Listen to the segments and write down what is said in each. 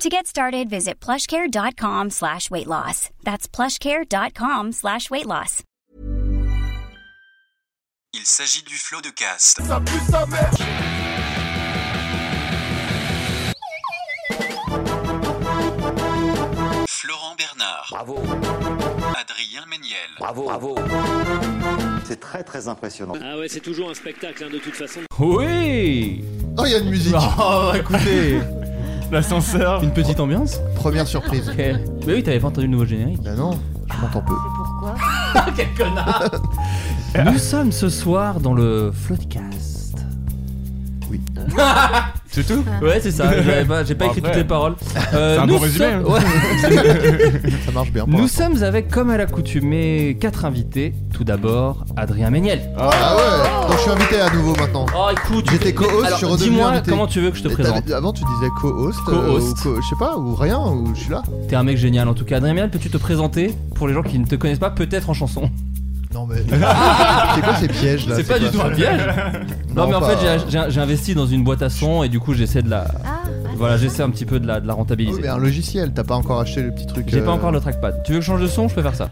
To get started, visit plushcare.com slash weight loss. That's plushcare.com slash weight loss. Il s'agit du flot de cast. Florent Bernard, Bravo, Adrien Méniel, bravo, bravo. C'est très très impressionnant. Ah ouais, c'est toujours un spectacle hein, de toute façon. Oui Oh, il y a une musique. Oh, écoutez L'ascenseur. Une petite ambiance Première surprise. Mais oui, t'avais pas entendu le nouveau générique. Ben non, je m'entends peu. Ah, Nous sommes ce soir dans le Floodcast. C'est tout Ouais, c'est ça, j'avais pas- j'ai pas Bon, écrit Bah après, toutes les paroles. Euh, c'est un nous bon résumé, sommes- hein. Ouais. Ça marche bien. pour Nous l'instant. sommes avec, comme à l'accoutumée, quatre invités. Tout d'abord, Adrien Méniel. Ah ouais, donc je suis invité à nouveau maintenant. Oh, écoute, J'étais co-host, je suis Alors, redevenu Dis-moi invité. comment tu veux que je te Et présente. t'avais- Avant tu disais co-host, euh, Co-host. ou co- je sais pas, ou rien, ou je suis là. T'es un mec génial en tout cas. Adrien Méniel, peux-tu te présenter pour les gens qui ne te connaissent pas, peut-être en chanson Non mais c'est quoi ces pièges là C'est pas du tout un piège Non, mais en pas- fait j'ai- j'ai j'ai investi dans une boîte à son et du coup j'essaie de la voilà j'essaie un petit peu de la, de la Oui, rentabiliser. Oh, mais un logiciel, t'as pas encore acheté le petit truc. J'ai euh, pas encore le trackpad. Tu veux que je change de son Je peux faire ça.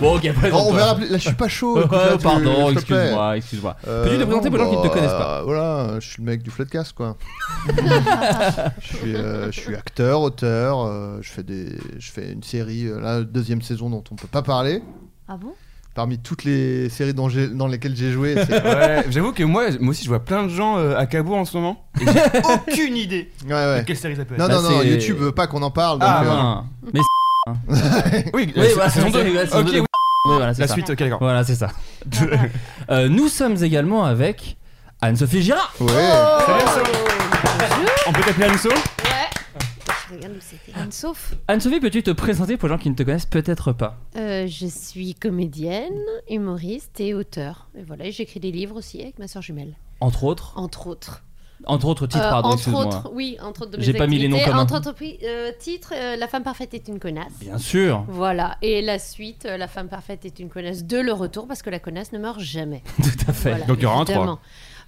bon ok Oh, on présente-toi. verra. plus- Là, je suis pas chaud. Ouais, écoute, là, tu- pardon s'il te plaît. excuse-moi excuse-moi. Euh, Peux-tu te présenter pour les gens qui ne te bah, connaissent pas Voilà, je suis le mec du floodcast quoi. je, suis, euh, je suis acteur, auteur, euh, je, fais des, je fais une série, euh, la deuxième saison dont on peut pas parler. Ah bon Parmi toutes les séries dont j'ai- dans lesquelles j'ai joué, c'est. Ouais, j'avoue que moi, moi aussi, je vois plein de gens euh, à Cabo en ce moment. Et j'ai aucune idée Ouais, ouais. de quelle série ça peut être. Non, Bah, non, non, c'est- YouTube veut pas qu'on en parle. Donc, Ah, euh, Ah, ben, Mais Oui, oui la voilà saison c'est- deux. c'est- ouais, saison Ok, deux, oui, oui. Oui, voilà c'est la ça. suite, ok, d'accord. Voilà c'est ça. Euh, Nous sommes également avec Anne-Sophie Girard. ouais. Salut, Anso. On peut t'appeler Anso Je regarde où c'était. Anne-Sauf. Anne-Sophie peux-tu te présenter pour les gens qui ne te connaissent peut-être pas Euh, je suis comédienne, humoriste et auteur. Et voilà, et j'écris des livres aussi avec ma soeur jumelle, Entre autres entre autres. Entre autres titres, Euh, pardon, entre excuse-moi. autres, oui, entre autres de mes J'ai pas mis les noms activités. communs. Entre autres, oui, euh, titre euh, La femme parfaite est une connasse. Bien sûr. Voilà, et la suite, euh, La femme parfaite est une connasse de le retour parce que la connasse ne meurt jamais. Tout à fait. Voilà, Donc, il y aura un trois. évidemment.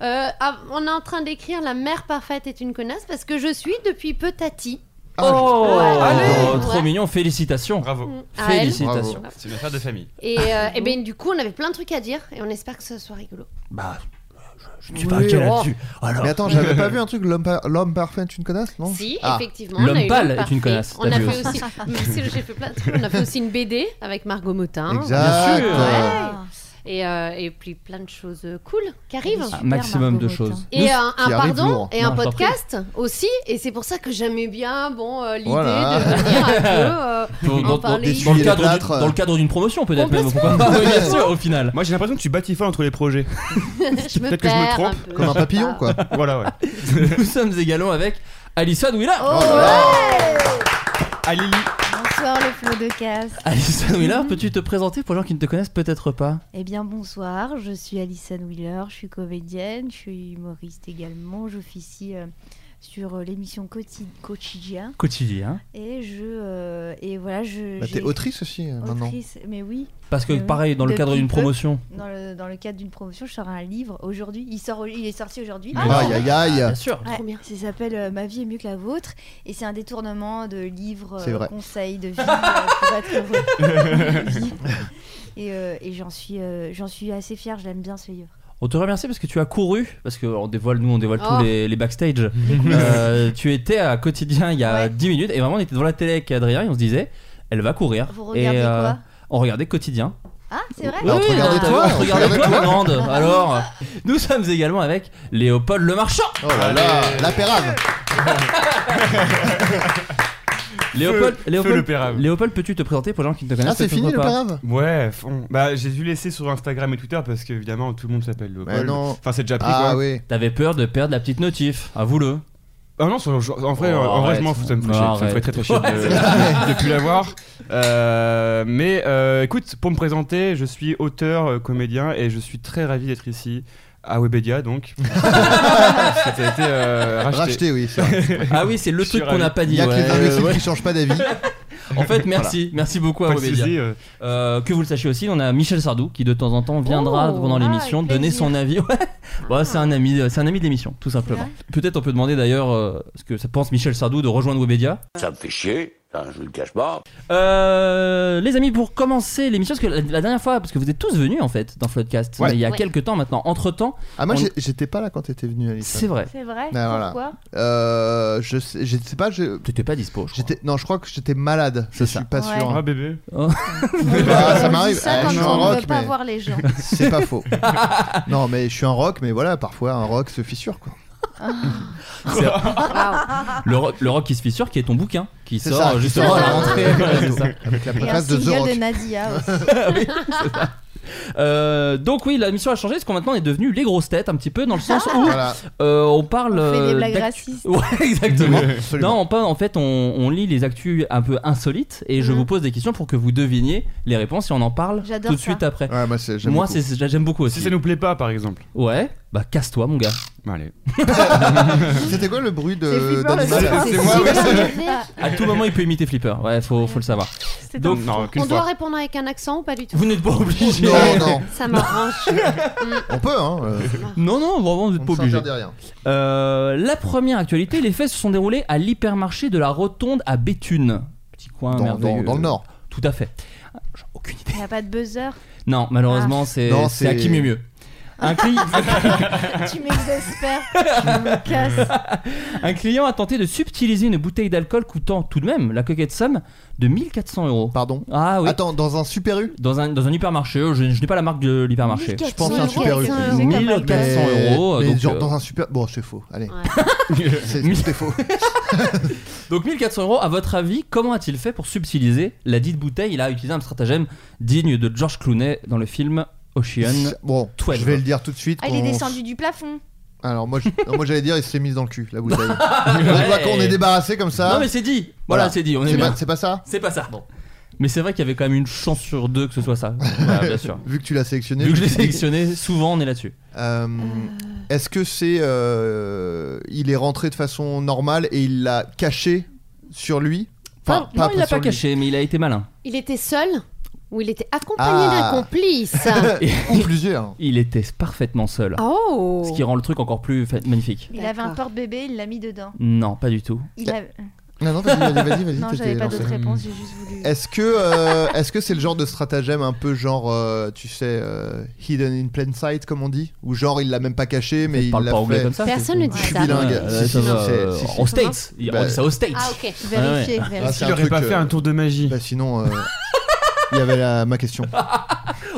Euh, ah, on est en train d'écrire La mère parfaite est une connasse parce que je suis depuis peu tati. Ah Oh, Allez. trop Ouais. mignon, félicitations. Bravo. Mm. à elle. Félicitations. C'est une affaire de famille. Et, euh, et ben, du coup, on avait plein de trucs à dire et on espère que ce soit rigolo. Bah, je, je ne suis pas inquiet là-dessus. Alors, oh. Mais attends, j'avais pas vu un truc, l'homme, par- l'homme parfait est une connasse, non Si, Ah. effectivement. L'homme on a eu pâle l'homme est parfait. une connasse, On a t'as vu fait aussi. Merci, j'ai fait plein de trucs. On a fait aussi une BD avec Margot Motin. Exact. Bien sûr. Ouais. Ouais. Et, euh, et puis plein de choses cool qui arrivent. un Ah, maximum Margot de choses. Et un, un Qui arrive pardon lourd. et Non, je un t'en podcast aussi. Et c'est pour ça que j'aimais bien bon euh, l'idée Voilà. de venir un peu. euh, Dans, en dans- parler. dans le Essuyer cadre les du- plâtres. dans le cadre d'une promotion, peut-être même. Complètement. pourquoi pas. Oui, bien sûr, au final. Moi, j'ai l'impression que tu batifoles entre les projets. je me Peut-être que je me perds trompe. un peu, Ah. Comme je un sais papillon, quoi. pas. voilà, ouais. Nous sommes également avec Alison Wheeler. Oh là À Ah, Lily. Bonsoir le flot de casse. Alison Wheeler, peux-tu te présenter pour les gens qui ne te connaissent peut-être pas Eh bien bonsoir, je suis Alison Wheeler, je suis comédienne, je suis humoriste également, j'officie euh, sur euh, l'émission Quotid- Quotidien Quotidien. et je euh, et voilà, je Bah, T'es j'ai- autrice aussi, euh, maintenant. autrice, mais oui, Parce que Euh, oui. pareil, dans le De cadre qui d'une peut. promotion. dans le, dans le cadre d'une promotion, je sors un livre aujourd'hui, il sort il est sorti aujourd'hui. Mais Aïe, aïe, aïe. Ah, Bien sûr. Ouais, Trop bien. ça s'appelle euh, Ma vie est mieux que la vôtre et c'est un détournement de livres, C'est euh, vrai. conseils de vie euh, pour être heureux. et euh, et j'en suis, euh, j'en suis assez fière, je l'aime bien ce livre. On te remercie parce que tu as couru, parce que on dévoile, nous on dévoile Oh. tous les, les backstage. Euh, tu étais à quotidien il y a Ouais. 10 minutes et vraiment on était devant la télé avec Adrien et on se disait elle va courir. Vous regardez et, euh, quoi on regardait quotidien. Ah, c'est vrai Alors, oui, regardez on- toi, on regardait regardez toi, toi. grande. Alors, nous sommes également avec Léopold le Marchand. Oh là là, la pérave Léopold, feu Léopold, le pérave. Léopold, peux-tu te présenter pour les gens qui ne te connaissent Ah, c'est peut-être fini le pas pérave Ouais, fond. Bah, j'ai dû laisser sur Instagram et Twitter parce que évidemment tout le monde s'appelle Léopold. Mais non. Enfin, c'est déjà pris Ah quoi. oui. T'avais peur de perdre la petite notif, avoue-le. Ah non, sur- je- en vrai, Oh, en vrai, je m'en arrête. fous, ça me fait Non, chier, ça me ferait arrête. très très chier de, Ouais, c'est de plus l'avoir. Euh, mais euh, écoute, pour me présenter, je suis auteur, euh, comédien et je suis très ravi d'être ici à Webedia donc. Parce que ça a été euh, racheté. Racheté, oui. c'est vrai. Ah oui, c'est le Je truc suis qu'on n'a ravi. pas Il dit. n'y a que ouais, les imbéciles euh, ouais. qui changent pas d'avis. En fait, merci. Merci beaucoup à Pas de Webedia. souci, euh, Euh, que vous le sachiez aussi, on a Michel Sardou qui de temps en temps viendra Oh, pendant ah, l'émission avec donner plaisir. son avis. Ouais. Bon, c'est un ami, c'est un ami de l'émission, tout simplement. vrai Peut-être on peut demander d'ailleurs euh, ce que ça pense Michel Sardou de rejoindre Webedia. Ça me fait chier, hein, je ne le cache pas. Euh, les amis, pour commencer l'émission, parce que la, la dernière fois, parce que vous êtes tous venus en fait dans Floodcast, Ouais. il y a Ouais. quelques temps maintenant. Entre temps, Ah, moi, On- j'ai- j'étais pas là quand t'étais venu, Alice. c'est vrai, C'est vrai Ben voilà. Pourquoi Euh, je sais, je sais pas, je- t'étais pas dispo. je crois. j'étais, non, je crois que j'étais malade. Je C'est suis ça. Oh. pas Ouais. sûr. Ah bébé. Bah, ça On m'arrive. dit ça Eh, quand je suis on en ne rock, veut pas mais voir les gens. c'est pas faux. non, mais je suis un rock, mais voilà, parfois un rock se fissure, quoi. Waouh. Le, rock, le rock qui se fissure, qui est ton bouquin, qui C'est sort ça, euh, qui justement sort à la à la rentrée. rentrée. Voilà, c'est ça. Avec la Et un préface de The single Rock. de Nadia aussi. Ah Euh, donc oui, la mission a changé, parce qu'on maintenant on est devenu les grosses têtes un petit peu dans le sens où Voilà, Euh, on parle. On fait des euh, blagues d'actu- racistes. Ouais, exactement. absolument. non, on parle- en fait, on, on lit les actus un peu insolites et je Mhm. vous pose des questions pour que vous deviniez les réponses et on en parle J'adore tout de ça. suite après. Ouais, moi, c'est, j'aime Moi, beaucoup. c'est- c'est- j'aime beaucoup aussi. Si ça nous plaît pas, par exemple. Ouais, bah casse-toi, mon gars. Bah, allez. C'était quoi le bruit C'est de, Flipper le d'animal singe. C'est moi, ouais, À tout moment, il peut imiter Flipper. Ouais, faut, faut le savoir. C'est Donc, non, qu'une On doit fois. répondre avec un accent ou pas du tout vous n'êtes pas obligé. Non, non, Ça m'arrange. on peut, hein. euh, non, non, vraiment, vous on n'êtes ne pas obligé. s'interdit rien. Euh, la première actualité, les faits se sont déroulés à l'hypermarché de la Rotonde à Béthune. Petit coin Dans, dans, merveilleux. dans le Nord. Tout à fait. J'ai aucune idée. Il n'y a pas de buzzer. Non, Ah. malheureusement, c'est Non, c'est à c'est- qui mieux mieux. Un, cli- tu m'exaspères. tu me casses. un client a tenté de subtiliser une bouteille d'alcool coûtant tout de même la coquette somme de 1400 euros. Pardon. Ah oui, Attends, dans un Super U dans un, dans un hypermarché, je, je n'ai pas la marque de l'hypermarché. Je pense à un euros, Super U. c'est un- c'est quand même 1400 Mais- euros. mais donc, genre euh, dans un Super. Bon, c'est faux. Allez, Ouais. c'est, c'est faux. donc 1400 euros, à votre avis, comment a-t-il fait pour subtiliser la dite bouteille Il a utilisé un stratagème digne de George Clooney dans le film Ocean. Bon, Twelve. je vais le dire tout de suite. Ah, il est qu'on- descendu du plafond. Alors moi, je- non, moi j'allais dire, il s'est mis dans le cul la bouteille. On voit qu'on est débarrassé comme ça. Non mais c'est dit, voilà, Voilà. c'est dit, on est c'est, bien. pas, c'est pas ça C'est pas ça. Mais c'est vrai qu'il y avait quand même une chance sur deux que ce soit ça. Voilà, bien sûr. Vu que tu l'as sélectionné. Vu que je l'ai sélectionné, souvent on est là-dessus. Euh, Est-ce que c'est euh, il est rentré de façon normale et il l'a caché sur lui Enfin, Ah, non, il l'a sur pas lui. caché, mais il a été malin. Il était seul ou il était accompagné Ah. d'un complice Ou plusieurs. Il était parfaitement seul. Oh Ce qui rend le truc encore plus fa- magnifique. Il avait un D'accord. porte-bébé, il l'a mis dedans. Non, pas du tout. Il a- Bah. Non non vas-y vas-y vas-y. vas-y, Non, t'étais j'avais pas lancé. Hmm. d'autre réponse, j'ai juste voulu. Est-ce que euh, est-ce que c'est le genre de stratagème un peu genre euh, tu sais euh, hidden in plain sight comme on dit ou genre il l'a même pas caché mais Il il parle l'a pas anglais fait comme ça. Personne ne dit Je suis ça. Ouais, bilingue. euh, Si, ça si, va, si, euh, si, si. Aux States. Il- On Bah, dit ça aux States. Ah ok. Vérifier, Ah, vérifier. c'est Il aurait truc, pas fait euh, un tour de magie. bah, sinon euh, il y avait la- ma question.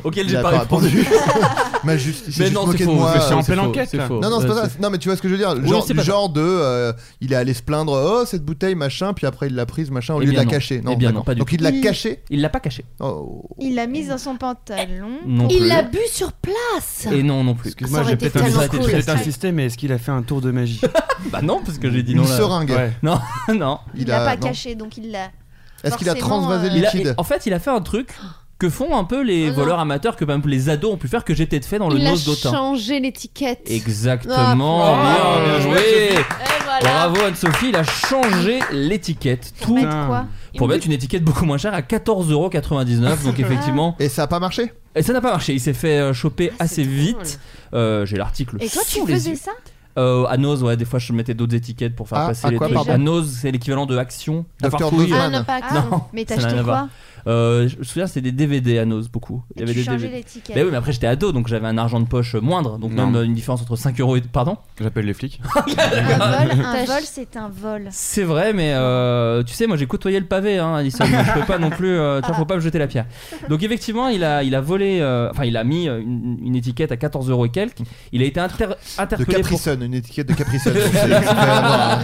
Auquel Il j'ai a pas répondu. ma juste, il s'est Mais juste non, moqué c'est de faux. moi. c'est je suis en faux, pleine c'est enquête, faux, là. c'est faux. Non, non, c'est Ouais, pas ça. Non, mais tu vois ce que je veux dire. Genre, c'est pas ça. genre de. euh, il est allé se plaindre, oh, cette bouteille, machin, puis après il l'a prise, machin, au Eh lieu de bien la non. cacher. Non, Eh bien non, d'accord. pas du Donc tout. il l'a Il- caché. Il l'a pas caché. Oh. Il l'a mise dans son pantalon. Non Il plus. l'a bu sur place. Et non, non plus. Ça Excuse-moi, aurait j'ai été peut-être un- tellement j'ai cool. peut-être insisté, mais est-ce qu'il a fait un tour de magie Bah non, parce que j'ai dit Une non. là. seringue. Ouais. Non, non. Il l'a pas Ah, non. caché, donc il l'a. Est-ce qu'il a Forcément, transvasé le euh, Il a- liquide en fait, il a fait un truc que font un peu les Ah non. voleurs amateurs, que par exemple les ados ont pu faire, que j'étais de fait dans le il a nose d'autant. changé l'étiquette. Exactement. Ah, bien bien joué. Et voilà. Bravo Anne-Sophie, il a changé l'étiquette. Pour Tout mettre quoi pour mettre une étiquette beaucoup moins chère à 14,99€. Donc effectivement, Et ça a pas marché et ça n'a pas marché. Il s'est fait euh, choper Ah, c'est assez drôle. vite. Euh, J'ai l'article. Et toi, tu sous les faisais yeux. ça Euh, à Nose, ouais, des fois je mettais d'autres étiquettes pour faire Ah, passer à les quoi, trucs. pardon À Nose, c'est l'équivalent de Action. Dr. D'avoir couille. Nozman. Ah, non, pas Action. Non, Mais ça t'achetais n'a rien à voir. quoi Euh, Je me souviens, c'était des DVD à Nose, beaucoup. Il Et y avait tu des changeais DVD. l'étiquette. Bah oui, mais après j'étais ado, donc j'avais un argent de poche euh, moindre. Donc Non. même euh, une différence entre 5 euros et. Pardon Ah, J'appelle les flics. Un vol, un vol, c'est un vol. C'est vrai, mais euh, tu sais, moi j'ai côtoyé le pavé, hein, Alison. donc je peux pas non plus. euh, tu vois, faut pas me jeter la pierre. Donc effectivement, il a, il a volé. euh, Enfin, il a mis euh, une, une étiquette à 14 euros et quelques. Il a été inter- De interpellé. Capri pour- Sun, une étiquette de Capri Sun. C'est- c'est vraiment-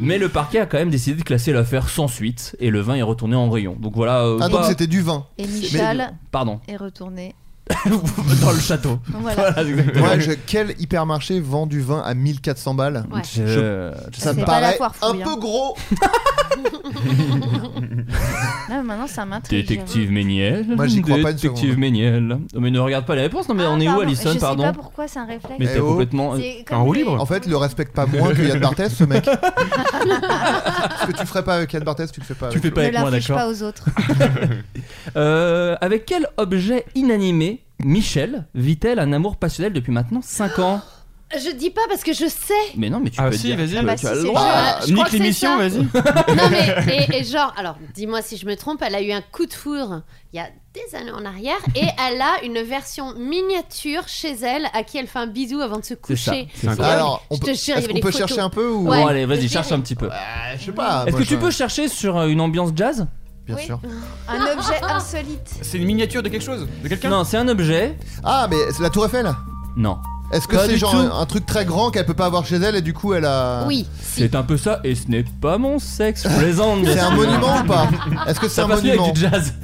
mais le parquet a quand même décidé de classer l'affaire sans suite et le vin est retourné en rayon. Donc voilà. euh, Ah, donc pas- c'était du vin. Et Michel Pardon. est retourné. Dans le château. Voilà. exactement. Ouais, je- quel hypermarché vend du vin à 1400 balles Ouais. Je- Je- Ça C'est me pas la paraît foire un fouille, hein. peu gros. Non, mais maintenant ça m'intrigue. Détective Méniel. Moi, j'y crois pas une Détective seconde. Méniel. Non, Mais ne regarde pas les réponses. Non, mais on est où, Ah, Pardon, Alison Je Pardon. sais pas pourquoi c'est un réflexe. Mais Eh t'es oh. complètement. euh, C'est Un roue les- libre En fait, le respecte pas moins que Yann Barthès, ce mec. ce que tu ferais pas avec Yann Barthès, tu le fais pas. Tu avec fais lui. pas Ne avec moi, l'affiche d'accord pas aux autres. Euh, avec quel objet inanimé Michel vit-elle un amour passionnel depuis maintenant 5 ans Je dis pas parce que je sais. Mais non, mais tu Ah peux si, dire, vas-y. tu Ah peux- bah tu si, as le c'est droit. ça. Je crois Nique que c'est l'émission, ça. vas-y. Non mais et, et genre alors dis-moi si je me trompe, elle a eu un coup de foudre il y a des années en arrière et elle a une version miniature chez elle à qui elle fait un bisou avant de se C'est ça. coucher. c'est C'est ça. incroyable. Alors, on Je te peut, jure, il y est-ce avait qu'on des peut photos. chercher un peu ou Ouais. Bon, allez, vas-y, je cherche dirais. un petit peu. Ah, Je sais pas. Est-ce moi, que tu je- peux chercher sur euh, une ambiance jazz Bien Oui. sûr. Un objet insolite. C'est une miniature de quelque chose De quelqu'un Non, c'est un objet. Ah, mais c'est la Tour Eiffel Non. Est-ce que Pas c'est du genre tout. un, un truc très grand qu'elle peut pas avoir chez elle et du coup elle a. Oui, si. C'est un peu ça, et ce n'est pas mon sexe, je plaisante. bien C'est un sûr. monument ou pas Est-ce que c'est Ça un passe mieux monument avec du jazz.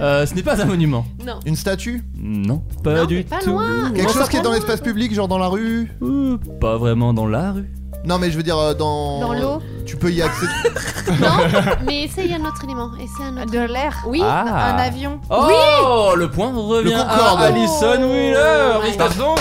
Euh, ce n'est pas un monument. Non. Une statue Non, pas Non, mais du pas tout. loin. Non, Quelque ça chose qui est prend- dans l'espace public, genre dans la rue Euh, Pas vraiment dans la rue. Non, mais je veux dire euh, dans. Dans l'eau. Tu peux y accéder. Non, mais essaye un autre élément. Essaye un autre. De l'air. Oui. Un Ah. avion. Oh, le point revient Le à Concorde. Oh. Ah. Alison Wheeler. Ouais. Félicitations.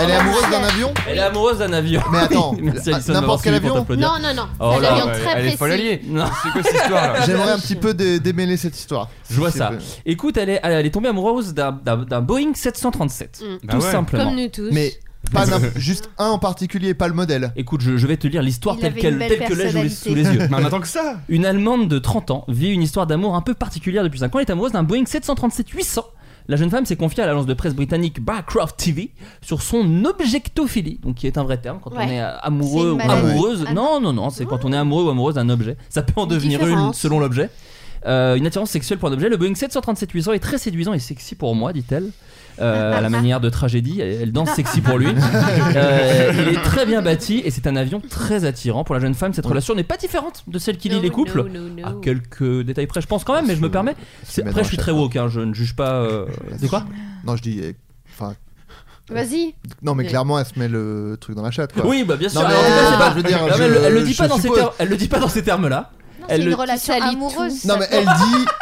Elle est amoureuse d'un avion Elle est amoureuse d'un avion. Mais attends, Merci le- Alison n'importe d'avoir quel suivi pour avion t'applaudir. Non, non, non. Oh C'est là, un avion ouais, très Elle est folle précis. alliée. Non. C'est quoi cette histoire là J'aimerais un petit peu dé- démêler cette histoire. Je vois Si ça. c'est- Écoute, elle est, elle est tombée amoureuse d'un- d'un d'un Boeing 737. Mm. Bah Tout ouais. simplement. Comme nous tous. Mais pas n'im- juste un en particulier, pas le modèle. Écoute, je, je vais te lire l'histoire Il telle avait qu'elle une belle telle que l'ai sous les- sous les yeux. Mais Bah, on attend que ça Une Allemande de 30 ans vit une histoire d'amour un peu particulière depuis 5 ans. Elle est amoureuse d'un Boeing 737-800. La jeune femme s'est confiée à l'agence de presse britannique Barcroft TV sur son objectophilie, donc qui est un vrai terme quand on Ouais. est euh, amoureux ou C'est une maladie. amoureuse. Ah non, non, non, c'est quand on est amoureux ou amoureuse d'un objet. Ça peut en devenir une différence. selon l'objet. Euh, une attirance sexuelle pour un objet. Le Boeing 737-800 est très séduisant et sexy pour moi, dit-elle. Euh, à la manière de tragédie, elle elle danse sexy pour lui. Euh, il est très bien bâti et c'est un avion très attirant pour la jeune femme. Cette relation n'est pas différente de celle qui lie No, les couples. no, no, no. À quelques détails près, je pense quand même, mais je me permets. C'est- mettre Après, un je suis très chapeau. woke, hein, je ne juge pas. euh, C'est quoi Non, je dis. eh, Enfin, Vas-y. non, mais Mais- clairement, elle se met le truc dans la chatte. Quoi. Oui, bah bien sûr. Non, mais alors, en tout cas, c'est c'est pas- pas- je veux dire, Non, mais je- elle, elle le je dit pas dans ces suppose. termes- elle le dit pas dans ces termes-là. C'est Elle une le- relation Tu salis amoureuse. Non, mais elle dit,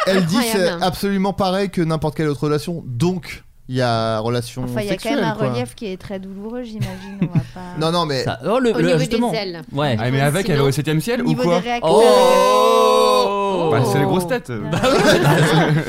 elle dit c'est Incroyable. absolument pareil que n'importe quelle autre relation. Donc, il y a relation Enfin, il y a quand sexuelle. même un quoi. relief qui est très douloureux, j'imagine. On va pas. Non, non, mais. Ça- oh, le, Au le- niveau justement. des ailes. Ouais. Ah mais avec, elle est Sinon- au 7ème ciel Au ou niveau quoi des réacteurs. Oh Bah, C'est les grosses têtes Bah oui,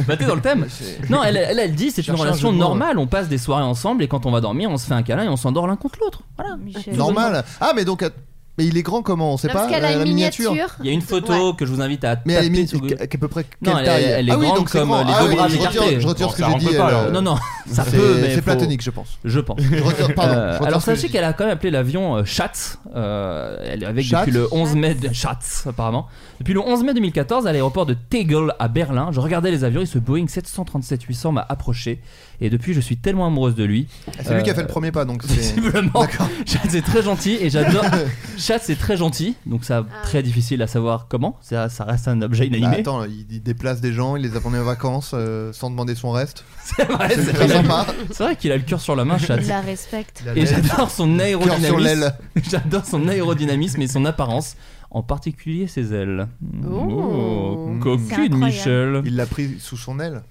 bah t'es dans le thème. Non, elle, elle, elle dit c'est une Cherche un relation jeu de mots, normale. On passe des soirées ensemble et quand on va dormir, on se fait un câlin et on s'endort l'un contre l'autre. Voilà. Michel. Normal. Ah, mais donc. att- Mais il est grand comment On sait Non, pas euh, Parce qu'elle la- a la une miniature. Il y a une photo que je vous invite à taper Mais elle est mini- sur Google. à peu près Non, quelle elle- taille elle est Ah oui, grande donc c'est comme, grand. euh, les Ah deux oui, bras je écartés. retire, je retire Bon, ce ça que j'ai rentre dit. pas, elle, alors. euh, Non, non, ça c'est- peut, mais C'est faut- platonique, je pense. Je pense. Je retire- pardon, je Euh, retire alors ce que sachez j'ai qu'elle a quand même appelé l'avion euh, Chat. Euh, elle est avec Chat depuis le 11 mai de Chat apparemment. Depuis le 11 mai 2014 à l'aéroport de Tegel à Berlin, je regardais les avions et ce Boeing 737-800 m'a approché et depuis je suis tellement amoureuse de lui. Ah, C'est lui qui a Euh, fait le premier pas, donc c'est. Visiblement, D'accord. Chat c'est très gentil et j'adore. Chat c'est très gentil, donc ça Ah. très difficile à savoir comment. Ça, ça reste un objet Bah, inanimé. attends, il, il déplace des gens, il les a emmenés en vacances euh, sans demander son reste. c'est vrai, C'est c'est- très il a- sympa. c'est vrai qu'il a le cœur sur la main, Chat. Je la respecte. Et j'adore son Cœur sur aérodynamisme. l'aile. J'adore son aérodynamisme et son apparence, en particulier ses ailes. Oh. C'est cocu de incroyable. Michel. Il l'a pris sous son aile.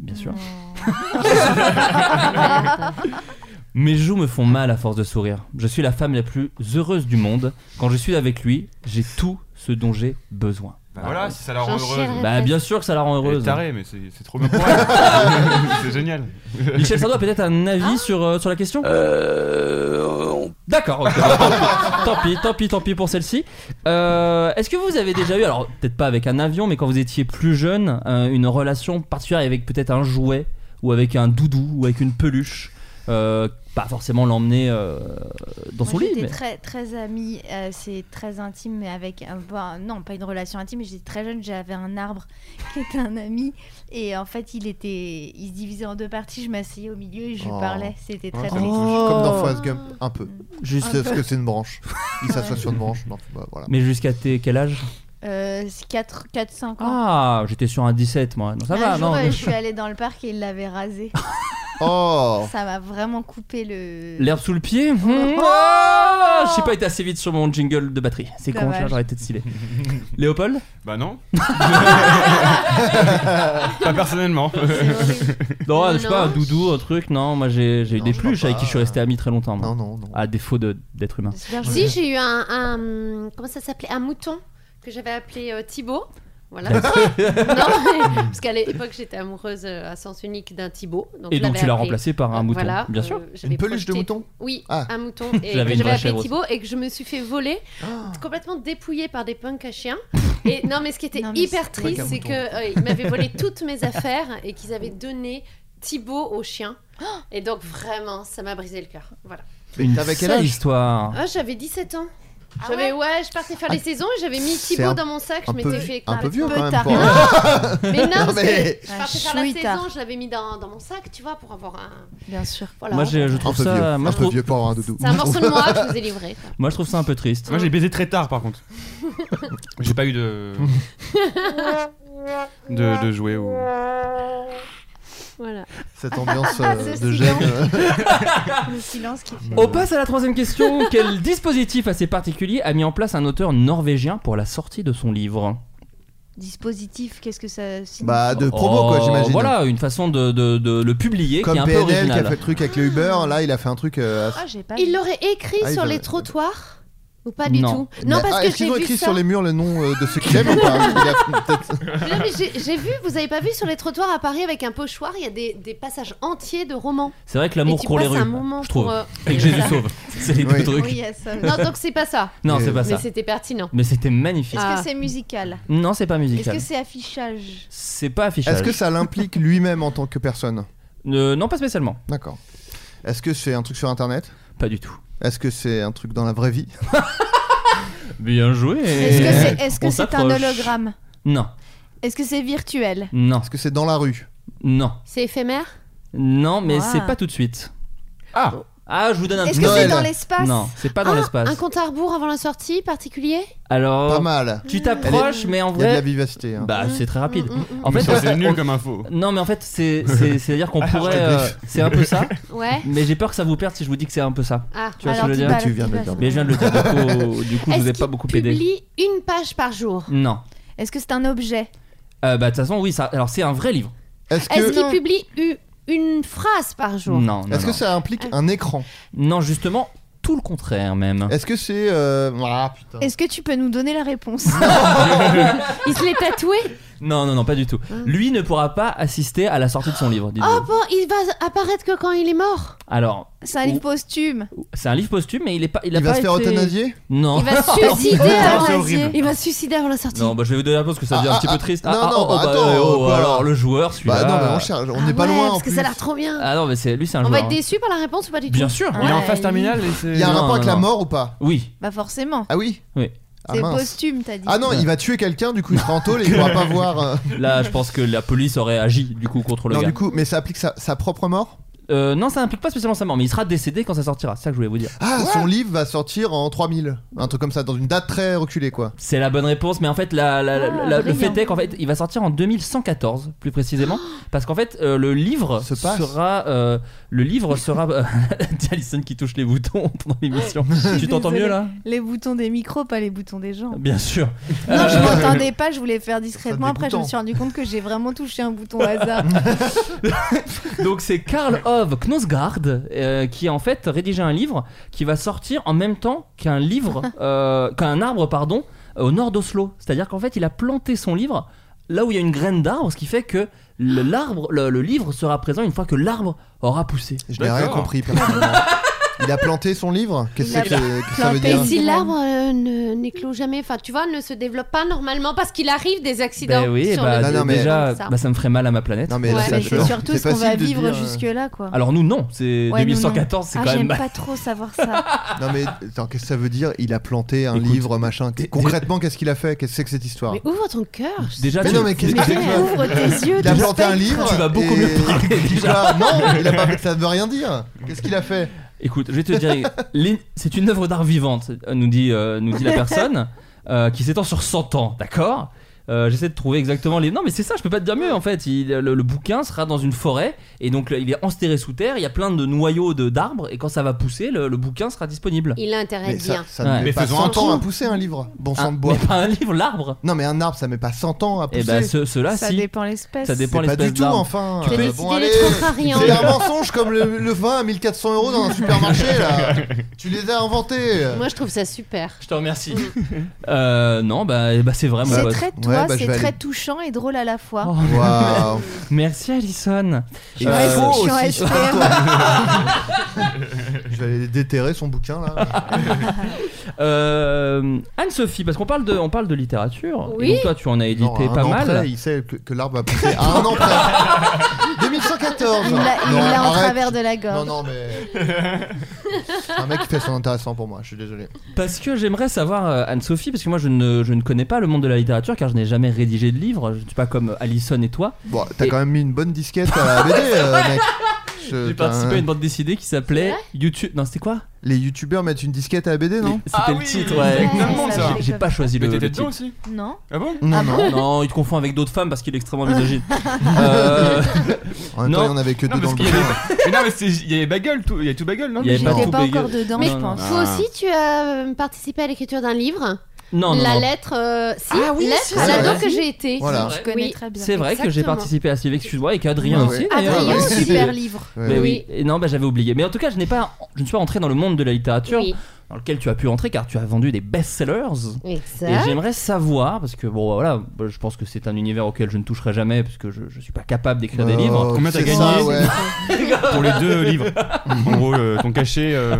Bien sûr. Oh. Mes joues me font mal à force de sourire. Je suis la femme la plus heureuse du monde. Quand je suis avec lui, j'ai tout ce dont j'ai besoin. Bah voilà, si ça la rend J'en heureuse. chierais. Bah bien sûr que ça la rend Elle est heureuse. tarée, mais c'est c'est trop bien pour elle. C'est génial. Hein Michel Sardou a peut-être un avis sur, euh, sur la question Euh, on- D'accord, ok. Bah, tant pis, tant pis, tant pis pour celle-ci. Euh, Est-ce que vous avez déjà eu, alors peut-être pas avec un avion, mais quand vous étiez plus jeune, euh, une relation particulière avec peut-être un jouet, ou avec un doudou, ou avec une peluche euh, Pas forcément l'emmener euh, dans son Moi, lit, j'étais mais. très, très amie, euh, c'est très intime, mais avec un. bah, non, pas une relation intime, mais j'étais très jeune, j'avais un arbre qui était un ami. Et en fait, il était. Il se divisait en deux parties, je m'asseyais au milieu et je lui Oh. parlais. C'était Ouais, très ça me drôle. touche. Comme Oh. dans Forrest Gump, un peu. Juste- Juste Un parce peu. que c'est une branche. Il s'assoit sur une branche. Non, bah, voilà. Mais jusqu'à tes- quel âge Euh, 4-5 ans. Ah, j'étais sur un 17 moi. Non, ça Oh. un va, jour, non euh, je suis allée dans le parc et il l'avait rasé. Oh Ça m'a vraiment coupé le. L'herbe sous le pied Hmm. Ah, Je sais pas été assez vite sur mon jingle de batterie. C'est con, Dommage. j'aurais été de stylé. Léopold Bah non. pas personnellement. Non, je sais pas, un Non. doudou, un truc, non, moi j'ai j'ai eu des peluches avec qui je suis resté ami très longtemps. Non, non, non. À défaut de- d'être humain. Si, j'ai eu un, un- Comment ça s'appelait Un mouton que j'avais appelé euh, Thibaut. Voilà. non, D'accord. mais- parce qu'à l'époque, j'étais amoureuse euh, à sens unique d'un Thibaut. Et donc, je l'avais tu l'as appelé- remplacé par un mouton, Voilà, euh, bien sûr. j'avais Une peluche de mouton Oui, Ah. un mouton. J'avais Et une que j'avais vraie appelé chèvre Thibaut et que je me suis fait voler, Ah. complètement dépouillée par des punks à chiens. Et non, mais ce qui était hyper c'est pas triste, qu'un c'est qu'ils m'avaient volé toutes mes affaires et qu'ils avaient donné Thibaut au chien. Et donc, vraiment, ça m'a brisé le cœur. Voilà. Une T'avais sale quel âge Hein. histoire. Ah, j'avais 17 ans. Ah J'avais- ouais, je partais faire les saisons et j'avais mis Ah, c'est Thibaut un- dans mon sac, je un peu m'étais vi- fait un peu vieux, quand Ah, même, tard. pour- Non Mais non, Non, parce que mais- je partais faire la Chouï tard. saison, je l'avais mis dans, dans mon sac, tu vois, pour avoir un. Ah, Bien sûr. Voilà. Moi, j'ai- je un trouve peu ça- vieux. moi, un je peu trouve- vieux pour avoir un doudou. Oh C'est un morceau de moi que je vous ai livré. Moi, je trouve ça un peu triste. Moi j'ai baisé très tard par contre. J'ai pas eu de. de, de jouer ou. Voilà. Cette ambiance, euh, Ah, ce de gêne, silence. euh. Le silence qui fait. On passe à la troisième question. Quel dispositif assez particulier a mis en place un auteur norvégien pour la sortie de son livre Dispositif, qu'est-ce que ça signifie Bah, de promo, quoi, Oh, j'imagine. Voilà, une façon de, de- de le publier Comme qui est un peu PNL qui originale. a fait le truc avec le Uber, là il a fait un truc. euh, Ah, j'ai pas. Il l'aurait écrit Ah, il sur veut- les trottoirs Ou pas du Non. tout Non, Mais- parce ah, que est-ce qu'ils j'ai ont vu écrit ça. sur les murs le nom euh, de ceux qui aiment ou pas Il a- peut-être- Non, mais j'ai- j'ai vu, vous avez pas vu sur les trottoirs à Paris avec un pochoir, il y a des, des passages entiers de romans. C'est vrai que Et l'amour tu court les passes rues, un moment je trouve. pour, euh, Et que Jésus sauve. C'est les deux trucs. Oui, il y a ça. Non, donc c'est pas ça. Non, c'est pas Mais ça. c'était pertinent. Mais c'était magnifique. Est-ce Ah. Ah. que c'est musical Non, c'est pas Est-ce musical. que c'est affichage C'est pas affichage. Est-ce que ça l'implique lui-même en tant que personne Euh, Non, pas spécialement. D'accord. Est-ce que c'est un truc sur internet Pas du tout. Est-ce que c'est un truc dans la vraie vie Bien joué. Est-ce que c'est est-ce que On c'est un s'approche. hologramme Non, Est-ce que c'est virtuel non, Est-ce que c'est dans la rue non, C'est éphémère non, mais Ouais. c'est pas tout de suite. Ah Ah, je vous donne un Est-ce petit que c'est Noël. dans l'espace Non, c'est pas dans Ah, Un l'espace. compte à rebours avant la sortie particulier Alors, Pas mal. tu t'approches, Elle mais en Il y a de la vrai, vivacité. hein. bah c'est très rapide. Mm, mm, En Mais fait, euh, ça, c'est on- nul comme info. Ah, non, mais en fait, c'est c'est c'est à dire qu'on pourrait, euh, griffe. c'est un peu ça. mm. Ouais. Mais j'ai peur que ça vous perde si je vous dis que c'est un peu ça. Ah. Tu vois ce que je veux dis dire pas, Tu viens de dis le pas. dire. Mais je viens de le dire, du coup, du coup je vous ai Est-ce pas qu'il beaucoup aidé. publie une page par jour Non. Est-ce que c'est un objet Euh, bah de toute façon, oui, ça. Alors c'est un vrai livre. Est-ce Est-ce qu'il que, publie u- une phrase par jour Non, non, est-ce que non. ça implique Ah. un écran Non, justement, tout le contraire même. Est-ce que c'est. euh, Ah putain. Est-ce que tu peux nous donner la réponse Il se l'est tatoué Non, non, non, pas du tout. Ah. Lui ne pourra pas assister à la sortie de son livre. dites-le. Oh bon, il va apparaître que quand il est mort Alors, C'est un livre posthume. c'est un livre posthume, mais il est pas. Il, a Il va pas se faire été- euthanasier Non. Il va se suicider Non, avant c'est la horrible. Il va se suicider avant la sortie. Non, bah je vais vous donner un peu parce que ça devient Ah, un petit ah, peu triste. non, non, bah, bah, attends, euh, oh, quoi, alors alors le joueur, celui-là. Bah non, mais on cherche, on Ah n'est pas ouais, loin. en Parce que plus. ça a l'air trop bien. Ah non, mais c'est lui, c'est un On va joueur. être hein. déçu par la réponse ou pas du tout Bien sûr. Il est en Ouais, phase terminale et Il y c'est. a un Non, rapport non, avec la non. mort ou pas Oui. Bah forcément. Ah oui Oui. Ah c'est mince. posthume, t'as dit. Ah non, il va tuer quelqu'un, du coup il sera en tôle et il pourra pas voir. euh, Là, je pense que la police aurait agi du coup contre le Non, gars. du coup, mais ça applique sa, sa propre mort Euh, non, ça implique pas spécialement sa mort, mais il sera décédé quand ça sortira. C'est ça que je voulais vous dire. Ah, son livre va sortir en 3000. Un truc comme ça, dans une date très reculée quoi. C'est la bonne réponse, mais en fait, la- la- la- Ah, la- le brillant. fait est qu'en fait, il va sortir en 2114, plus précisément, parce qu'en fait, euh, le livre Se passe. sera, euh, le livre sera, euh, Alison qui touche les boutons pendant l'émission. tu t'entends mieux désolée. là Les boutons des micros, pas les boutons des gens. Bien sûr. Euh, Non, je m'entendais pas, je voulais faire discrètement. Ça, Après, je me dégoûtant. suis rendu compte que j'ai vraiment touché un bouton au hasard. Donc c'est Karl Ove Knosgaard euh, qui a en fait rédigé un livre qui va sortir en même temps qu'un livre, euh, qu'un arbre pardon, au nord d'Oslo. C'est-à-dire qu'en fait il a planté son livre là où il y a une graine d'arbre, ce qui fait que le- l'arbre, le, le livre sera présent une fois que l'arbre aura poussé. Je n'ai rien D'accord. compris personnellement. Il a planté son livre Qu'est-ce Il que, a qu'est-ce que ça veut Et dire si l'arbre euh, ne- n'éclot jamais, enfin tu vois, ne se développe pas normalement parce qu'il arrive des accidents. Ben oui, sur bah, d- le Ah Non, non, mais- déjà, Ça. bah, ça me ferait mal à ma planète. Non, mais là, Ouais, c'est mais absurde. c'est surtout C'est ce qu'on va facile de vivre dire, euh, jusque-là, quoi. Alors nous, non, c'est Ouais, nous, non. 2114, c'est ah, quand même j'aime mal. pas trop savoir ça. Non mais attends, qu'est-ce que ça veut dire Il a planté un Écoute, livre, machin. Concrètement, qu'est-ce qu'il a fait Qu'est-ce que c'est que cette histoire Mais ouvre ton cœur. Déjà, Mais tu- non, mais qu'est-ce Mais que c'est que ça ouvre tes yeux. Il a de planté un spectre. livre. Tu vas beaucoup et- mieux parler, et déjà. voilà, Non, il a pas fait- ça ne veut rien dire. Qu'est-ce qu'il a fait Écoute, je vais te dire, l'in- c'est une œuvre d'art vivante, nous dit, euh, nous dit la personne, euh, qui s'étend sur 100 ans, d'accord Euh, J'essaie de trouver exactement les. Non, mais c'est ça, je peux pas te dire mieux en fait. Il- le, le bouquin sera dans une forêt, et donc le- il est ensterré sous terre, il y a plein de noyaux de- d'arbres, et quand ça va pousser, le, le bouquin sera disponible. Il a intérêt Mais de bien. ça, ça Ouais. ne Mais met pas faisons 100 un ans trou. à pousser un livre. Bon Un- sang de bois. Mais pas un livre, l'arbre Non mais un arbre, ça met pas 100 ans à Et pousser. bah, ce- ceux-là, ça si. dépend l'espèce. Ça dépend Mais pas l'espèce du tout, d'arbre. enfin. Tu peux Euh, décider bon, les allez. contrariants. C'est un mensonge comme le, le vin à 1400 euros dans un supermarché là. tu les as inventés. Moi je trouve ça super. Je te remercie. Euh, non, bah, eh bah, c'est vraiment. C'est bah, très Ouais, toi, bah, je c'est vais très aller- touchant et drôle à la fois. Oh, Waouh. Merci Alison. Je Ouais, Euh, c'est faut chiant à aussi, se c'est faire. Je vais aller déterrer son bouquin là. Euh, Anne-Sophie, parce qu'on parle de, on parle de littérature. Oui. Et donc toi, tu en as édité Genre, un pas an mal. près, il sait que, que l'arbre va pousser à un an près. 2114. Il l'a il Non, l'a en arrête. travers de la Non, gorge. non, mais. un mec qui fait son intéressant pour moi, je suis désolé. Parce que j'aimerais savoir, euh, Anne-Sophie, parce que moi, je ne, je ne connais pas le monde de la littérature car je n'ai jamais rédigé de livre. Je ne suis pas comme Alison et toi. Bon, t'as Et- quand même mis une bonne disquette à la BD, euh, mec. Je- J'ai t'as participé un- à une bande dessinée qui s'appelait YouTube. Non, c'était quoi Les youtubeurs mettent une disquette à la BD, non C'était Ah le oui, titre, ouais. exactement Ouais, ça. ça, J'ai pas choisi Mais le, t'étais le dedans titre. aussi Non Ah bon Ah. Non, non. Non, il te confond avec d'autres femmes parce qu'il est extrêmement misogyne. Euh, En même temps, Non. il y en avait que Non, deux dans parce le qu'il y avait. bouquin. mais non, mais c'est- il y avait Bagel, tout- il y avait tout Bagel, non Il y avait mais- J'étais tout pas encore bégayé. dedans, Mais- je pense. Toi aussi tu as euh, participé à l'écriture d'un livre. Ah. non, non, la non. lettre, euh, si, Ah oui, lettre si, à c'est l'ado vrai. que j'ai été. Voilà. Je connais Oui. très bien. C'est vrai que j'ai Exactement. participé à Civic, excuse-moi, et qu'Adrien Ouais, ouais. aussi. d'ailleurs. Adrien, Ouais, ouais. super livre. Ouais. Mais oui. Oui. Et non, bah, j'avais oublié. Mais en tout cas, je n'ai pas, je ne suis pas rentré dans le monde de la littérature Oui, dans lequel tu as pu entrer car tu as vendu des best-sellers. Et exact. j'aimerais savoir parce que bon, bah, voilà, bah, je pense que c'est un univers auquel je ne toucherai jamais parce que je, je suis pas capable d'écrire des Oh, livres. Euh, Combien t'as c'est gagné ça, ouais. Pour les deux livres. En gros, euh, ton cachet, euh,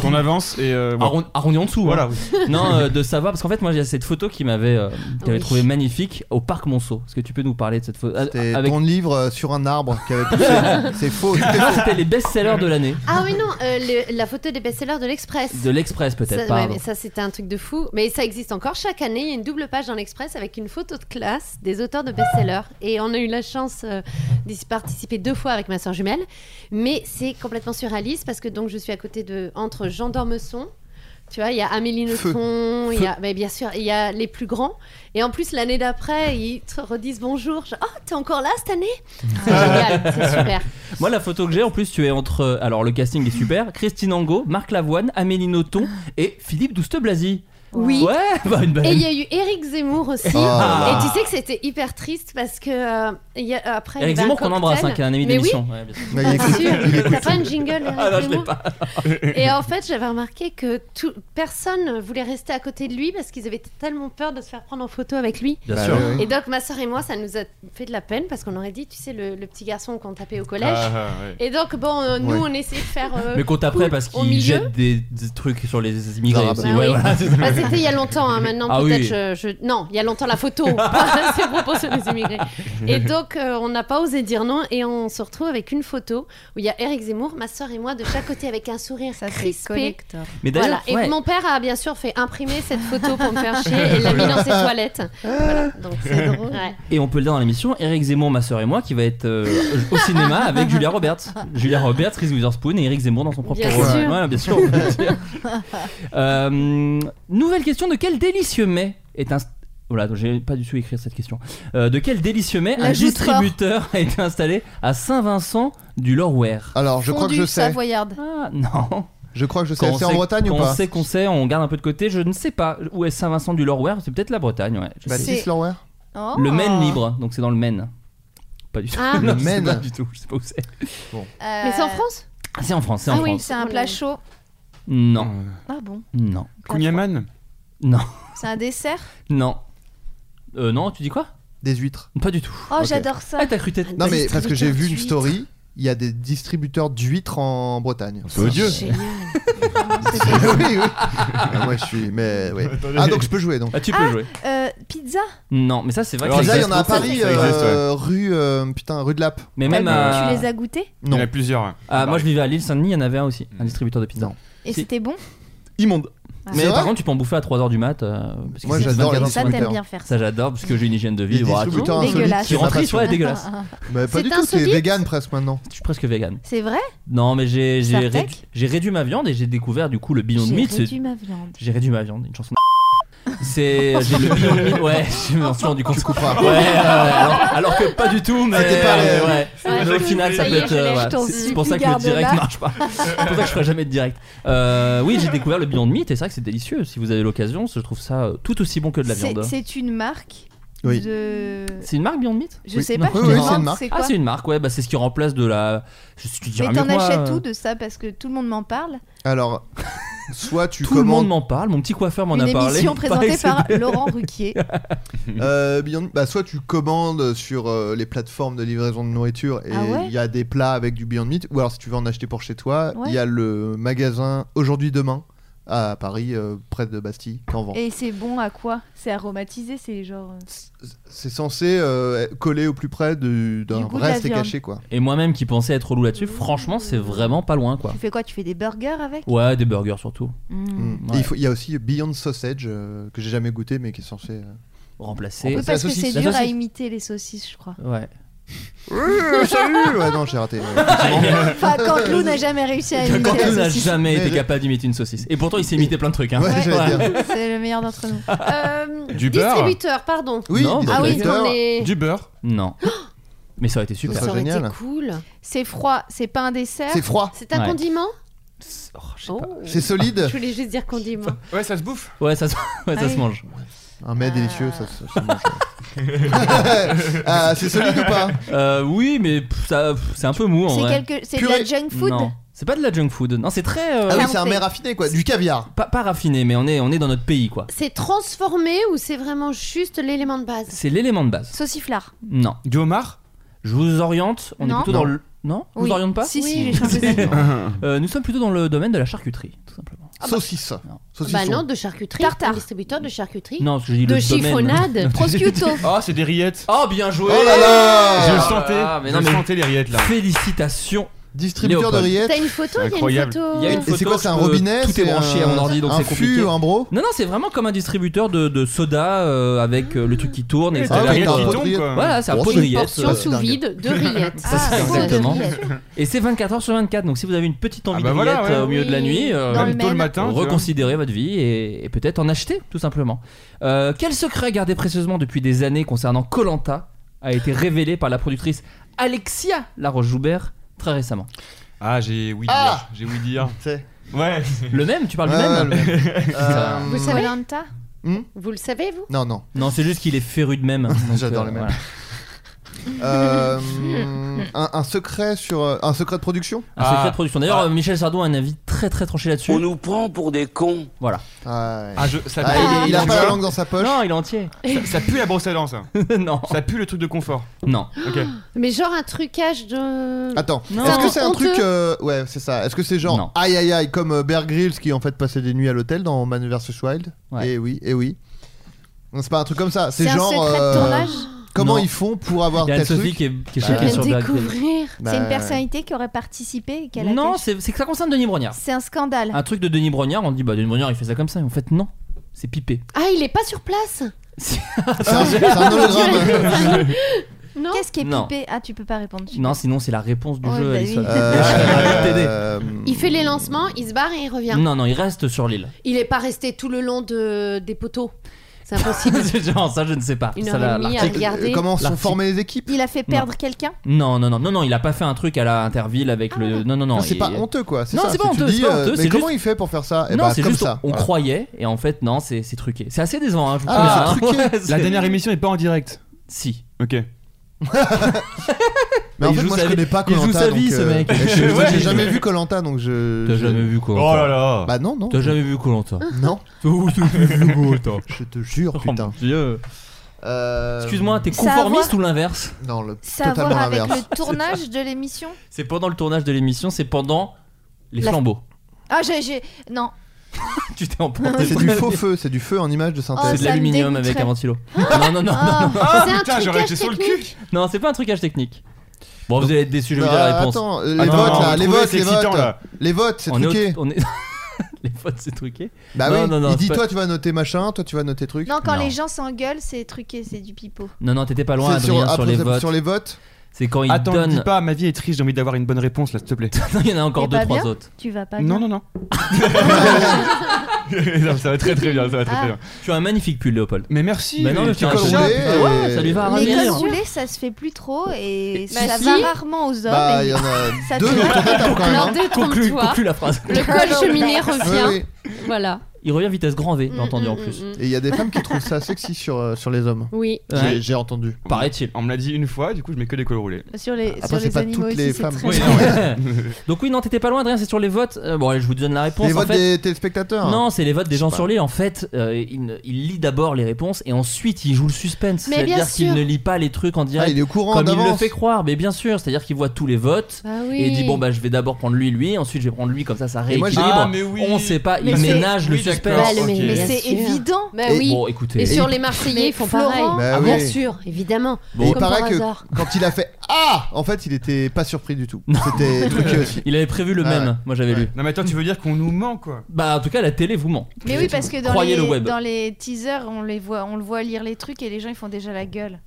ton avance et. euh, ouais. Arron- Arrondi en dessous. hein. Voilà, oui. Non, euh, de savoir parce qu'en fait, moi, j'ai cette photo qui m'avait, euh, que t'avais Oui. trouvé magnifique au parc Monceau. Est-ce que tu peux nous parler de cette photo C'était Avec- ton livre euh, sur un arbre qui avait poussé. c'est faux. c'était Ah, faux. C'était les best-sellers de l'année Ah oui, non, euh, le- la photo des best-sellers de l'Express. de l'Express peut-être. hein. Ça, ouais, pardon. mais ça c'était un truc de fou. Mais ça existe encore chaque année. Il y a une double page dans l'Express avec une photo de classe des auteurs de best-sellers. Et on a eu la chance euh, d'y participer deux fois avec ma soeur jumelle. Mais c'est complètement surréaliste parce que donc je suis à côté de entre Jean Dormesson. Tu vois, il y a Amélie Feu. Nothomb, il y a, mais bien sûr, il y a les plus grands. Et en plus, l'année d'après, ils te redisent bonjour. Genre, oh, t'es encore là cette année C'est génial, c'est super. Moi, la photo que j'ai, en plus, tu es entre. euh, Alors, le casting est super. Christine Angot, Marc Lavoine, Amélie Nothomb et Philippe Douste-Blazy. Oui. Ouais, bah, une belle. Et il y a eu Eric Zemmour aussi. Ah. Et tu sais que c'était hyper triste parce que euh, il y a- après. Eric il y avait Zemmour un qu'on embrasse, hein, cocktail. qui est un ami Mais oui, d'émission. Ouais, bien sûr. Mais il écoute- bien il sûr. écoute- T'as pas une jingle Eric Ah non, je l'ai Zemmour pas. Et en fait, j'avais remarqué que tout, personne voulait rester à côté de lui parce qu'ils avaient tellement peur de se faire prendre en photo avec lui. Bien Bah, sûr. ouais, ouais. Et donc, ma soeur et moi, ça nous a fait de la peine parce qu'on aurait dit, tu sais, le, le petit garçon qu'on tapait au collège. Ah, ouais. Et donc, bon, euh, nous, Ouais. on essayait de faire. euh, Mais qu'on après cool parce au qu'il milieu. jette des, des trucs sur les immigrés. Ah, aussi. bah Ouais, oui. voilà, c'est ça. Bah, c'était il y a longtemps, hein, maintenant Ah peut-être. oui. Je, je- Non, il y a longtemps la photo, pas ses propos sur les immigrés. Et donc euh, on n'a pas osé dire non et on se retrouve avec une photo où il y a Eric Zemmour, ma soeur et moi de chaque côté avec un sourire Ça, c'est crispé. collector. Mais Voilà. d'ailleurs, Et ouais. mon père a bien sûr fait imprimer cette photo pour me faire chier et l'a mis dans ses toilettes. Ah, Voilà, donc c'est drôle. Ouais. Et on peut le dire dans l'émission, Eric Zemmour, ma soeur et moi, qui va être euh, au cinéma avec Julia Roberts. Julia Roberts, Reese Witherspoon et Eric Zemmour dans son propre Bien rôle. sûr. Voilà, bien sûr. on peut le dire. Euh, nouvelle question de quel délicieux mets est un voilà, donc j'ai pas du tout écrit cette question. Euh, de quel délicieux mets La un joute fort. distributeur a été installé à Saint-Vincent du Lorware Alors, je crois que Fondue je sais. savoyarde. Ah non. Je crois que je Quand sais. on C'est en sait- Bretagne quand ou On pas sait qu'on sait, on garde un peu de côté. Je ne sais pas où est Saint-Vincent du Lorware. C'est peut-être la Bretagne. Ouais. Je sais. Baptiste Lerouer Oh. Le Maine libre, donc c'est dans le Maine. Pas du tout. Ah. Non, Le je sais Maine. Pas du tout. Je sais pas où c'est. Euh, Mais c'est en France Ah, c'est en France, c'est Ah en oui, France. c'est un plat chaud. Non, Euh, Ah bon non, Kouniaman non, C'est un dessert non. Euh, non, tu dis quoi Des huîtres. Pas du tout. Oh, Ok. j'adore ça. Bah, Ah, t'as cru tête. Non, mais parce que j'ai vu une d'huîtres. story. Il y a des distributeurs d'huîtres en Bretagne. odieux. Génial. oui, oui. Ah, moi, je suis. Mais, oui. Attendez. Ah, donc je peux jouer donc. Ah, tu peux Ah, jouer. euh, pizza Non, mais ça, c'est vrai Alors que ça là, il y en a à existe. Paris, Ça existe, ouais. euh, rue. euh, putain, rue de Lap. Mais même euh, T'as- à. Tu les as goûtés Non. Il y en a plusieurs. hein. Ah, moi, je vivais à Lille Saint-Denis, il y en avait un aussi, un distributeur de pizza. Non. Et Mm. Si. c'était bon Immonde. Mais C'est par vrai contre, tu peux en bouffer à 3h du mat. euh, parce que Moi, c'est j'adore les 24 Ça, distributeurs. t'aimes bien faire ça. Ça, j'adore parce que j'ai une hygiène de vie. Les voilà, distributeurs tout. Dégueulasse. insolites, Qui c'est ma rentre riche, passion. ouais, dégueulasse. Mais pas C'est du tout, t'es insolite vegan presque maintenant. Je suis presque vegan. C'est vrai Non, mais j'ai j'ai Sartec réduit, j'ai réduit ma viande et j'ai découvert du coup le Beyond J'ai Meat. c'est- réduit ma viande. J'ai réduit ma viande, une chanson de. C'est. euh, J'ai le Beyond Meat, ouais, je me suis rendu compte. Tu couperas. Ouais, ouais, alors, alors que pas du tout, mais. C'était pas les- ouais. Ouais, Mais au je- final, ça ça y peut est, être. euh, je lève voilà, ton c'est- slip, C'est pour ça que le garde-la. direct marche pas. C'est pour ça que je ferai jamais de direct. Euh, oui, j'ai découvert le Beyond Meat et c'est vrai que c'est délicieux. Si vous avez l'occasion, je trouve ça euh, tout aussi bon que de la C'est viande. c'est une marque Oui. de. C'est une marque Beyond Meat Je Oui. sais Non, pas, je oui, te oui, c'est une demande, marque. c'est quoi Ah, c'est une marque, ouais, bah c'est ce qui remplace de la. Je suis tu diras Mais mieux t'en que moi, achètes euh, tout de ça parce que tout le monde m'en parle. Alors, soit tu Tout le monde commandes. m'en parle, mon petit coiffeur m'en Une a parlé. émission présentée par excédé. Laurent Ruquier. euh, Beyond- bah, soit tu commandes sur euh, les plateformes de livraison de nourriture et il Ah ouais y a des plats avec du Beyond Meat. Ou alors, si tu veux en acheter pour chez toi, il Ouais. y a le magasin Aujourd'hui Demain à Paris, euh, près de Bastille, qui en vend. Et c'est bon à quoi C'est aromatisé, c'est genre. C'est censé euh, coller au plus près du- d'un Du goût de vrai la steak viande. haché, quoi. Et moi-même qui pensais être relou là-dessus, franchement, c'est vraiment pas loin quoi. Tu fais quoi Tu fais des burgers avec Ouais, des burgers surtout. Mm. Mm. Ouais. Et il, faut- il y a aussi Beyond Sausage euh, que j'ai jamais goûté mais qui est censé. euh, Remplacer. Oui, C'est la parce que saucisse. c'est La dur à saucisse. imiter les saucisses, je crois. Ouais. Salut Ouais, non, j'ai raté. ouais. Enfin, Cantelou n'a jamais réussi à Quand imiter tu la n'a saucisse. jamais Mais été je- capable d'imiter une saucisse. Et pourtant, il s'est imité plein de trucs. Hein. Ouais, j'allais dire. C'est le meilleur d'entre nous. Euh, Du beurre Distributeur, pardon. Oui, Non, bah, Ah oui, distributeur. on est. Du beurre. Non. Mais ça aurait été super. Ça Ça serait aurait été génial. cool. C'est froid, c'est pas un dessert. Ah C'est froid, C'est un Ouais. condiment Oh, je sais Oh. pas. c'est solide. Je voulais juste dire condiment. Ouais, ça se bouffe. Ouais, ça se, ouais, ça Ah se oui. mange. Un mets Ah. délicieux, ça, ça, ça mange. ouais. ah, c'est solide ou pas Euh, oui, mais pff, ça, pff, c'est un peu mou en C'est vrai. quelque... c'est de la Purée. junk food Non. C'est pas de la junk food. Non, c'est très. euh, Ah oui, Là, on c'est un fait- mets raffiné quoi, du caviar. pas, pas raffiné, mais on est, on est dans notre pays quoi. C'est transformé ou c'est vraiment juste l'élément de base C'est l'élément de base. Sauciflard. Non. Du homard Je vous oriente. On est Non. plutôt dans Non. le. Non Je Oui. Ah, vous oriente pas Si, Oui. si, j'ai changé ça. Euh, Nous sommes plutôt dans le domaine de la charcuterie, tout simplement. Ah bah. Saucisse. Non. Saucisson. Bah non, de charcuterie. Tartare. Un distributeur de charcuterie. Non, parce que j'ai dit De le domaine. chiffonnade. Prosciutto. Oh, c'est des rillettes. Oh, bien joué Oh là là Je le Ah, sentais. ah, mais non, je mais- sentais les rillettes là. Félicitations Distributeur de Léopold. rillettes. T'as une photo C'est Il y a une incroyable. photo. Il y a une Et c'est photo, quoi, c'est un je peux- robinet tout est c'est branché à un- mon ordi, donc un c'est compliqué. fût, un bro. Non, non, c'est vraiment comme un distributeur de, de soda euh, avec euh, le truc qui tourne, etc. T'as Ah les oui, rillettes t'as un qui pot de tombent, rillettes. quoi. Voilà, c'est un Bon, pot c'est de une rillettes. Portion euh, sous dingue. vide de rillettes. Ça, c'est Ah, bon, exactement. de rillettes. Et c'est 24 heures sur 24, donc si vous avez une petite envie Ah bah de voilà, rillettes ouais. euh, au milieu de la Oui. nuit, euh, Dans le Même tôt le Maine. matin. tu vois. reconsidérez votre vie et, et peut-être en acheter, tout simplement. Euh, quel secret gardé précieusement depuis des années concernant Colanta a été révélé par la productrice Alexia Laroche-Joubert très récemment Ah, j'ai oui Ah dire. J'ai oui dire. C'est- Ouais. Le même Tu parles Ouais, du même ouais, le même. Ça- Euh, Vous le savez Polenta. Hmm Vous le savez, vous Non, non. Non, c'est juste qu'il est féru de même. hein. donc, J'adore les mêmes. voilà. Euh, un, un secret sur euh, un secret de production. Un Ah. secret de production. D'ailleurs, euh, Michel Sardou a un avis très très tranché là-dessus. On nous prend pour des cons. Voilà. Ah, ouais. Ah, je, ça, Ah, pue- il, il a tu pas la vois, langue dans sa poche. Non, il est entier. ça- ça pue la brosse à dents, ça. non. Ça pue le truc de confort. Non. Ok. Mais genre un trucage de. Attends, Non. est-ce que c'est un Honteux. truc. euh, ouais, c'est ça. Est-ce que c'est genre Non. aïe aïe aïe comme euh, Bear Grylls qui en fait passait des nuits à l'hôtel dans Man vs Wild Ouais. Et oui, et oui. Non, c'est pas un truc comme ça. C'est C'est un genre. secret euh, de tournage. Comment Non. ils font pour avoir Il y a tel Sophie truc qui est, qui est Bah, choquée ouais. sur Je viens de Black Veil. découvrir. Bah, C'est une personnalité qui aurait participé et qu'elle a Non, Ah. caché. c'est c'est que ça concerne Denis Brognard. c'est un scandale. Un truc de Denis Brognard, on dit bah Denis Brognard il fait ça comme ça. En fait, non. C'est pipé. Ah, il est pas sur place C'est un, c'est un hologramme. Non Qu'est-ce qui est Non. pipé Ah, tu peux pas répondre. tu- Non, sinon c'est la réponse du Ouais, jeu, bah Alison. oui. Euh, Je vais pas t'aider. Il fait les lancements, il se barre et il revient. Non, non, il reste sur l'île. Il est pas resté tout le long de... des poteaux. C'est impossible. C'est genre, ça, je ne sais pas. Une Ça, heure la- et demie la- à euh, regarder. Comment sont L'article. formées les équipes Il a fait perdre quelqu'un Non, non, non, non, non, il a pas fait un truc à la Interville avec le. Non, non, non. Non, C'est il- pas honteux quoi. Non, ça, c'est pas que tu honteux, dis, c'est pas euh, honteux, Mais c'est comment juste- il fait pour faire ça Eh non, bah, c'est comme juste, ça. on Voilà. croyait, et en fait, non, c'est c'est truqué. C'est assez décevant, hein, je vous Ah, préviens, c'est hein. truqué. Ouais, La c'est- dernière émission est pas en direct. Si. Ok. Mais en Il fait, joue moi je sa connais vie- pas il Colanta. euh, joue sa vie, ce mec. J'ai Ouais. jamais vu Colanta donc je. T'as je- jamais vu quoi Oh là là. Bah non, non. T'as jamais vu Colanta Non. Je te jure, putain. Euh, Oh, Excuse-moi, t'es Ça a à conformiste voir- ou l'inverse Non, le Ça a à voir totalement avec l'inverse. le tournage de l'émission C'est pendant le tournage de l'émission, c'est pendant les La- flambeaux. Ah, j'ai. j'ai- Non. Tu t'es emporté. C'est du faux feu, c'est du feu en image de synthèse. Oh, C'est de l'aluminium avec un ventilo. Non, non, non, non. non. Ah, C'est un putain, j'aurais trucage été sur le cul. technique. Non, c'est pas un trucage technique. Bon, vous allez être déçus, je vais vous dire la Bah, réponse. attends, les Ah, non, votes, non, là, non, les trouvez, votes, c'est les excitant, votes. là. Les votes, c'est On est au- truqué. on est- Les votes, c'est truqué. Bah Non, oui, non, non, il dit c'est pas- toi tu vas noter machin, toi tu vas noter truc. Non, quand les gens s'engueulent, c'est truqué, c'est du pipeau. Non, non, t'étais pas loin, C'est sur- Adrien, sur, après, les c'est- votes. sur les votes C'est quand il Attends, donne. dis pas, ma vie est triste, j'ai envie d'avoir une bonne réponse là, s'il te plaît. Non, il y en a encore T'es deux, pas trois bien autres. Tu vas pas Non, bien non, non. Non, ça va très très bien, ça va très Ah. très bien. Tu as un magnifique pull, Léopold. Mais merci. Mais non, mais tu euh, c'est un colles chat, roulé, putain, ouais, et- ça lui va à Les ravir. gosses roulés, ça se fait plus trop et Bah, ça si. va rarement aux hommes. Bah, et- il y en a Ça deux te- autour de table, quand même. hein. Alors, deux, Conclue, trompe-toi. conclue la phrase. Le col cheminé revient. Oui, Voilà. Il revient vitesse grand V, j'ai Mm, entendu mm, en mm, plus. mm. oui. Et il y a des femmes qui trouvent ça sexy sur, euh, sur les hommes. Oui. J'ai- Ouais. J'ai entendu. Paraît-il. On me l'a dit une fois, du coup je mets que des cols roulés. Sur les, Après, sur c'est les pas animaux toutes aussi, les c'est femmes. très- Oui, Ouais, non, ouais. Donc, oui, non, t'étais pas loin, Adrien, c'est sur les votes. Euh, bon, allez, je vous donne la réponse. Les en votes fait. des téléspectateurs. Non, c'est les votes des gens pas. sur l'île. En fait, euh, il, il lit d'abord les réponses et ensuite il joue le suspense. Mais bien C'est-à-dire qu'il sûr. ne lit pas les trucs en Ah, direct il est au courant comme il le d'avance. fait croire. Mais bien sûr, c'est-à-dire qu'il voit tous les votes Bah oui. et il dit bon bah je vais d'abord prendre lui, lui, ensuite je vais prendre lui comme ça ça Et moi, rééquilibre. j'ai- Ah, mais oui. On sait pas, il Mais c'est- ménage le oui, d'accord. suspense. Bah, le- Ok. mais Mais bien c'est sûr. évident. Bah Et- oui. Bon, écoutez. Et sur les Mais Marseillais, ils font Florent- pareil. Bah Bien oui. sûr, évidemment. Bon. Et il Comme par paraît que hasard. quand il a fait Ah En fait, il était pas surpris du tout. C'était truqué aussi. Il avait prévu le Ah, même. ouais. Moi j'avais lu. Non mais attends, tu veux dire qu'on nous ment quoi Bah en tout cas la télé vous ment. Mais oui, parce que dans Croyez les, le web. dans les teasers, on, les voit, on le voit lire les trucs et les gens ils font déjà la gueule.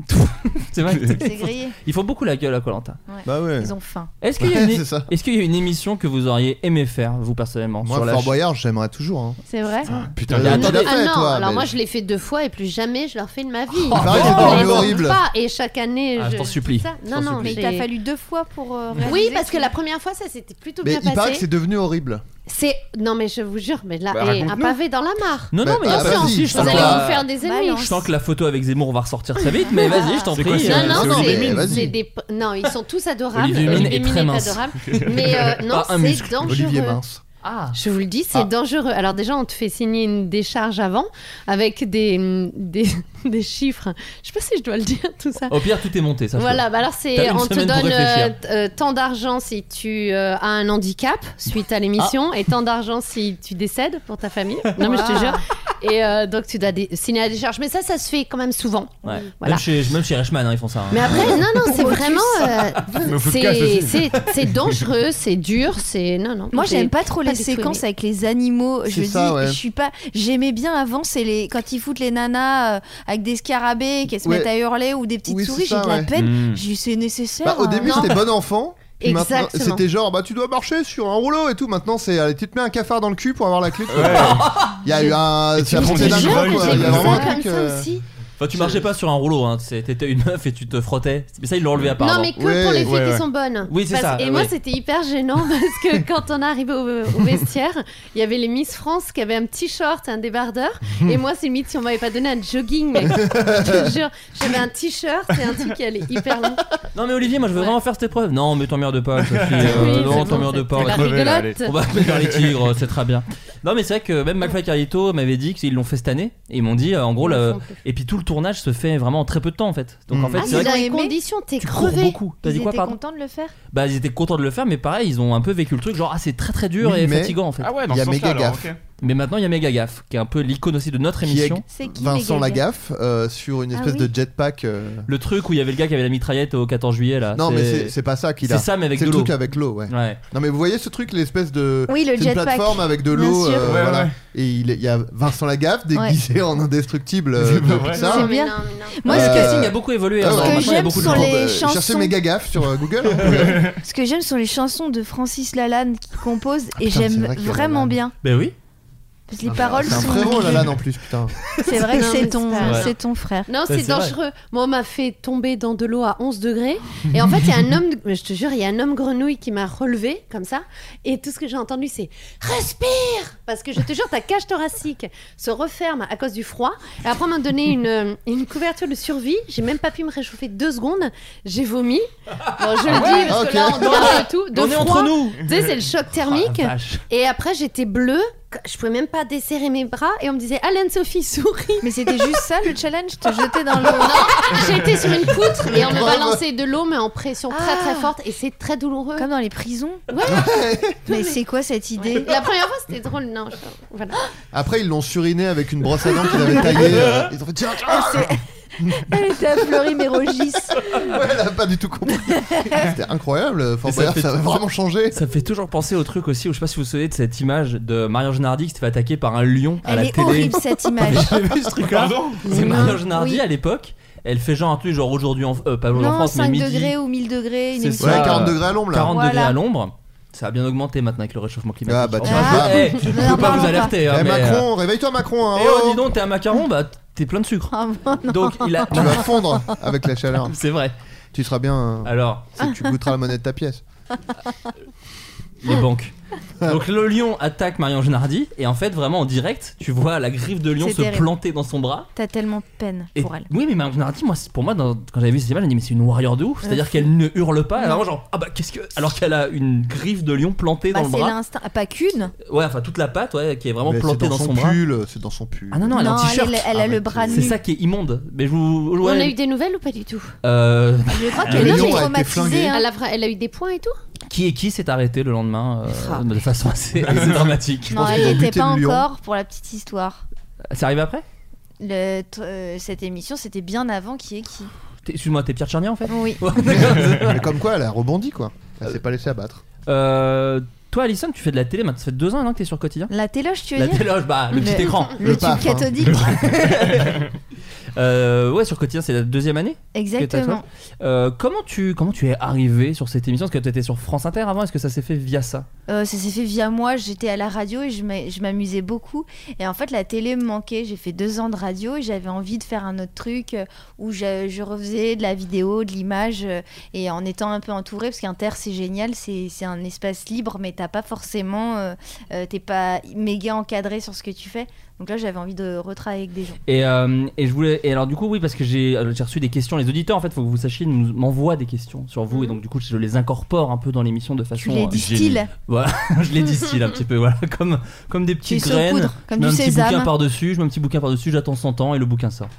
C'est vrai. C'est grillé. Ils font beaucoup la gueule à Colanta. Bah ouais. Ils ont faim. Est-ce qu'il y, a Ouais, une- c'est ça. est-ce qu'il y a une émission que vous auriez aimé faire vous personnellement Moi, sur la Fort ch- Boyard, j'aimerais toujours. hein. C'est vrai Putain, Euh, attendez. tu l'as Ah fait, non, toi, alors mais- Oh, moi je l'ai fait deux fois et plus jamais je leur fais de ma vie. paraît que c'est Je pas les horrible. montre horrible. pas, et chaque année Ah, je t'en supplie. ça. Je Non, t'en non, supplie. Mais il t'a fallu deux fois pour euh, Oui, réaliser parce que ce- la première fois ça s'était plutôt Mais bien il paraît que passé. c'est devenu horrible. C'est non mais je vous jure, mais là Bah, et un raconte-nous. pavé dans la mare. Non non mais Bah, y a ah, pas de vas-y, souci, je Vous sens sens allez pas. que- vous faire des ennemis. Balance. Je sens que la photo avec Zemmour va ressortir très vite, mais vas-y, je t'en C'est prie. quoi, c'est euh, un- Non, non, Olivier c'est- Mine. Vas-y. c'est des- non, ils sont tous adorables. Olivier Mine est très Mine mince. adorable. Mais euh, non, Pas un c'est muscle. Olivier dangereux. Mince. Ah. Je vous le dis, c'est Ah. dangereux. Alors déjà, on te fait signer une décharge avant avec des, des, des chiffres. Je sais pas si je dois le dire tout ça. Au pire, tout est monté, ça. je Voilà, bah alors c'est T'as une on te semaine pour donne euh, réfléchir. t- euh, tant d'argent si tu euh, as un handicap suite Ah. à l'émission et tant d'argent si tu décèdes pour ta famille. Non mais je te Ah. jure. Et euh, donc tu dois dé- signer la décharge. Mais ça, ça se fait quand même souvent. peux. Ouais. Voilà. Même, chez, même chez Reichmann, hein, ils font ça. hein. Mais après, non, non, c'est vraiment. euh, Mais faut le casse c'est- aussi. c'est c'est dangereux, c'est dur, c'est. Non, non. Moi, c'est- j'aime pas trop pas les du tout séquences aimé. avec les animaux. Je C'est ça, dis, ouais. je suis pas. J'aimais bien avant, c'est les quand ils foutent les nanas euh, avec des scarabées qui se Ouais. mettent à hurler ou des petites Oui, c'est souris. J'ai ça, de la ouais. peine. Hmm. Mm. J'ai dit, c'est nécessaire. Bah, au hein. début, Non. c'était bon enfant. puis maintenant, Exactement. C'était genre, bah tu dois marcher sur un rouleau et tout. Maintenant, c'est allez, tu te mets un cafard dans le cul pour avoir la clé. Ouais. Il y a eu un. Ah, C'est la prends montée des d'un jeux, cran, j'ai quoi. J'ai Il y vu a vraiment un ça comme truc. ça euh, aussi. Enfin, tu marchais pas sur un rouleau, hein. c'est- t'étais une meuf et tu te frottais. Mais ça, ils l'ont enlevé apparemment. Non, mais que Ouais, pour les filles ouais, ouais. qui sont bonnes. Oui, c'est Parce- ça, Et moi, oui. c'était hyper gênant parce que quand on est arrivé au, au vestiaire, il y avait les Miss France qui avaient un petit short, un débardeur. Et moi, c'est limite si on m'avait pas donné un jogging, mec. Je te jure, j'avais un t-shirt et un truc qui allait hyper long. Non, mais Olivier, moi je veux Ouais. vraiment faire cette épreuve. Non, mais t'emmerdes pas, Sophie. euh, Oui, non, c'est bon, t'emmerdes c'est- pas. c'est on va la te- crever, là, rigolote. On va mettre vers les tigres, c'est très bien. Non, mais c'est vrai que même McFly et Carlito m'avaient dit qu'ils l'ont fait cette année. Et ils m'ont dit, euh, en gros, Ils le le- font plus. et puis tout le tournage se fait vraiment en très peu de temps en fait. Donc en Mm. fait, Ah, c'est C'est vrai ils dans ont les aimé conditions, t'es qu'ils courent crevé. beaucoup. T'as Ils dit quoi, étaient pardon contents de le faire. Bah, ils étaient contents de le faire, mais pareil, ils ont un peu vécu le truc, genre, ah, c'est très très dur Oui, et mais- fatigant en fait. Ah ouais, dans Il y a ce sens-là, méga alors, gaffe. ok. Mais maintenant, il y a Méga Gaffe, qui est un peu l'icône aussi de notre Qui émission. C'est qui Vincent les gars Lagaffe euh, sur une Ah espèce oui. de jetpack. euh, Le truc où il y avait le gars qui avait la mitraillette au 14 juillet là. Non, mais c'est- c'est pas ça qu'il Ah, c'est a. ça mais avec C'est de le l'eau. truc avec l'eau, ouais. Ouais. Non, mais vous voyez ce truc, l'espèce de. Oui, le c'est une jetpack. plateforme avec de Bien l'eau, sûr. euh, Ouais, voilà. ouais. Et il est- il y a Vincent Lagaffe déguisé en indestructible euh, C'est de pas vrai. Pixar. C'est Non, mais bien. non, mais non. Moi, Le Euh, casting a beaucoup évolué. Ah alors, ouais. que maintenant, il y a j'aime beaucoup de sur gens. les Bah, chansons- Cherchez méga gaffe sur euh, Google. hein, ouais. Ce que j'aime sont les chansons de Francis Lalanne qui compose et Ah, putain, c'est j'aime vrai qu'il y a vraiment Lalanne. bien. Ben oui. Parce Ah, que les paroles Ah, C'est un sont. frérot Lalanne en plus, putain. C'est vrai que Non, c'est mais ton, c'est pas vrai. c'est ton frère. Non, c'est Bah, c'est vrai. dangereux. Moi, on m'a fait tomber dans de l'eau à 11 degrés. Et en fait, il y a un homme, mais je te jure, il y a un homme grenouille qui m'a relevé comme ça. Et tout ce que j'ai entendu, c'est respire Parce que je te jure, ta cage thoracique se referme à cause du froid. Et après, on m'a donné une, une couverture de survie. J'ai même pas pu me réchauffer deux secondes. J'ai vomi. Bon, je le dis, parce ok. que là, on dort et tout. De Ah On est froid. entre nous. Tu sais, c'est le choc Ah, la thermique. vache. Et après, j'étais bleue je pouvais même pas desserrer mes bras et on me disait Alain Sophie souris. Mais c'était juste ça le challenge, te jeter dans l'eau. Non, Ah, j'étais sur une poutre et on me Bravo. balançait de l'eau mais en pression très très forte et c'est très douloureux. Ah. Comme dans les prisons. Mais c'est quoi cette idée La première fois c'était drôle, non. je- Voilà. Après, ils l'ont suriné avec une brosse à dents qu'ils avaient taillée. euh, ils ont fait tiens, ah Elle était à Fleury Mérogis. Ouais, elle a pas du tout compris. C'était incroyable, euh, Fort Boyard, ça a vraiment changé. Ça me fait toujours penser au truc aussi où je sais pas si vous vous souvenez de cette image de Marion Genardi qui s'est fait attaquer par un lion à Elle la est télé. horrible cette image. J'ai vu ce truc-là. Pardon C'est Marion Genardi Oui. à l'époque. Elle fait genre un truc genre aujourd'hui en euh, pas aujourd'hui en Non, France mais 5 midi. degrés ou 1000 degrés, une C'est Ouais, ça, émission. 40 degrés à l'ombre là. 40 degrés Voilà. à l'ombre. Ça a bien augmenté maintenant avec le réchauffement climatique. Ah, bah, je tiens, pense. bah, Eh, bah, je n'en peux pas vous parlons alerter. Eh, hein, mais, euh, Macron, réveille-toi Macron. hein, eh oh, dis donc, t'es un macaron, bah t'es plein de sucre. Ah, bon, non. Donc il a. Tu vas fondre avec la chaleur. C'est vrai. Tu seras bien. euh, Alors, c'est que tu goûteras la monnaie de ta pièce. les banques. Donc le lion attaque Marion Genardi et en fait vraiment en direct, tu vois la griffe de lion C'est se terrible. planter dans son bras. T'as tellement peine Bah, Et- pour elle. Oui, mais Marion Genardi, moi, c'est- pour moi, dans- quand j'avais vu cette image, j'ai dit, mais c'est une warrior de ouf. Euh, C'est-à-dire qu'elle ne hurle pas. Elle a vraiment genre, ah bah qu'est-ce que. Alors qu'elle a une griffe de lion plantée Bah, dans le c'est bras. l'instinct. Ah, Pas qu'une. Ouais, enfin toute la patte, ouais, qui est vraiment Mais c'est plantée dans, dans, son, bras. pull, c'est dans son pull. Ah Ah non, non, elle est en t-shirt. Ah, elle, elle a le bras C'est nu. ça qui est immonde. Mais je vous. On ouais, a eu des nouvelles ou pas du tout euh, Je crois Le qu'elle est lion a été traumatisée. flingué. hein. elle, a, vra- elle a eu des points et tout qui est qui s'est arrêté le lendemain euh, Ah. de façon assez, assez dramatique. Non, pense elle qu'ils ont n'y était buté pas le lion. encore pour la petite histoire. C'est arrivé après Le- t- euh, cette émission, c'était bien avant qui est qui. T'es- Excuse-moi, t'es Pierre Charnier en fait Oui. Ouais, d'accord. Mais comme quoi, elle a rebondi quoi. Elle s'est pas laissée abattre. Euh, Toi, Alison, tu fais de la télé maintenant. Ça fait deux ans non, que t'es sur quotidien. La téloche, tu veux La dire téloge, bah, le petit Le- écran. Le, Le tube paf, hein. cathodique. Euh, ouais, sur quotidien, c'est la deuxième année. Exactement. Euh, comment tu comment tu es arrivé sur cette émission Est-ce que tu étais sur France Inter avant Est-ce que ça s'est fait via ça Euh, ça s'est fait via moi. J'étais à la radio et je m'a- je m'amusais beaucoup. Et en fait, la télé me manquait. J'ai fait deux ans de radio et j'avais envie de faire un autre truc euh, où je, je refaisais de la vidéo, de l'image euh, et en étant un peu entourée. Parce qu'Inter, c'est génial. C'est c'est un espace libre, mais t'as pas forcément. euh, euh, T'es pas méga encadré sur ce que tu fais. Donc là, j'avais envie de retravailler avec des gens. et, euh, et je voulais et alors du coup oui parce que j'ai euh, j'ai reçu des questions les auditeurs en fait faut que vous sachiez nous- m'envoient des questions sur vous et donc du coup je les incorpore un peu dans l'émission de Tu façon les euh, distilles. voilà je les distille un petit peu voilà comme comme des Tu les petites graines. saupoudres comme je mets du un petit bouquin sésame. par dessus je mets un petit bouquin par dessus j'attends 100 ans et le bouquin sort.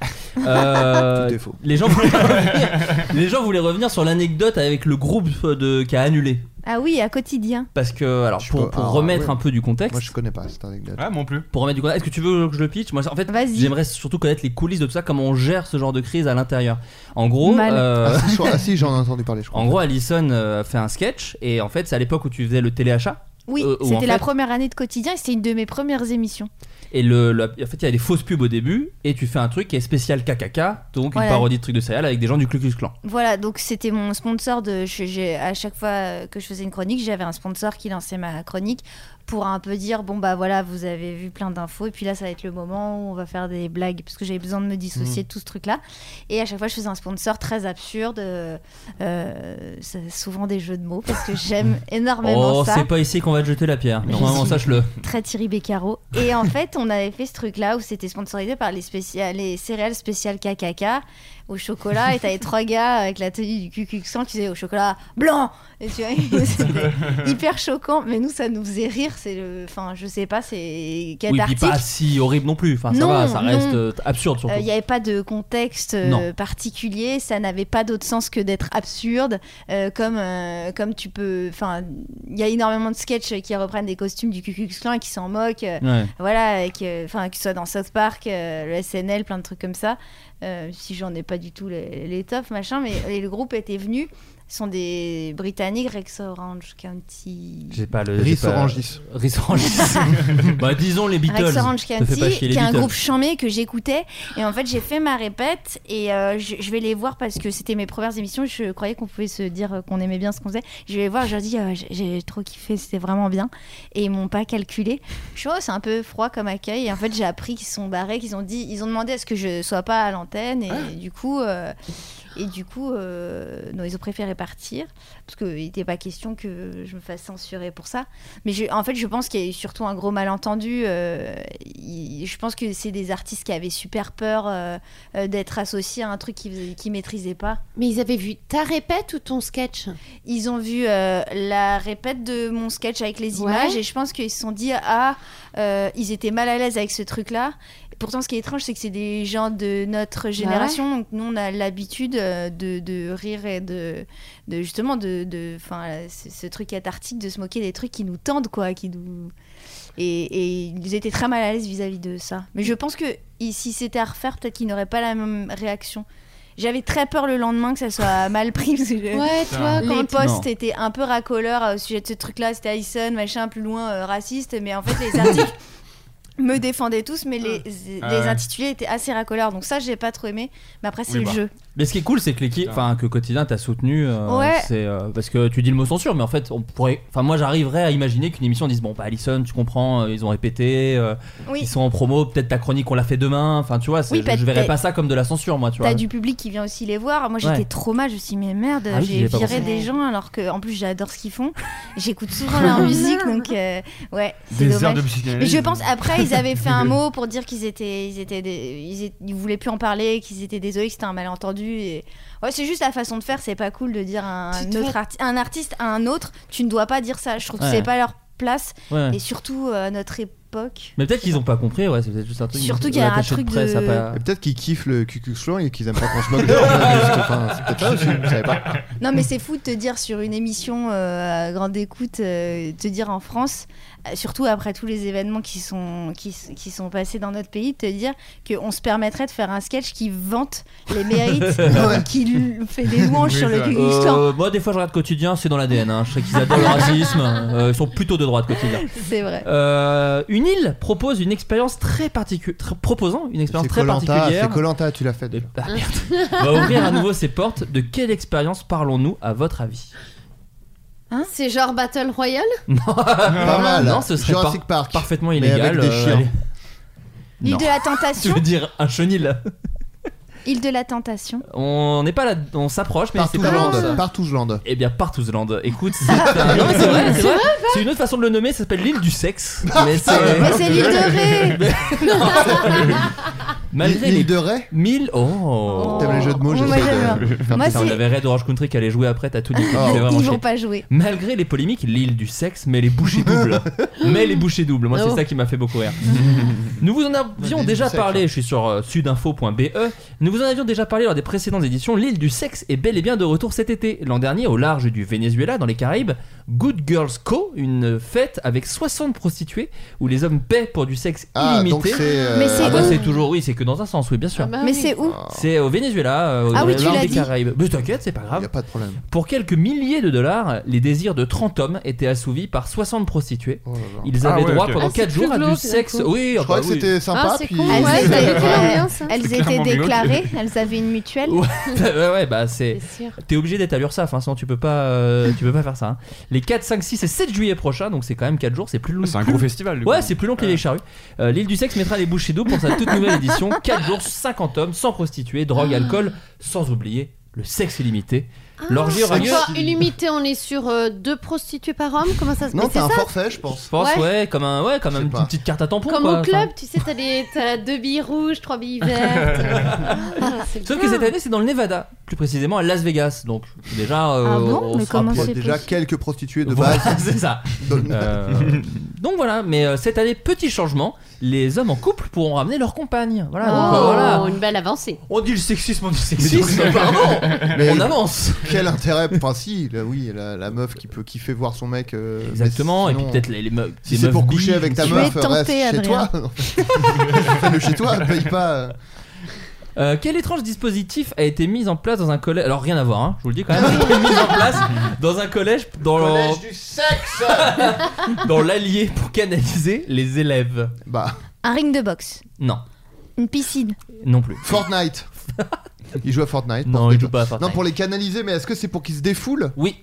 Euh, Tout est faux. les gens voulaient revenir, les gens voulaient revenir sur l'anecdote avec le groupe de qui a annulé Ah oui, à quotidien. parce que alors Je pour, peux- pour ah, remettre ouais. un peu du contexte Moi, je connais pas cette anecdote. Ah, mon plus. pour remettre du contexte. Est-ce que tu veux que je le pitch Moi, en fait, Vas-y. j'aimerais surtout connaître les coulisses de tout ça, comment on gère ce genre de crise à l'intérieur. En gros, Mal. euh, Ah, si, je- ah, si, j'en ai entendu parler, je crois. en gros, Allison euh, fait un sketch et en fait, c'est à l'époque où tu faisais le téléachat Oui, Euh, ou en c'était la fait- première année de quotidien et c'était une de mes premières émissions. et le, le- en fait, il y a des fausses pubs au début et tu fais un truc qui est spécial KKK, donc Voilà. une parodie de truc de céréales avec des gens du Ku Klux Klan. Voilà, donc c'était mon sponsor de. je- j'ai- à chaque fois euh, que je faisais une chronique, j'avais un sponsor qui lançait ma chronique pour un peu dire bon bah voilà, vous avez vu plein d'infos et puis là ça va être le moment où on va faire des blagues parce que j'avais besoin de me dissocier Mmh. de tout ce truc là. Et à chaque fois, je faisais un sponsor très absurde, euh, euh, c'est souvent des jeux de mots parce que j'aime énormément oh, ça. c'est pas ici qu'on va te jeter la pierre. Non, vraiment, si. sache-le. très Thierry Beccaro. Et en fait, on avait fait ce truc-là où c'était sponsorisé par les, spécial, les céréales spéciales KKK au chocolat. Et t'avais trois gars avec la tenue du Ku Klux Klan qui faisaient au chocolat blanc. Et tu vois, c'était hyper choquant. Mais nous, ça nous faisait rire. C'est le, enfin, je sais pas, c'est Oui, puis cathartique. pas si horrible non plus. Enfin, ça Non, va, ça reste non. euh, absurde Euh, surtout. Il n'y avait pas de contexte euh, Non. particulier, ça n'avait pas d'autre sens que d'être absurde, euh, comme, euh, comme tu peux... Enfin, il y a énormément de sketchs qui reprennent des costumes du Ku Klux Klan et qui s'en moquent. euh, Ouais. voilà avec, euh, enfin que ce soit dans South Park euh, le SNL plein de trucs comme ça Euh, si j'en ai pas du tout les- l'étoffe machin mais et le groupe était venu ce sont des britanniques Rex Orange County J'ai pas le. j'ai Riz pas- orangis. Riz Orangis. bah, disons les Beatles. Rex Orange Ça fait pas County, chier les qui est un Beatles. groupe chamé que j'écoutais. Et en fait, j'ai fait ma répète et euh, je, je vais les voir parce que c'était mes premières émissions. Je croyais qu'on pouvait se dire euh, qu'on aimait bien ce qu'on faisait. Je vais les voir, je leur dis, euh, j'ai- j'ai trop kiffé, c'était vraiment bien. Et ils m'ont pas calculé. Je suis, oh, c'est un peu froid comme accueil. Et en fait, Ah. j'ai appris qu'ils se sont barrés, qu'ils ont dit, ils ont demandé à ce que je sois pas à l'antenne. Et du coup, euh, Et du coup, euh, non, ils ont préféré partir parce qu'il n'était pas question que je me fasse censurer pour ça. Mais je- en fait, je pense qu'il y a eu surtout un gros malentendu. euh, il- je pense que c'est des artistes qui avaient super peur euh, euh, d'être associés à un truc qu'ils ne maîtrisaient pas. Mais ils avaient vu ta répète ou ton sketch Ils ont vu euh, la répète de mon sketch avec les Ouais. images et je pense qu'ils se sont dit ah euh, ils étaient mal à l'aise avec ce truc là. Pourtant, ce qui est étrange, c'est que c'est des gens de Bah notre génération, donc nous on a l'habitude euh, de, de rire et de, de justement de, de- 'fin, euh, ce, ce truc cathartique de se moquer des trucs qui nous tendent quoi, qui nous et, et ils étaient très mal à l'aise vis-à-vis de ça. Mais je pense que i- si c'était à refaire, peut-être qu'ils n'auraient pas la même réaction. J'avais très peur le lendemain que ça soit mal pris. parce que je- Ouais, toi, les quand- postes Non. étaient un peu racoleurs euh, au sujet de ce truc-là. C'était Tyson, machin, plus loin, euh, raciste. Mais en fait, les articles me défendaient tous, mais les, les Ah ouais. intitulés étaient assez racoleurs. Donc ça, j'ai pas trop aimé. Mais après, bah. bah. c'est le jeu. Mais ce qui est cool, c'est que l'équipe, enfin que quotidien t'a soutenu, euh, Ouais. c'est euh, parce que tu dis le mot censure, mais en fait, on pourrait, enfin moi j'arriverais à imaginer qu'une émission dise bon bah Alison, tu comprends, euh, ils ont répété, euh, Oui. ils sont en promo, peut-être ta chronique on la fait demain, enfin tu vois, c'est- Oui, je, peut-être- je verrais pas ça comme de la censure moi, tu vois. T'as du public qui vient aussi les voir. Moi, Ouais. j'étais trop mal. Je me suis dit, mais merde, Ah oui, j'y j'ai avais pas viré pensé. des gens alors que, en plus, j'adore ce qu'ils font. J'écoute souvent leur musique, donc euh, ouais. c'est Des dommage. heures de Mais psychanalyse. je pense après, ils avaient fait un mot pour dire qu'ils étaient, ils étaient, des- ils, étaient- ils voulaient plus en parler, qu'ils étaient désolés, que c'était un malentendu. Et... Ouais, c'est juste la façon de faire. C'est pas cool de dire à un, Tu te autre fais- arti- un artiste à un autre, tu ne dois pas dire ça. Je trouve que Ouais. c'est pas leur place Ouais. et surtout euh, à notre époque. Mais peut-être qu'ils ont pas compris, ouais, c'est peut-être juste un truc. Surtout qu'il y a un l'attaché truc presse a de- pas- Et peut-être qu'ils kiffent le cucuxlon et qu'ils aiment pas qu'on se moque de leur musique. Enfin, c'est peut-être ça aussi, vous savez pas. Non, mais c'est fou de te dire sur une émission euh, à grande écoute, euh, te dire en France, euh, surtout après tous les événements qui sont, qui, s- qui sont passés dans notre pays, de te dire qu'on se permettrait de faire un sketch qui vante les mérites, Ouais. qui l- fait des louanges sur le Ku Klux Klan. Euh, Moi, des fois, je regarde quotidien, c'est dans l'ADN. Hein. Je sais qu'ils adorent le racisme. euh, ils sont plutôt de droite quotidien. C'est vrai. Euh, une île propose une expérience très particulière, proposant une expérience C'est très Colanta, particulière. Ah, c'est Colanta, tu l'as fait déjà. va ouvrir à nouveau ses portes. De quelle expérience parlons-nous, à votre avis Hein C'est genre Battle Royale Pas mal. Non, ce serait Jurassic par- parfaitement mais avec illégal. des euh, chiens. allez. L'île Non. de la Tu tentation. veux dire un chenil Île de la tentation. On n'est pas là, on s'approche, mais c'est pas Partouzlande, Partouzlande. Eh bien, Partouzlande. Écoute, c'est un- non, mais c'est vrai, c'est vrai. C'est une autre façon de le nommer, ça s'appelle l'île du sexe. Ah, Mais c'est. Mais c'est l'île de Ré Malgré L'île les de Ray Mille. Oh T'aimes les jeux de Oh. mots, Moi, j'essaie de- j'aime. Putain, Moi, on c'est- avait Red Orange Country qui allait jouer après, t'as tout dit. Ah, c'est vraiment Ils chier. vont pas jouer. Malgré les polémiques, l'île du sexe met les bouchées doubles. met les bouchées doubles. Moi, Oh. c'est ça qui m'a fait beaucoup rire. Nous vous en avions l'île déjà du sexe, parlé, hein. je suis sur euh, sudinfo.be. Nous vous en avions déjà parlé lors des précédentes éditions. L'île du sexe est bel et bien de retour cet été. L'an dernier, au large du Venezuela, dans les Caraïbes, Good Girls Co., une fête avec 60 prostituées où les hommes paient pour du sexe Ah, illimité. donc c'est, euh, Ah bah Mais c'est Ah bah, où c'est toujours, oui, c'est que dans un sens, oui, bien sûr. Mais c'est où C'est au Venezuela, euh, Ah dans oui, les tu Landes l'as des dit. Caraïbes. Mais t'inquiète, c'est pas grave. Y a pas de problème. Pour quelques milliers de dollars, les désirs de 30 hommes étaient assouvis par 60 prostituées. Ils Ah avaient ouais, droit ok. pendant Ah, 4 c'est jours à plus du glauque, sexe. d'un coup. Oui, Je ah croyais bah que oui. c'était sympa, Ah, c'est puis- cool, Elles, ouais. étaient- Ouais. hein. elles C'est étaient clairement glauque. déclarées, elles avaient une mutuelle. Ouais, ouais, ouais, bah c'est. sûr. T'es obligé d'être à l'URSSAF, hein, sinon tu peux pas, euh, tu peux pas faire ça. hein. Les 4, 5, 6 et 7 juillet prochains, donc c'est quand même 4 jours, c'est plus long. C'est un Ah, gros festival, du Ouais, coup. c'est plus long que les Vieilles charrues. Euh, L'île du sexe mettra les bouchées d'eau pour sa toute nouvelle édition. 4 jours, 50 hommes, sans prostituées, drogue, Ah. alcool, sans oublier le sexe illimité. L'orgie aura lieu. Quoi, illimité, on est sur euh, deux prostituées par homme Comment ça se passe je pense. Je pense, ouais, Ouais. comme, un, ouais, comme une petite carte à tampon. Comme quoi, au enfin. club, tu sais, t'as les- t'as deux billes rouges, trois billes vertes. Ah, c'est Sauf bien. que cette année, c'est dans le Nevada, plus précisément à Las Vegas. Donc, déjà, euh, Ah bon on Mais sera comment peut-être c'est déjà possible quelques prostituées de Voilà, base. c'est ça. Euh, donc voilà, mais euh, cette année, petit changement, les hommes en couple pourront ramener leur compagne. Voilà, donc, Oh, euh, voilà. une belle avancée. On dit le sexisme, on dit le sexisme, pardon On avance Quel intérêt Enfin, si, là, oui, la, la meuf qui peut kiffer voir son mec. euh, mais Exactement, et sinon- puis peut-être les, les meufs. Si c'est pour coucher avec ta meuf, reste chez toi. Fais-le chez toi, paye pas. euh. Euh, quel étrange dispositif a été mis en place dans un collège Alors rien à voir, hein, je vous le dis quand même. a été mis en place dans un collège dans le- sexe dans l'Allier pour canaliser les élèves. Bah Un ring de boxe, non, une piscine. non plus. Fortnite Ils jouent à Fortnite Non, ils jouent pas à Fortnite. Non, pour les canaliser, mais est-ce que c'est pour qu'ils se défoulent Oui.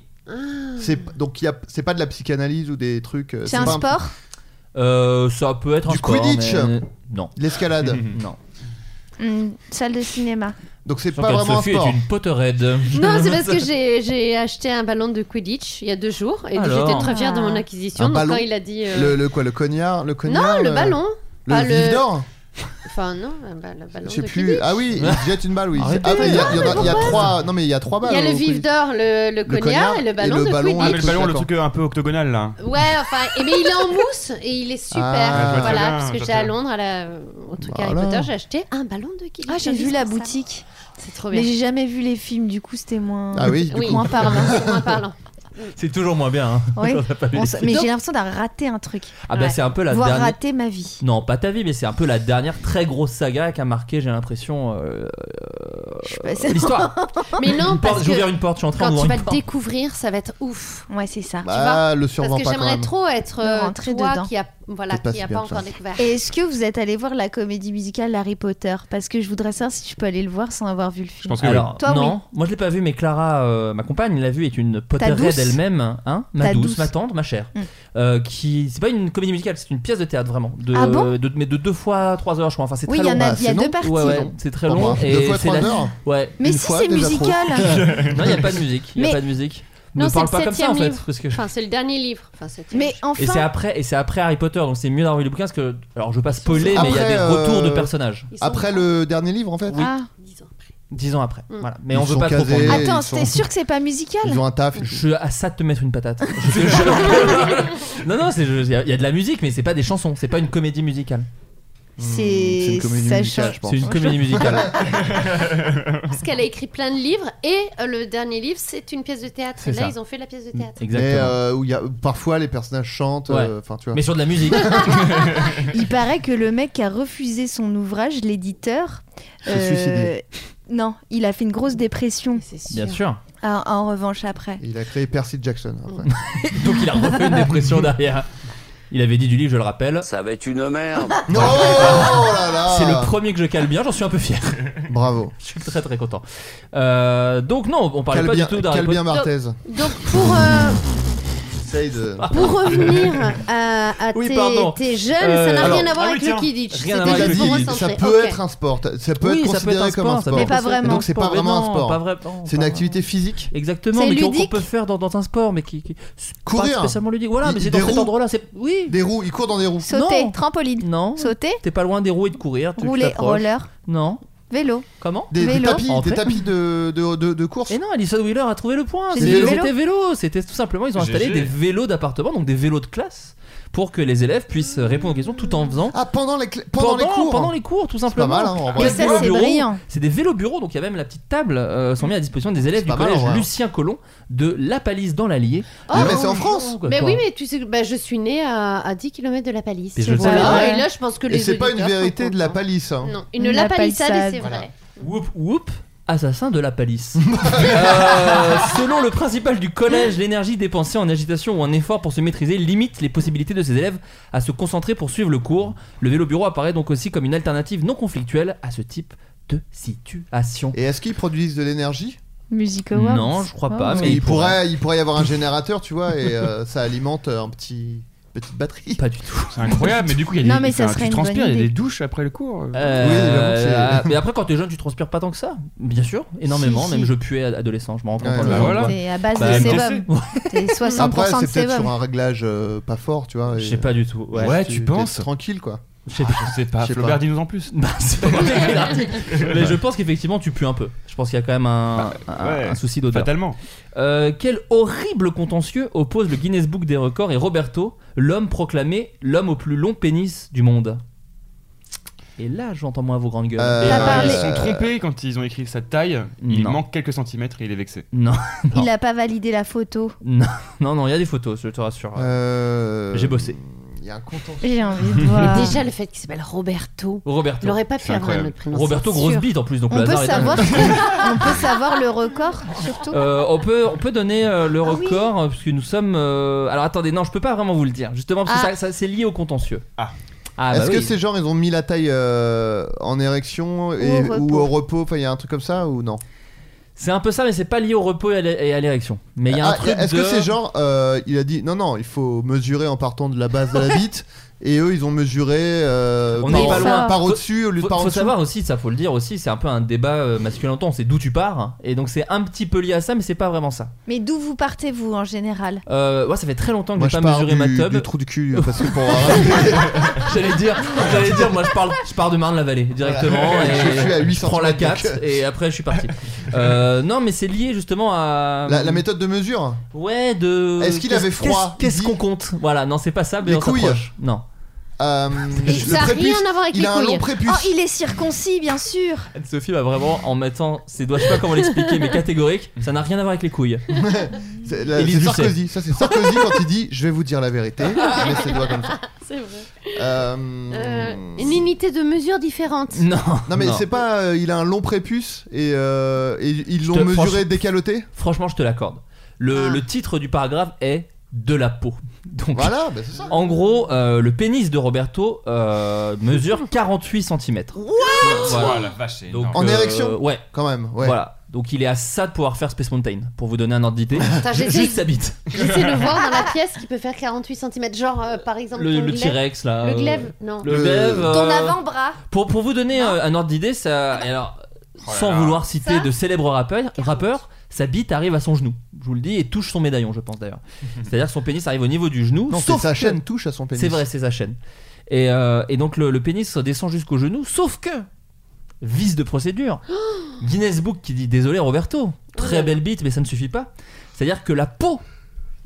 C'est donc il y a c'est pas de la psychanalyse ou des trucs. euh, C'est un pas sport Euh, ça peut être un Du sport, Quidditch mais- Non. L'escalade Non. Hmm, salle de cinéma. Donc c'est Pas pas vraiment un Sophie sport. est une potterhead. Non, c'est parce que j'ai- j'ai acheté un ballon de Quidditch il y a deux jours et Alors. Ah. j'étais très fière de mon acquisition. Un donc ballon quand il a dit. euh, Le, le quoi, le cognard, le cognard, euh, non, le ballon. Le Pas le- vif d'or Enfin, non, un ba- le ballon. Je sais de plus. Quidditch. Ah oui, il jette une balle, oui. Arrêtez. Ah, mais il y, a- il y en a- il y a Pourquoi trois. Non, mais il y a trois balles. Il y a le au vif Quidditch. d'or, le, le cognard et le ballon de Ah, mais le Quidditch. ballon, le d'accord. truc euh, un peu octogonal là. Ouais, enfin, et- mais il est en mousse et il est super. Ah, je vois voilà, très bien, parce je vois que j'étais très à bien. Londres, à la, au truc Voilà. Harry Potter, j'ai acheté un ballon de Quidditch. Ah, j'ai vu la boutique, C'est trop bien. mais j'ai jamais vu les films, du coup c'était moins, Ah oui, du Oui, coup. moins parlant. c'est moins parlant. C'est toujours moins bien. hein. Oui. On a pas vu On les s- films. mais j'ai l'impression d'avoir raté un truc, Ah bah Ouais. c'est un peu la voire dernière. raté ma vie. Non, pas ta vie, mais c'est un peu la dernière très grosse saga qui a marqué, j'ai l'impression, euh, Je suis passée- euh, l'histoire. Mais non, Une porte- parce J'ai ouvert que une porte, je suis en train quand tu d'ouvrir vas une le porte. découvrir, ça va être ouf. Ouais, c'est ça. Bah, le survend Parce que pas quand j'aimerais même. trop être De euh, rentrer toi dedans. qui a, voilà, Peut-être pas qui a si bien pas que ça. encore découvert. Et est-ce que vous êtes allé voir la comédie musicale Harry Potter Parce que je voudrais savoir si je peux aller le voir sans avoir vu le Je film. pense que oui. Alors, Toi, non, moi je l'ai pas vu, mais Clara, euh, ma compagne, l'a vu, est une douce. Potterhead elle-même, hein, ma Ta douce, douce. ma tante, ma chère. Mm. Euh, qui, c'est pas une comédie musicale, c'est une pièce de théâtre vraiment. De, Ah bon de- mais de deux fois trois heures, je crois. Enfin, c'est Oui, il très y en long. a, Ah, il y a c'est deux long. parties. Ouais, ouais, c'est très Pour long. moi, Et deux fois c'est trois la- heures. Ouais. Mais Une si fois, c'est déjà trop. musical, Non, il n'y a pas de musique. Il y a Mais- pas de musique. Non, Ne c'est parle le pas comme ça en septième fait. livre. Parce que Enfin, c'est le dernier livre. Enfin, c'était- mais Et c'est enfin, après et c'est après Harry Potter donc c'est mieux d'avoir lu le bouquin parce que alors je veux pas spoiler mais il y a Après, des retours de euh, personnages Ils sont Après le dernier livre, en fait Ah. dix ans après. dix ans après Mm. voilà mais Ils on veut sont pas trop casés. prendre- Et attends, ils sont- t'es sûr que c'est pas Ils musical ont un taf. je suis à ça de te mettre une patate Je te jure. non non c'est je- il y, a- il y a de la musique mais c'est pas des chansons c'est pas une comédie musicale Hmm, C'est Hmm. une comédie ça musicale, change. je pense. c'est une comédie musicale Parce qu'elle a écrit plein de livres et euh, le dernier livre, c'est une pièce de théâtre. C'est Et là, ça. ils ont fait la pièce de Hmm. théâtre. Mais exactement euh, où il y a, parfois les personnages chantent. Ouais. euh, Enfin, tu vois. mais sur de la musique Il paraît que le mec qui a refusé son ouvrage, l'éditeur, euh, S'est suicidé. non, il a fait une grosse dépression. C'est sûr. bien sûr Ah, en revanche, après. Il a créé Percy Jackson. après. donc il a refait une dépression derrière il avait dit du livre je le rappelle Ça va être une merde. Non oh là là c'est le premier que je cale bien j'en suis un peu fier Bravo. je suis très très content Euh, donc non on parlait pas Calbien, du tout d'Harry Potter Calbien Barthez. Donc, pour, euh, Essaye de. pour revenir à, à Oui, tes, pardon. tes jeunes, Euh, ça n'a alors- rien à voir ah oui, avec tiens. le Kidditch. Rien à C'était voir T'as avec juste le dit, pour Kidditch. ça recentrer. peut Ok. être un sport. Ça peut Oui, être ça peut considéré être un comme un ça peut sport. Mais pas être- vraiment. Donc c'est pas mais vraiment non, un sport. pas vraiment, C'est pas une vraiment. activité physique. Exactement, C'est mais qu'on- qu'on ludique. peut faire dans, dans un sport, mais qui, qui c'est pas Courir. spécialement ludique. Voilà, Il- mais c'est des dans cet roues. endroit-là, c'est oui. Des roues, il court dans des roues. Sauter, Non. trampoline, Non, sauter, t'es pas loin des roues et de courir. tu- tu rouler, t'approches. roller, Non, vélo. comment Des, des Vélo. tapis, Entrée. des tapis de, de, de, de course. Et non, Alison Wheeler a trouvé le point. J'ai C'est- dit vélo. C'était vélo, c'était tout simplement ils ont installé GG. des vélos d'appartement, donc des vélos de classe, pour que les élèves puissent répondre aux questions tout en faisant. Ah, pendant les, cl- pendant, les cours pendant les cours, tout C'est pas simplement. mal, hein, en Et vrai. Des ça, vélos c'est bureaux. brillant. C'est des vélos bureaux, donc il y a même la petite table euh, sont mis à disposition des élèves C'est du pas mal, collège en vrai. Lucien Collomb de La Palisse dans l'Allier. Oh, Mais c'est en France Quoi, mais quoi. oui, mais tu sais, que- bah, je suis née à, à 10 km de la palisse. Mais je le Voilà. savais. Et là, je pense que les Et c'est pas une auditeurs sont vérité de la contents. palisse. hein. Non, une La la palissade, et c'est palissade. vrai. Whoop whoop, assassin de la palisse. Euh, selon le principal du collège, l'énergie dépensée en agitation ou en effort pour se maîtriser limite les possibilités de ses élèves à se concentrer pour suivre le cours. Le vélo bureau apparaît donc aussi comme une alternative non conflictuelle à ce type de situation. Et est-ce qu'ils produisent de l'énergie Music Awards. Oh. Non, je crois pas, Parce mais qu'il il pourrait. pourrait, il pourrait y avoir un générateur, tu vois, et euh, ça alimente euh, un petit petite batterie. Pas du tout. C'est incroyable, mais du coup, il y a Non, des, mais ça enfin, serait tu une transpires, bonne il y a des idée. douches après le cours. Oui, j'avoue Euh, que c'est- mais après, quand t'es jeune, tu transpires pas tant que ça. Bien sûr, énormément. Si, Même si. je puais adolescent, je me rends compte. Ouais, quand je bah vois. voilà. C'est à base Bah, de MTC. sébum. C'est 60% Après, de c'est peut-être sur sébum. un réglage euh, pas fort, tu vois. et- Je sais pas du tout. Ouais. Ouais, tu tu t'es penses Tranquille, quoi. Je sais Ah, Je sais pas, Je sais Flaubert pas. dis-nous en plus. Bah, c'est pas moi qui ai écrit l'article. Mais je pense qu'effectivement tu pues un peu. Je pense qu'il y a quand même un, un- Bah, ouais. un souci d'odeur. Fatalement. Euh, quel horrible contentieux oppose le Guinness Book des records et Roberto, l'homme proclamé l'homme au plus long pénis du monde. Et là j'entends moins vos grandes gueules. Euh, Et T'as parlé- ils se sont trompés quand ils ont écrit sa taille. Il Non. manque quelques centimètres et il est vexé. Non, Il a pas validé la photo. Euh, non, non, non, il y a des photos, je te rassure. Euh, J'ai bossé. Il y a un content. J'ai envie de voir. Mais déjà, le fait qu'il s'appelle Roberto, il Roberto. aurait pas C'est pu avoir un incroyable. autre prénom. Roberto c'est grosse sûr. bite en plus, donc le on peut, hasard est dingue. savoir, on peut savoir le record, surtout. Euh, on, peut, on peut donner euh, le Ah oui. record euh, puisque nous sommes. euh, Alors attendez, non, je peux pas vraiment vous le dire, justement parce que Ah. ça, ça- c'est lié au contentieux. Ah. Ah, bah Est-ce que oui. ces gens ils ont mis la taille euh, en érection et, au ou au repos Enfin, il y a un truc comme ça ou non C'est un peu ça, mais c'est pas lié au repos et à l'é- et à l'érection. Mais il y a un Ah, truc Est-ce de- que c'est genre, euh, il a dit non, non, il faut mesurer en partant de la base de la bite, et eux ils ont mesuré euh, On par, est pas loin. par Faut- au-dessus au lieu de Faut, par en faut dessous. savoir aussi, ça faut le dire aussi, c'est un peu un débat euh, masculin temps, c'est d'où tu pars, et donc c'est un petit peu lié à ça, mais c'est pas vraiment ça. Mais d'où vous partez, vous, en général Euh, ouais, ça fait très longtemps que Moi, j'ai je pas pars mesuré ma du- tub. du trou du cul, parce que pour- j'allais dire, j'allais dire, moi je parle, je pars de Marne-la-Vallée directement Voilà. et Je suis à 800 prends la mètres, 4 donc, euh. et après je suis parti. Euh, non, mais c'est lié justement à La, la méthode de mesure Ouais, de. Est-ce qu'il Qu'est-ce- avait froid Qu'est-ce qu'est-ce Il dit- qu'on compte Voilà, non, c'est pas ça, mais Les on couilles. s'approche. Non. Euh, Il- le Ça a prépuce, rien à voir avec il les a un couilles. long prépuce. Oh, il est circoncis, bien sûr. Sophie va vraiment en mettant ses doigts, je sais pas comment l'expliquer, mais catégorique, ça n'a rien à voir avec les couilles. C'est la- Élise c'est Lucet. Sarkozy, ça c'est Sarkozy quand il dit je vais vous dire la vérité, il met ses doigts comme Ah, ça. C'est vrai. Euh, Euh, une unité de mesure différente. Non. Non mais c'est pas, euh, il a un long prépuce et, euh, et ils l'ont te- mesuré Ah. franchement- décaloté. Franchement, je te l'accorde. Le, le titre du paragraphe est De la peau. Donc, Voilà, bah, c'est ça. en gros, euh, le pénis de Roberto euh, mesure 48 cm. Voilà, Oh, la vache, c'est énorme. En érection euh, Ouais, Quand même, ouais. voilà. Donc il est à ça de pouvoir faire Space Mountain, pour vous donner un ordre d'idée. Attends, j'essaie Juste sa bite. j'essaie de voir dans la pièce qui peut faire 48 cm. Genre, euh, par exemple, Le, ton le glaive. petit Rex là. Le euh, glaive, non. Le Le- glaive. Ton euh, avant-bras. Pour, pour vous donner euh, un ordre d'idée, ça. et alors, Oh là sans là. vouloir citer Ça de célèbres rappeurs, rappeurs, sa bite arrive à son genou. Je vous le dis, et touche son médaillon, je pense d'ailleurs. C'est-à-dire que son pénis arrive au niveau du genou. Non, c'est sauf sa que- chaîne touche à son pénis. C'est vrai, c'est sa chaîne. Et, euh, et donc le, le pénis descend jusqu'au genou, sauf que, vice de procédure, Guinness Book qui dit Désolé Roberto, très belle bite, mais ça ne suffit pas. C'est-à-dire que la peau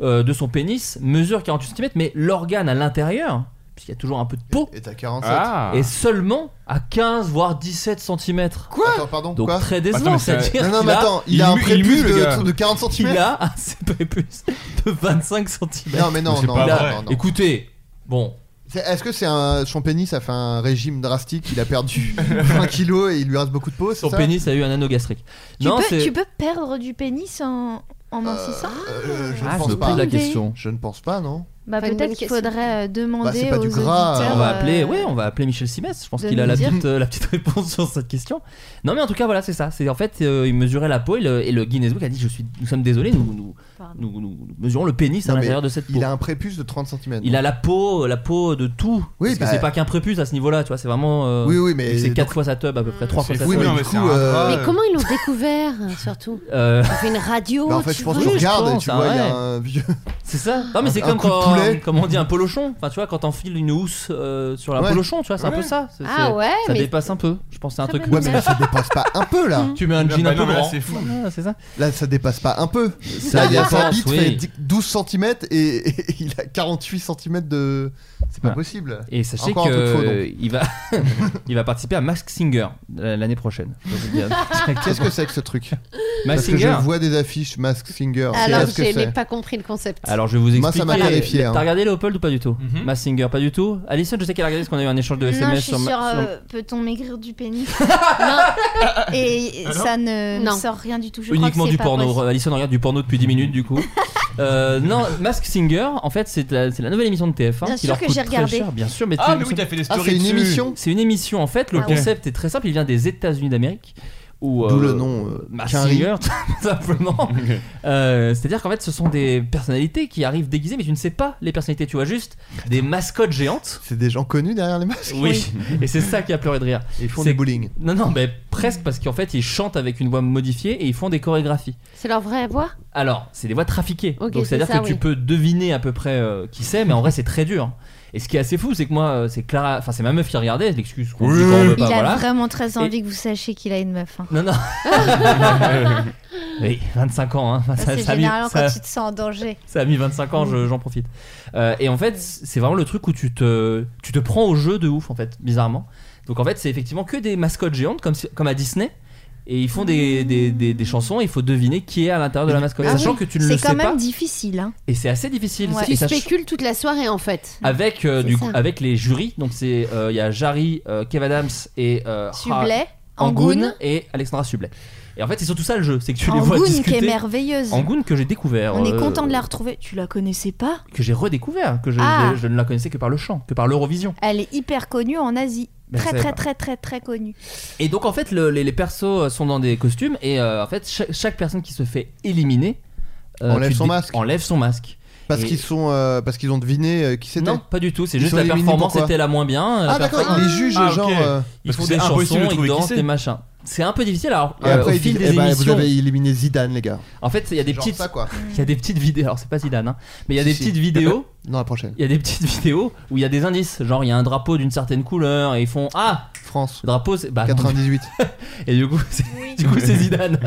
euh, de son pénis mesure 48 cm, mais l'organe à l'intérieur, puisqu'il y a toujours un peu de peau, Et t'as 47. Ah est seulement à 15 voire 17 cm. Quoi Attends, pardon, Donc quoi très décevant, Attends, mais c'est- c'est-à-dire Non, non, qu'il mais a, attends, il, il a un mue- il prépuce mue, le gars. de, de 40 il cm. a un prépuce de 25 cm. Non, mais non, C'est non, pas non, vrai. non, non. Écoutez, bon, C'est- Est-ce que c'est un son pénis a fait un régime drastique, il a perdu 20 kilos et il lui reste beaucoup de peau, c'est son ça pénis a eu un anneau gastrique. Tu, non, peux, c'est- tu peux perdre du pénis en, en mincissant Euh, Je Ah, ne je pense me pose pas. la question. Je ne pense pas, non Bah, Bah, Pas une Peut-être bonne qu'il question. faudrait euh, demander pas aux du gras, auditeurs, on va euh, appeler, ouais, on va appeler Michel Simès. Je pense de qu'il a nous la dire. petite, euh, la petite réponse sur cette question. Non, mais en tout cas, voilà, c'est ça. C'est en fait, euh, il mesurait la peau et le, et le Guinness Book a dit je suis, nous sommes désolés, nous, nous, Pardon. nous, nous mesurons le pénis à Non, mais l'intérieur de cette peau. Il a un prépuce de 30 cm. Il a la peau, la peau de tout. Oui, parce bah- que c'est pas qu'un prépuce à ce niveau-là, tu vois. C'est vraiment. euh, Oui, oui, mais- c'est 4 fois sa tub à peu près, 3 fois C'est sa fou, Oui, tub. non, mais mais du c'est coup, un euh, drap. Mais comment ils l'ont découvert, surtout Euh, On fait une radio. Bah, en fait, tu je pense vois. que tu Oui, je regardes et pense, tu ah vois, il y ouais. a un vieux. c'est ça. Non, mais Un- c'est un comme coup de quand, poulet. comme on dit un polochon. Enfin, tu vois, quand t'enfiles une housse euh, sur la Ouais. polochon, tu vois, c'est un peu Ouais. ça. C'est- Ah c'est- ouais, Ça mais- dépasse un peu. Je pense que c'est un Très truc. bonne Ouais, mais ça dépasse pas un peu là. Tu mets un Bah jean un peu non, mais là, grand. c'est fou. Ah, C'est ça. Là, ça dépasse pas un peu. Ça Là, il y a sa dépasse, bite oui. fait 10 12 cm et, et il a 48 cm de. C'est pas Voilà. possible. Ah. Et sachez Encore un truc faux, donc. qu'il va, il va participer à Mask Singer euh, l'année prochaine. je peux vous le dire. Qu'est-ce que c'est que ce truc Mask Parce que je Singer vois des affiches Mask Singer. Alors, Qu'est-ce que je n'ai c'est pas compris le concept. Alors je vais vous Moi, expliquer. ça m'a terrifié, hein. T'as regardé Léopold ou pas du tout Mhm. Mask Singer, pas du tout. Alison, je sais qu'elle a regardé parce qu'on a eu un échange de SMS non, je suis sur. ma- sur, sur- euh, peut-on maigrir du pénis Non. Et ça ne Non. ne sort rien du tout. Je crois que Uniquement c'est du pas porno. possible. Alison regarde du porno depuis 10 minutes du coup. Euh, non, Mask Singer, en fait, c'est la, c'est la nouvelle émission de TF1 Bien qui sûr leur que coûte j'ai très regardé. cher, bien sûr. Mais Ah, c'est- mais oui, t'as fait des Ah, stories. c'est une dessus. émission c'est une émission en fait. Le Ah ouais. concept est très simple. Il vient des États-Unis d'Amérique. Où, D'où euh, le nom. euh, Mask Quinry. Singer, tout simplement. Euh, C'est-à-dire qu'en fait, ce sont des personnalités qui arrivent déguisées, mais tu ne sais pas les personnalités, tu vois juste des mascottes géantes. C'est des gens connus derrière les masques. Et c'est ça qui a pleuré de rire. Ils font C'est- du bowling. Non, non, mais presque parce qu'en fait, ils chantent avec une voix modifiée et ils font des chorégraphies. C'est leur vraie voix Alors, c'est des voix trafiquées. Ok, Donc, c'est c'est-à-dire ça, que tu oui. peux deviner à peu près euh, qui c'est, mais en vrai, c'est très dur. Et ce qui est assez fou, c'est que moi, euh, c'est Clara, enfin, c'est ma meuf qui regardait, je l'excuse qu'on dit qu'on veut Il pas, a voilà. vraiment très envie que vous sachiez qu'il a une meuf. hein. Non, non. oui, 25 ans, hein. Ça, Ça- Ah, C'est ça a mis- généralement ça- quand tu te sens en danger. Ça a mis 25 ans, je- j'en profite. Euh, et en fait, c'est vraiment le truc où tu te, tu te prends au jeu de ouf, en fait, bizarrement. Donc en fait, c'est effectivement que des mascottes géantes, comme, si- comme à Disney. Et ils font des, des, des- des chansons, et il faut deviner qui est à l'intérieur de la mascotte. Mmh. Ah sachant oui, que tu ne le C'est sais quand pas. même difficile. hein. Et c'est assez difficile. Ouais. Et Tu sach- spécules toute la soirée en fait. Mmh. Avec, euh, C'est du ça. coup- avec les jurys, donc c'est euh, il y a Jarry, euh, Kev Adams et euh, Sublet, Ra- Angoun Angoun, et Alexandra Sublet. Et en fait, c'est surtout ça le jeu, c'est que tu les vois Angoun qui est discuter. merveilleuse. Angoun que j'ai découvert. On est euh, content de la retrouver. Tu la connaissais pas que j'ai redécouvert, que je, Ah. je ne la connaissais que par le chant, que par l'Eurovision. Elle est hyper connue en Asie. Ben, très c'est- très très très très connue. Et donc en fait, le- les, les persos euh, sont dans des costumes et euh, en fait, cha- chaque, personne qui se fait éliminer euh, Enlève tu te son dé- masque. Enlève son masque. Parce Et- qu'ils sont, euh, parce qu'ils ont deviné euh, qui c'était. Non, pas du tout. C'est Ils juste sont la éliminés performance pourquoi était la moins bien. la Ah, d'accord, performance- ils les jugent, Ah, ok. genre. euh, Ils Parce font que c'est des impossible de chansons, ils trouver qui dansent, c'est. des machins. C'est un peu difficile. Alors, Et euh, après, au ils fil disent, des eh ben, vous émissions, avez éliminé Zidane, les gars. en fait, il y a des Genre petites, ça, quoi. il y a des petites vidéos. Alors, c'est pas Zidane, hein, mais il y a des Si, si. petites vidéos. Non, la prochaine. Il y a des petites vidéos où il y a des indices. Genre, il y a un drapeau d'une certaine couleur et ils font ah, France. le drapeau, c'est bah, 98. et du coup, c'est- du coup, c'est Zidane.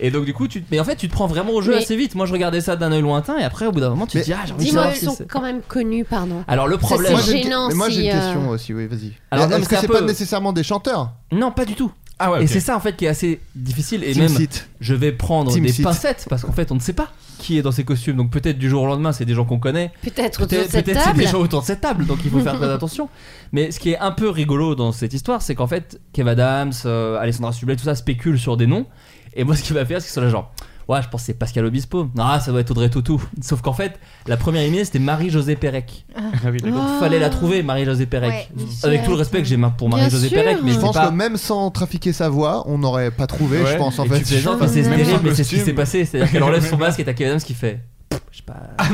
et donc, du coup, tu, te- mais en fait, tu te prends vraiment au jeu Mais- assez vite. Moi, je regardais ça d'un œil lointain et après, au bout d'un moment, tu Mais- te dis ah, j'ai envie de Dis-moi, savoir ils qui sont c'est. quand même connus, pardon. Alors, le problème, c'est Moi, j'ai une- gênant mais Moi, si, j'ai une euh, question aussi, oui, vas-y. Alors, euh, non, mais Est-ce c'est que un c'est peu- pas nécessairement des chanteurs non, pas du tout. Ah ouais. Et ok. c'est ça en fait qui est assez difficile et Team même Seat. je vais prendre Team des Seat. pincettes parce qu'en fait on ne sait pas qui est dans ces costumes donc peut-être du jour au lendemain c'est des gens qu'on connaît Peut-être autour de peut-être cette peut-être c'est table. des gens autour de cette table donc il faut faire très attention mais ce qui est un peu rigolo dans cette histoire c'est qu'en fait Kev Adams euh, Alessandra Sublet tout ça spécule sur des noms et moi ce qui va faire c'est qu'ils sont là genre ouais je pense que c'est Pascal Obispo ah ça doit être Audrey Tautou sauf qu'en fait la première émise c'était Marie-Josée Pérec Ah oui, d'accord. donc fallait la trouver Marie-Josée Pérec Ouais, avec tout le respect que j'ai pour Bien Marie-Josée sûr. Pérec mais Je c'est pense pas que même sans trafiquer sa voix, on n'aurait pas trouvé, je Ouais. pense, en Et fait. tu plaisantes, enfin, c'est Même terrible, sans mais c'est ce qui costume. s'est passé. C'est-à-dire qu'elle enlève son masque et t'as Kevin Adams qui fait. Pff, Je sais pas.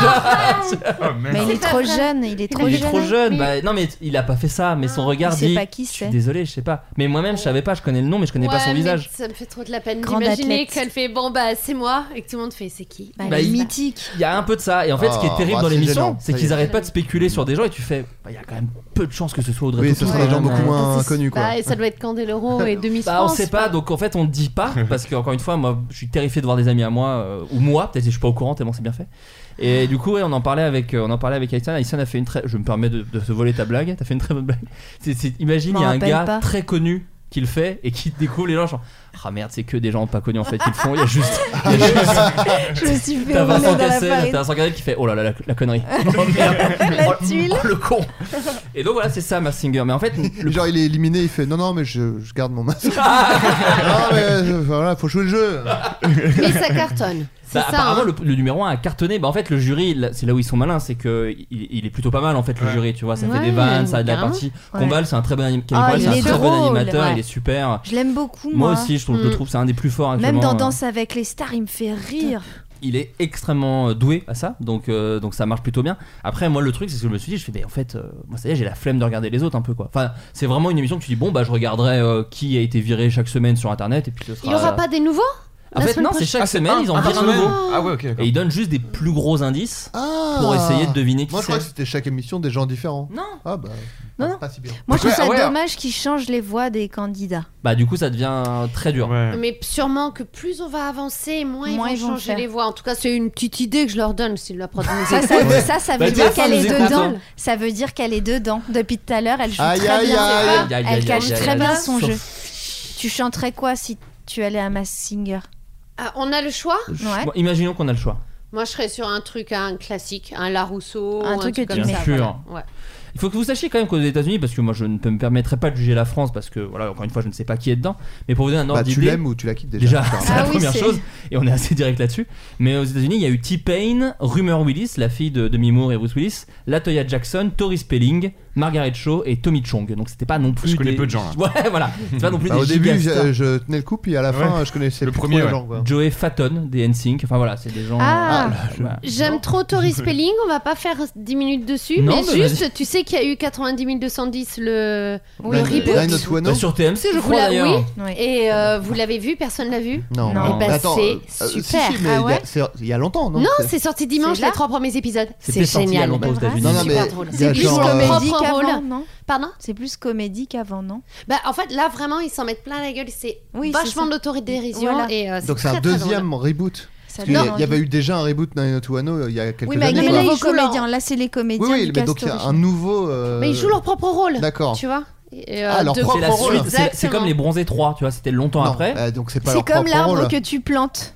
Oh, merde. Ah, Mais il est pas trop vrai. jeune, il est trop il est jeune. trop jeune. oui. Bah, non, mais il a pas fait ça, mais son regard Il sait dit. pas qui Je suis c'est. désolé, je sais pas. Mais moi-même, je savais pas, je connais le nom, mais je connais pas Ouais, son mais visage. Ça me fait trop de la peine Grande d'imaginer athlète. qu'elle fait bon bah c'est moi et que tout le monde fait c'est qui. Bah, Bah, il est il- mythique. Il y a un peu de ça. Et en fait, ce qui Ah, est terrible bah, dans c'est l'émission, gênant, c'est ça y qu'ils est. arrêtent pas de spéculer sur des gens et tu fais. Bah, il y a quand même peu de chances que ce soit Audrey Oui, Tautou, ce sera des quand gens même. beaucoup moins Ça, c'est- connus, quoi. bah, et ça doit être Candeloro et demi Bah, on sait pas, donc en fait on dit pas, parce que encore une fois, moi je suis terrifié de voir des amis à moi, euh, ou moi, peut-être que je suis pas au courant tellement c'est bien fait. Et du coup, ouais, on en parlait avec, euh, on en parlait avec Alison. Alison a fait une très, je me permets de, de se voler ta blague, t'as fait une très bonne blague. C'est- c'est- imagine, Je m'en il y a un rappelle gars pas. très connu qui le fait et qui découvre les gens, genre, ah merde, c'est que des gens pas connus en fait qui le font, il y a juste, il y a juste- Je me suis fait t'as rouler Vincent dans la Cassel, t'as farine. Vincent Cassel qui fait, oh là là, la, la connerie. Oh merde. La Oh, tuile. oh, le con. Et donc voilà, c'est ça, ma singer. Mais en fait, le Genre, il est éliminé, il fait non, non, mais je, je garde mon masque. non, mais euh, voilà, faut jouer le jeu. Mais ça cartonne. C'est Bah, ça. apparemment, hein. le, le numéro 1 a cartonné. Bah, en fait, le jury, là- c'est là où ils sont malins, c'est que il, il est plutôt pas mal en fait le Ouais. jury. Tu vois, ça fait Ouais, des vannes, ça a de la carrément. Oh, partie. Ouais. Combal, c'est un très bon, anim- Kevin Ah, Combal, il c'est un est très bon drôle, animateur. ouais. Il est super. Je l'aime beaucoup, Moi moi. aussi, je trouve, je le Mm. trouve, c'est un des plus forts. Même actuellement, dans euh. Danse avec les stars, il me fait rire. il est extrêmement euh, doué à ça, donc euh, donc ça marche plutôt bien. Après, moi, le truc, c'est ce que je me suis dit, je fais, mais en fait, euh, moi, ça y est, j'ai la flemme de regarder les autres un peu quoi. Enfin, c'est vraiment une émission que tu dis, bon, bah, je regarderai euh, qui a été viré chaque semaine sur Internet et puis ce sera. euh, Il y aura pas des nouveaux En la fait, semaine non, c'est prochaine chaque Ah, c'est semaine, un- ils en un par virent un semaine. nouveau. Ah ouais, ok, Et d'accord. ils donnent juste des plus gros indices Ah. pour essayer de deviner qui Moi, je c'est. croyais que c'était chaque émission des gens différents. Non. Ah bah. Non, non. Pas si bien. Moi, je trouve Ouais, ça ouais. dommage qu'ils changent les voix des candidats. Bah du coup ça devient très dur. Ouais. Mais sûrement que plus on va avancer, moins, Moins ils ils vont vont changer faire. les voix. En tout cas, c'est une petite idée que je leur donne si la prod nous Ça, écoute. ça, ça, ça Bah, veut tu dire vois, qu'elle nous est écoutons. dedans. Ça veut dire qu'elle est dedans. Depuis tout à l'heure, elle joue Aïe, très aïe, bien. aïe. ses voix. Aïe, aïe, aïe, Elle cache aïe, aïe, très aïe. bien son Sauf- jeu. Tu chanterais quoi si tu allais à Mass Singer Ah, on a le choix Ouais. Bon, imaginons qu'on a le choix. Moi, je serais sur un truc, un classique, un Larousseau, Un truc que tu comme mets. ça. Bien voilà. Ouais. Il faut que vous sachiez quand même qu'aux États-Unis, parce que moi je ne peux- me permettrai pas de juger la France, parce que voilà encore une fois je ne sais pas qui est dedans, mais pour vous donner un ordre Bah, tu d'idée, l'aimes ou tu la quittes déjà. déjà c'est la Ah oui, première c'est- chose, et on est assez direct là-dessus. Mais aux États-Unis, il y a eu T-Pain, Rumor Willis, la fille de Demi Moore et Bruce Willis, Latoya Jackson, Tori Spelling, Margaret Shaw et Tommy Chong. Donc c'était pas non plus. Je connais des- peu de gens, là. Ouais, voilà. C'est pas non plus Bah, des au début, gigastars. je, je tenais le coup, puis à la fin, je connaissais Le plus premier, trop les ouais. gens, quoi. Joey Fatton des NSYNC. Enfin voilà, c'est des gens. Ah, voilà. J'aime trop Tori Spelling, on va pas faire 10 minutes dessus, Non, mais, mais juste, tu sais qu'il y a eu 90 210 le, Oui. le Bah, reboot. Nine Not One, Bah, non sur TMC, je Vous crois la- d'ailleurs. oui. Ouais. Et euh, vous l'avez vu Personne l'a vu Non, Non. Eh ben, Attends, c'est euh, euh, si, super. si, Ah mais il y a- ouais c'est- il y a longtemps, non Non, c'est- c'est sorti dimanche, c'est là les trois premiers épisodes. C'était C'est sorti il y a génial. longtemps aux C'est vrai États-Unis. Non, non, mais Super drôle. il y a C'est plus genre, euh, comédie propre qu'avant, rôle. non Pardon C'est plus comédie qu'avant, non Bah, en fait, là, vraiment, ils s'en mettent plein la gueule. C'est Oui, vachement c'est ça. d'autodérision. Voilà. Et, euh, c'est Donc c'est un très, très drôle. deuxième reboot. Ça Parce qu'il y a- donne Il y avait envie. eu déjà un reboot Nine Not One, euh, il y a quelques Oui, mais avec années. des Mais quoi. là, ils nouveaux jouent leur- comédiens. Là, c'est les comédiens Oui, oui, du mais cast donc il y a un original. nouveau. euh, Mais ils jouent leur propre rôle. D'accord. Tu vois Et, euh, Ah, leur de- propre C'est la rôle. suite, c'est- c'est Exactement. comme les bronzés 3, tu vois, c'était longtemps Non, après. euh, donc c'est pas C'est leur comme propre l'arbre rôle. que tu plantes.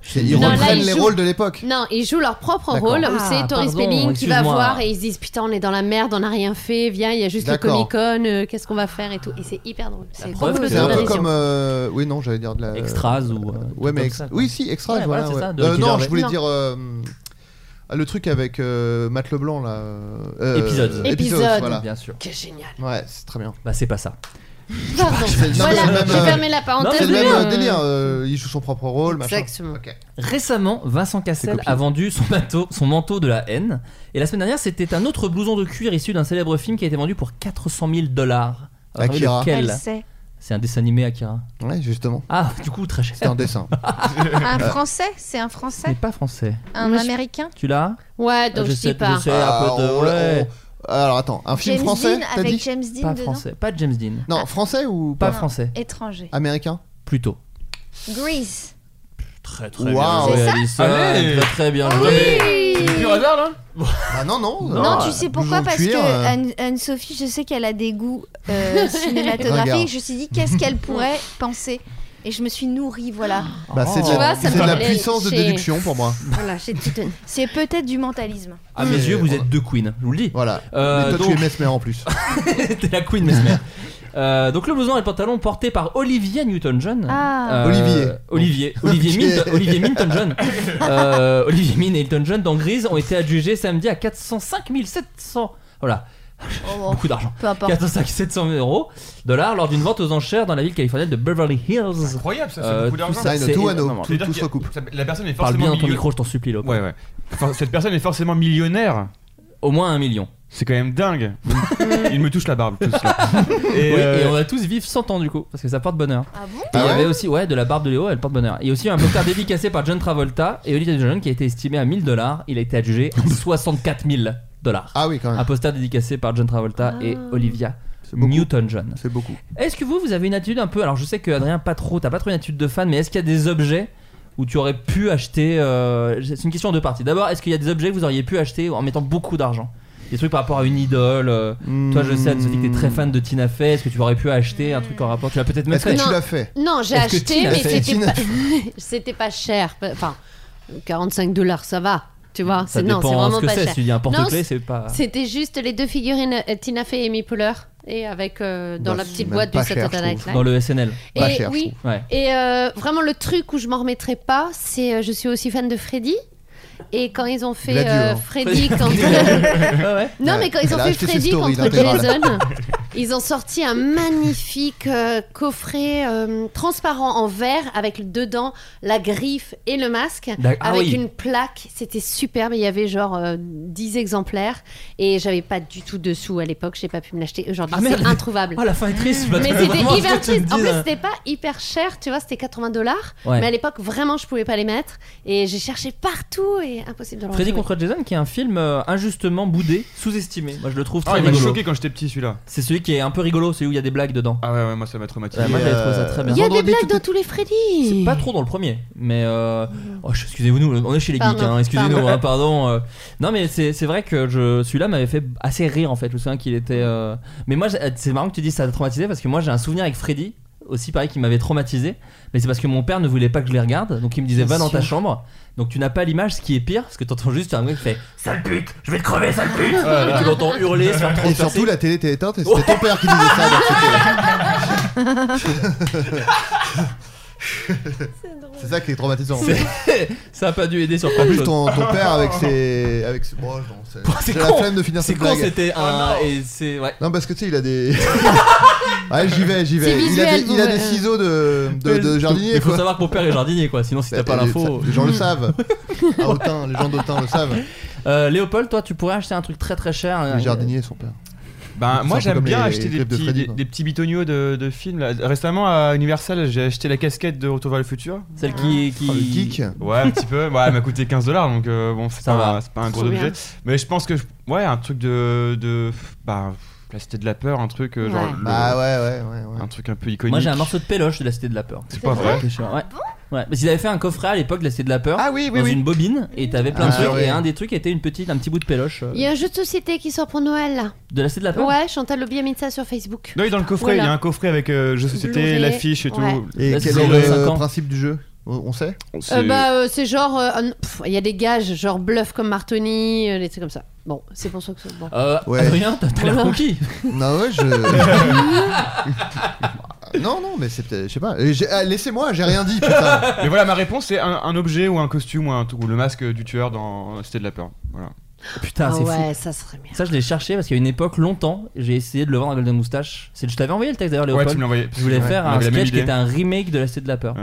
C'est- Ils Non, là, reprennent ils les jouent- rôles de l'époque. Non, ils jouent leur propre D'accord. rôle. où Ah, c'est Tori pardon, Spelling qui va excuse-moi. voir et ils se disent Putain, on est dans la merde, on n'a rien fait. Viens, il y a juste le D'accord. Comic Con, euh, qu'est-ce qu'on va faire et tout. Et c'est hyper drôle. C'est preuve complètement que- C'est un peu dérision. comme. euh, Oui, non, j'allais dire de la. Extras ou. euh, Ouais, mais comme ex- ça, quoi. oui, si, extra. Ouais, voilà, voilà, c'est ouais. ça, de Euh, Ricky non, Gervais. je voulais Non. dire euh, le truc avec euh, Matt Leblanc là. euh, euh, Épisode. épisode. Épisode. Voilà. Bien sûr. Que génial. Ouais, c'est très bien. Bah, c'est pas ça. Pardon. C'est- non, Voilà, c'est le même, j'ai euh, fermé la parenthèse. C'est le même euh, Euh, délire. euh, il joue son propre rôle, machin. Exactement. Récemment, Vincent Cassel a vendu son manteau, son manteau de la haine. Et la semaine dernière, c'était un autre blouson de cuir issu d'un célèbre film qui a été vendu pour 400 000 dollars. Akira. Lequel Elle sait. C'est un dessin animé Akira. Ouais, justement. Ah, du coup, très cher. C'est un dessin. Un Euh, français C'est un français mais pas français. Un américain Tu l'as Ah, Ouais, donc je je sais, dis pas. Je sais un peu de. Ah, on l'a- ouais. Alors attends, un film James français Dean t'as avec dit James Dean Pas dedans Ah, français. Pas de James Dean. Non, français ou Pas Non, français. Étranger. Américain Plutôt. Grease. Très très Waouh. bien C'est joué, Alison. ça Ah Allez. Très, très bien joué. Oui hasard là Ah non, non. non, euh, tu sais pourquoi blouson de Parce cuir, que euh, Anne- Anne-Sophie, je sais qu'elle a des goûts euh, Ringard. cinématographiques. je me suis dit, qu'est-ce qu'elle pourrait penser Et je me suis nourrie, voilà. Bah, c'est de Tu la, vois, ça c'est me de la parlait puissance de chez- déduction pour moi. Voilà, j'ai tout donné. C'est peut-être du mentalisme. À mes yeux, vous êtes deux queens, je vous le dis. Voilà. Euh, Mais toi, donc- tu es Mesmer en plus. T'es la queen, mesmer. Euh, donc le blouson et le pantalon porté par Olivia Newton-John. Ah. Euh, Olivier. Olivier. Olivier, Ok. Mint- Olivier Minton-John. Euh, Olivier Min et Hilton-John dans Grise ont été adjugés samedi à 405 700. Voilà. Beaucoup d'argent. Oh. Peu importe. 405 700 euros dollars lors d'une vente aux enchères dans la ville californienne de Beverly Hills. Incroyable ça, c'est Euh, beaucoup tout d'argent. ça, Nine, c'est tout à énorme. nos- C'est-à-dire tout qu'il se y a- recoupe. ça- La personne est Parle forcément. bien dans ton millio- micro, je t'en supplie. Lopo. Ouais, ouais. Enfin, cette personne est forcément millionnaire. Au moins un million. C'est quand même dingue. Il me touche la barbe, tout cela. Et, Oui, euh, et on va tous vivre 100 ans du coup, parce que ça porte bonheur. Ah bon Et il y Ah avait ouais aussi ouais, de la barbe de Léo, elle porte bonheur. Il y a aussi un poster dédicacé par John Travolta et Olivia Newton-John qui a été estimé à 1000 dollars. Il a été adjugé à 64 000 dollars. Ah oui, quand Un même. poster dédicacé par John Travolta Ah. et Olivia C'est beaucoup. Newton-John. C'est beaucoup. Est-ce que vous, vous avez une attitude un peu. Alors je sais que Adrien, pas trop, t'as pas trop une attitude de fan, mais est-ce qu'il y a des objets où tu aurais pu acheter. euh, C'est une question en deux parties. D'abord, est-ce qu'il y a des objets que vous auriez pu acheter en mettant beaucoup d'argent Des trucs par rapport à une idole euh, Hmm. Toi, je sais, Anne-Sophie, que t'es très fan de Tina Fey. Est-ce que tu aurais pu acheter un truc en rapport Tu l'as peut-être même Est-ce que fait. Non. tu l'as fait Non, j'ai Est-ce que acheté, Tina mais fait- c'était Tina pas... c'était pas cher. Enfin, 45 dollars, ça va. Tu vois, Ça c'est non, c'est dépend vraiment ce que pas c'est. cher. Si tu dis un Non, porte-clés, c'est pas. C'était juste les deux figurines euh, Tina Fey et Amy Poehler et avec euh, dans Bah, la c'est petite même boîte du pas cher, Saturday je Night trouve. Live. Dans le SNL. Pas Et cher, je oui. trouve. Ouais. Et euh, vraiment le truc où je m'en remettrai pas, c'est euh, je suis aussi fan de Freddy. Et quand ils ont fait Gladieux, euh, hein. Freddy contre Ouais, ouais. non mais quand ils ont Elle a fait acheté ses Freddy stories, contre l'intégrale. Jason, ils ont sorti un magnifique euh, coffret euh, transparent en verre avec dedans la griffe et le masque D'ac- avec ah oui. une plaque. C'était superbe. Il y avait genre euh, 10 exemplaires et j'avais pas du tout de sous à l'époque. J'ai pas pu me l'acheter. Aujourd'hui Ah, merde. c'est introuvable. Ah, la fin est triste. Mais parce que c'était vraiment, ce hyper que tu me triste. En dis, plus, là. c'était pas hyper cher, tu vois, c'était 80 dollars. Ouais. Mais à l'époque, vraiment, je pouvais pas les mettre. Et j'ai cherché partout et impossible de le Freddy retrouver. contre Jason, qui est un film euh, injustement boudé, sous-estimé. Moi, je le trouve Ah, très il m'a rigolo. choqué quand j'étais petit celui-là. C'est celui qui est un peu rigolo, celui où il y a des blagues dedans. Ah ouais, ouais, moi ça m'a traumatisé. Ouais, moi, Et, j'avais trouvé ça euh, très bien. Il y a des Vendredi, blagues tout dans tous les Freddy. Pas trop dans le premier, mais euh, oh, je- excusez-nous, on est chez les geeks, Pardon, hein, excusez-nous, pardon. hein, pardon. euh. Non, mais c'est c'est vrai que je, celui-là m'avait fait assez rire en fait. Je me souviens qu'il était. euh, Mais moi, j'ai- c'est marrant que tu dises ça t'a traumatisé parce que moi j'ai un souvenir avec Freddy aussi pareil qui m'avait traumatisé, mais c'est parce que mon père ne voulait pas que je les regarde, donc il me disait va dans ta chambre. Donc tu n'as pas l'image, ce qui est pire, parce que t'entends juste un mec qui fait sale pute, je vais te crever sale pute. Et tu l'entends hurler, se faire Et transpercer. surtout, la télé était éteinte et c'était ton père qui disait ça. donc c'était- C'est ça qui est traumatisant. C'est- ça a pas dû aider sur plein En de plus, choses. ton, ton père avec ses. Avec ses... Oh, non, c'est- C'est J'ai la con. flemme de finir C'est cette con, blague. c'était Oh un et c'est ouais. Non, parce que tu sais, il a des. ouais, j'y vais, j'y vais. C'est Il a des, visuel, il a vous, des euh. ciseaux de, de, de jardinier, Il faut quoi. Bah, savoir que mon père est jardinier, quoi. Sinon, si t'as pas l'info. Hmm. Les gens le savent. À Autun, les gens d'Autun le savent. Euh, Léopold, toi, tu pourrais acheter un truc très très cher. euh, un- Les jardiniers, son père. Ben, C'est un moi peu j'aime comme bien les- acheter les des clips de petits, Freddy, des, quoi. des petits bitonios de, de films. là. Récemment à Universal, j'ai acheté la casquette de Retour vers le futur. Celle qui. qui... Oh, le geek. Ouais, un petit peu. Ouais, elle m'a coûté 15 dollars donc euh, bon, c'est Ça pas, va. un- c'est pas un Trop gros objet. bien. Mais je pense que, je- ouais, un truc de. de bah, la cité de la peur, un truc euh, genre. Ouais. le- Bah ouais, ouais, ouais. ouais. Un truc un peu iconique. Moi, j'ai un morceau de péloche de la Cité de la Peur. C'est pas vrai. Très cher, Ouais. Ah Ouais, parce qu'ils avaient fait un coffret à l'époque de la Cité de la Peur. Ah oui, oui, dans oui. une bobine et t'avais plein de Ah, trucs ouais. et un des trucs était une petite un petit bout de péloche euh, Il y a un jeu de société qui sort pour Noël là. de la Cité de la Peur. Ouais, Chantal Lobby a mis ça sur Facebook. Non, oui, dans le coffret, Oula. il y a un coffret avec euh, jeux société, Blu-ray, l'affiche et tout. ouais. Et Là, quel c'est est le le cinq ans. principe du jeu On on sait C'est- Euh, bah, euh, c'est genre. euh, un- pff, Il y a des gages, genre bluff comme Martoni, euh, des trucs comme ça. Bon, c'est pour ça que c'est bon. Euh, Ouais. Adrien, t'as t'as l'air Voilà. conquis. Ah, Non, ouais, je. non, non, mais c'est peut-être. Je sais pas. Et j'ai- ah, Laissez-moi, j'ai rien dit, putain. Mais voilà, ma réponse c'est un, un objet ou un costume ou, un, ou le masque du tueur dans Cité de la peur. Voilà. Putain, Ah c'est ouais, fou. ça serait bien. Ça, je l'ai cherché parce qu'il y a une époque, longtemps, j'ai essayé de le vendre à Golden Moustache. C'est- Je t'avais envoyé le texte d'ailleurs, Ouais, Léopold. tu me l'as envoyé. Je voulais Ouais, faire on un avait la même sketch qui idée. était un remake de La Cité de la Peur. Qui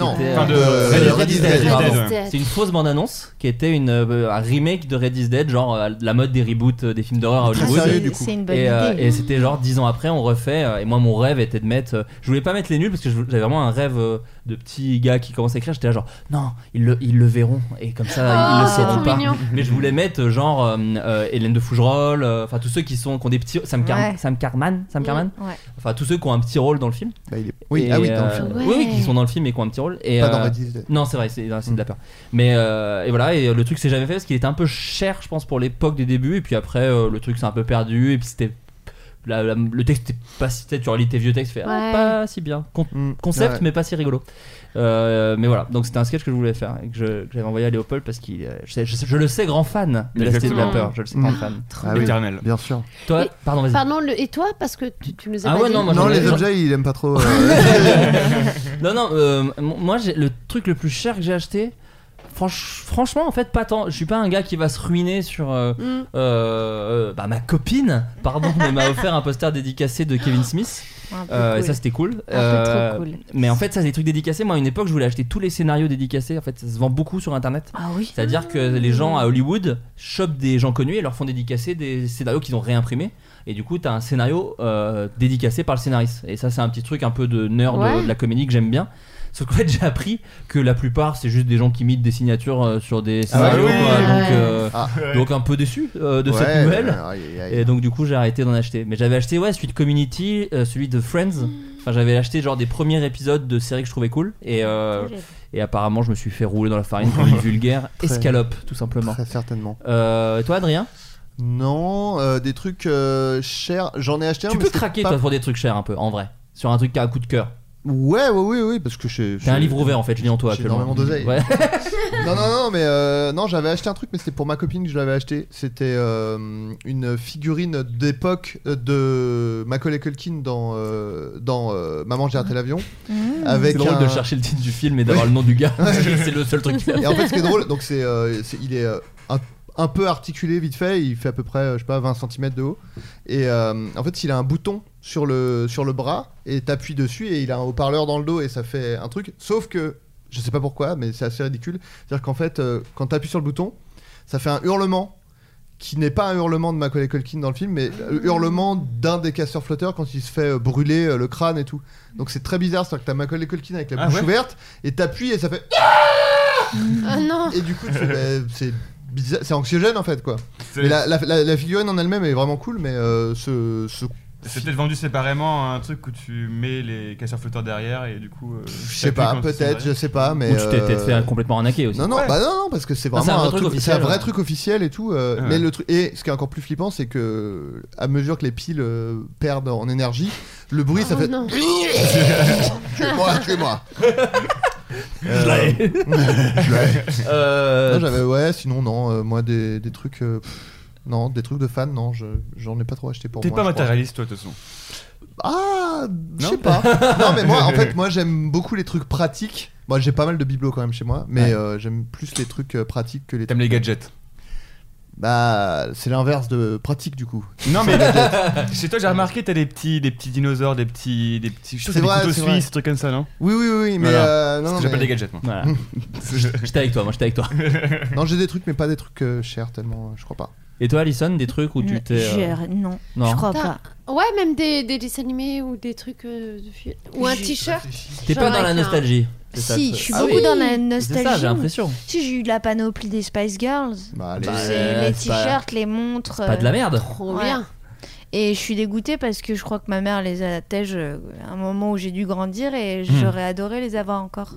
Non. était, Enfin, de- euh, Red is Red is Dead. Dead, Red is pardon. Dead, ouais. C'est une fausse bande-annonce qui était une, euh, un remake de Red is Dead, genre euh, la mode des reboots euh, des films d'horreur à Très Hollywood. sérieux, du coup. C'est une bonne et, euh, idée. et c'était genre 10 ans après, on refait. euh, et moi, mon rêve était de mettre. euh, je voulais pas mettre les nuls parce que je- j'avais vraiment un rêve euh, de petit gars qui commence à écrire. J'étais là genre, non, ils le, ils le verront. Et comme ça, Oh, ils le c'est sauront trop pas. mignon. Mais je voulais mettre euh, genre euh, euh, Hélène de Fougerolles, euh, enfin tous ceux qui, sont, qui ont des petits. Sam, Car- Ouais. Sam Carman Sam Carman Ouais. Enfin tous ceux qui ont un petit rôle dans le film. oui, Et, ah oui, dans le euh, film. oui, oui, Ouais. qui sont dans le film et qui ont un petit rôle. Et, euh, Pas dans Mm. Red Is Dead. Non, c'est vrai, c'est dans la scène de la peur. Mais euh, et voilà, et le truc c'est jamais fait parce qu'il était un peu cher, je pense, pour l'époque des débuts. Et puis après, euh, le truc s'est un peu perdu. Et puis c'était. la- la- le texte était pas si. peut-être Tu relis tes vieux textes, tu fais, ah, Ouais. pas si bien. Con- Concept, Hmm. Mm. Ouais. mais pas si rigolo. Euh, mais voilà, donc c'était un sketch que je voulais faire et que je- que j'avais envoyé à Léopold parce qu'il, euh, je, sais- je sais- je le sais, grand fan de la Cité de la Exactement. Peur, je le sais, grand Mm. fan. Ah oui, Éternel. Bien sûr. Toi, pardon, vas-y. Pardon, le- et toi Parce que tu, tu nous as Ah pas ouais, dit. non, moi, Non, j'en ai- les j'en- objets, il aime pas trop. euh, non, non, euh, m- moi, j'ai- le truc le plus cher que j'ai acheté, franch- franchement, en fait, pas tant. Je suis pas un gars qui va se ruiner sur. euh, Mm. euh, bah, ma copine, pardon, mais m'a offert un poster dédicacé de Kevin Smith. Un peu Euh, et cool. ça, c'était cool. Euh, Un peu trop cool. Mais en fait, ça, c'est des trucs dédicacés. Moi, à une époque, je voulais acheter tous les scénarios dédicacés. En fait, ça se vend beaucoup sur internet. Ah oui. C'est-à-dire que les gens à Hollywood chopent des gens connus et leur font dédicacer des scénarios qu'ils ont réimprimés. Et du coup, t'as un scénario euh, dédicacé par le scénariste. Et ça, c'est un petit truc un peu de nerd euh, Ouais. de, de la comédie que j'aime bien. Sauf qu'en fait, j'ai appris que la plupart, c'est juste des gens qui imitent des signatures euh, sur des scénarios. oui. quoi. donc, Ouais. euh, Ah. donc, un peu déçu euh, de cette ouais, nouvelle. aïe, aïe, aïe. Et donc du coup j'ai arrêté d'en acheter. Mais j'avais acheté ouais celui de Community, euh, celui de Friends. Enfin j'avais acheté genre des premiers épisodes de séries que je trouvais cool. Et, euh, et apparemment je me suis fait rouler dans la farine pour une vulgaire Très- escalope tout simplement. Très certainement. Euh, et toi Adrien Non, euh, des trucs euh, chers. J'en ai acheté un. Tu mais peux c'est craquer pas- toi pour des trucs chers un peu en vrai. Sur un truc qui a un coup de cœur. Ouais, ouais, oui, oui, parce que je. T'as un livre ouvert en fait, je dis en toi J'ai actuellement. énormément d'oseille. Ouais. Non, non, non, mais euh, non, j'avais acheté un truc, mais c'était pour ma copine que je l'avais acheté. C'était euh, une figurine d'époque euh, de Macaulay Culkin dans, euh, dans euh, Maman, j'ai raté l'avion. C'est Avec drôle un- de chercher le titre du film et d'avoir le nom du gars. c'est le seul truc. qui- Et en fait, ce qui est drôle, donc c'est, euh, c'est- il est euh, un, un peu articulé vite fait, il fait à peu près, euh, je sais pas, 20 cm de haut. Et euh, en fait, il a un bouton sur le, sur le bras, et t'appuies dessus, et il a un haut-parleur dans le dos, et ça fait un truc. Sauf que, je sais pas pourquoi, mais c'est assez ridicule. C'est-à-dire qu'en fait, euh, quand t'appuies sur le bouton, ça fait un hurlement qui n'est pas un hurlement de Macaulay Culkin dans le film, mais le hurlement d'un des casseurs flotteurs quand il se fait euh, brûler euh, le crâne et tout. Donc c'est très bizarre, c'est-à-dire que t'as Macaulay Culkin avec la Ah bouche ouais ouverte et t'appuies et ça fait Ah non et du coup, tu fais, bah, c'est bizarre, c'est anxiogène en fait quoi. C'est- Mais la, la- la- la figurine en elle-même est vraiment cool, mais euh, ce, ce- C'est peut-être vendu séparément un truc où tu mets les casseurs flotteurs derrière et du coup. euh, je sais pas, t'appuies quand ils sont peut-être, je derrière. sais pas, mais Ou tu t'es peut-être euh, fait un- complètement arnaquer aussi. Non non, Ouais. bah non non, parce que c'est Ah, vraiment un, truc, c'est un officiel, vrai ouais. truc officiel et tout. euh, Ouais. Mais le truc et ce qui est encore plus flippant, c'est que à mesure que les piles euh, perdent en énergie, le bruit ça Oh fait. Euh, non. Tuez-moi, tuez-moi. Euh, l'avais. je l'avais. Euh, Non, j'avais ouais, sinon non, euh, moi des, des trucs. euh, pff, non, des trucs de fans, non, je- j'en ai pas trop acheté pour T'es moi. pas je crois. matérialiste toi de toute façon. Ah, je sais Non pas. non, mais moi, en fait, moi, j'aime beaucoup les trucs pratiques. Moi, j'ai pas mal de bibelots quand même chez moi, mais Ouais. euh, j'aime plus les trucs euh, pratiques que les. T'aimes les gadgets. Bah, c'est l'inverse de pratique du coup. Non mais chez toi j'ai remarqué t'as des petits des petits dinosaures des petits des petits je sais C'est pas, vrai, des c'est couteaux vrai. suisses des trucs comme ça non. Oui, oui, oui, mais Voilà. euh, C'est non, ce non, que j'appelle mais- des gadgets moi. Voilà. j'étais avec toi, moi j'étais avec toi. non, j'ai des trucs, mais pas des trucs euh, chers tellement, euh, je crois pas. Et toi Alison, des trucs où tu N- t'es. euh, je- Non, Non. je crois T'as- pas. Ouais, même des, des dessins animés ou des trucs. euh, de fi- Ou un J'ai- t-shirt. T'es pas Genre dans la avec un- nostalgie. c'est ça, Si, c'est- je suis Ah beaucoup oui. dans la C'est ça, j'ai nostalgie. l'impression. Si j'ai eu la panoplie des Spice Girls, Bah, allez. Tu Bah, sais, euh, les c'est pas- t-shirts, les montres. Pas de la euh, merde. Trop Ouais. bien. Et je suis dégoûtée parce que je crois que ma mère les attège euh, à un moment où j'ai dû grandir Hmm. et j'aurais adoré les avoir encore.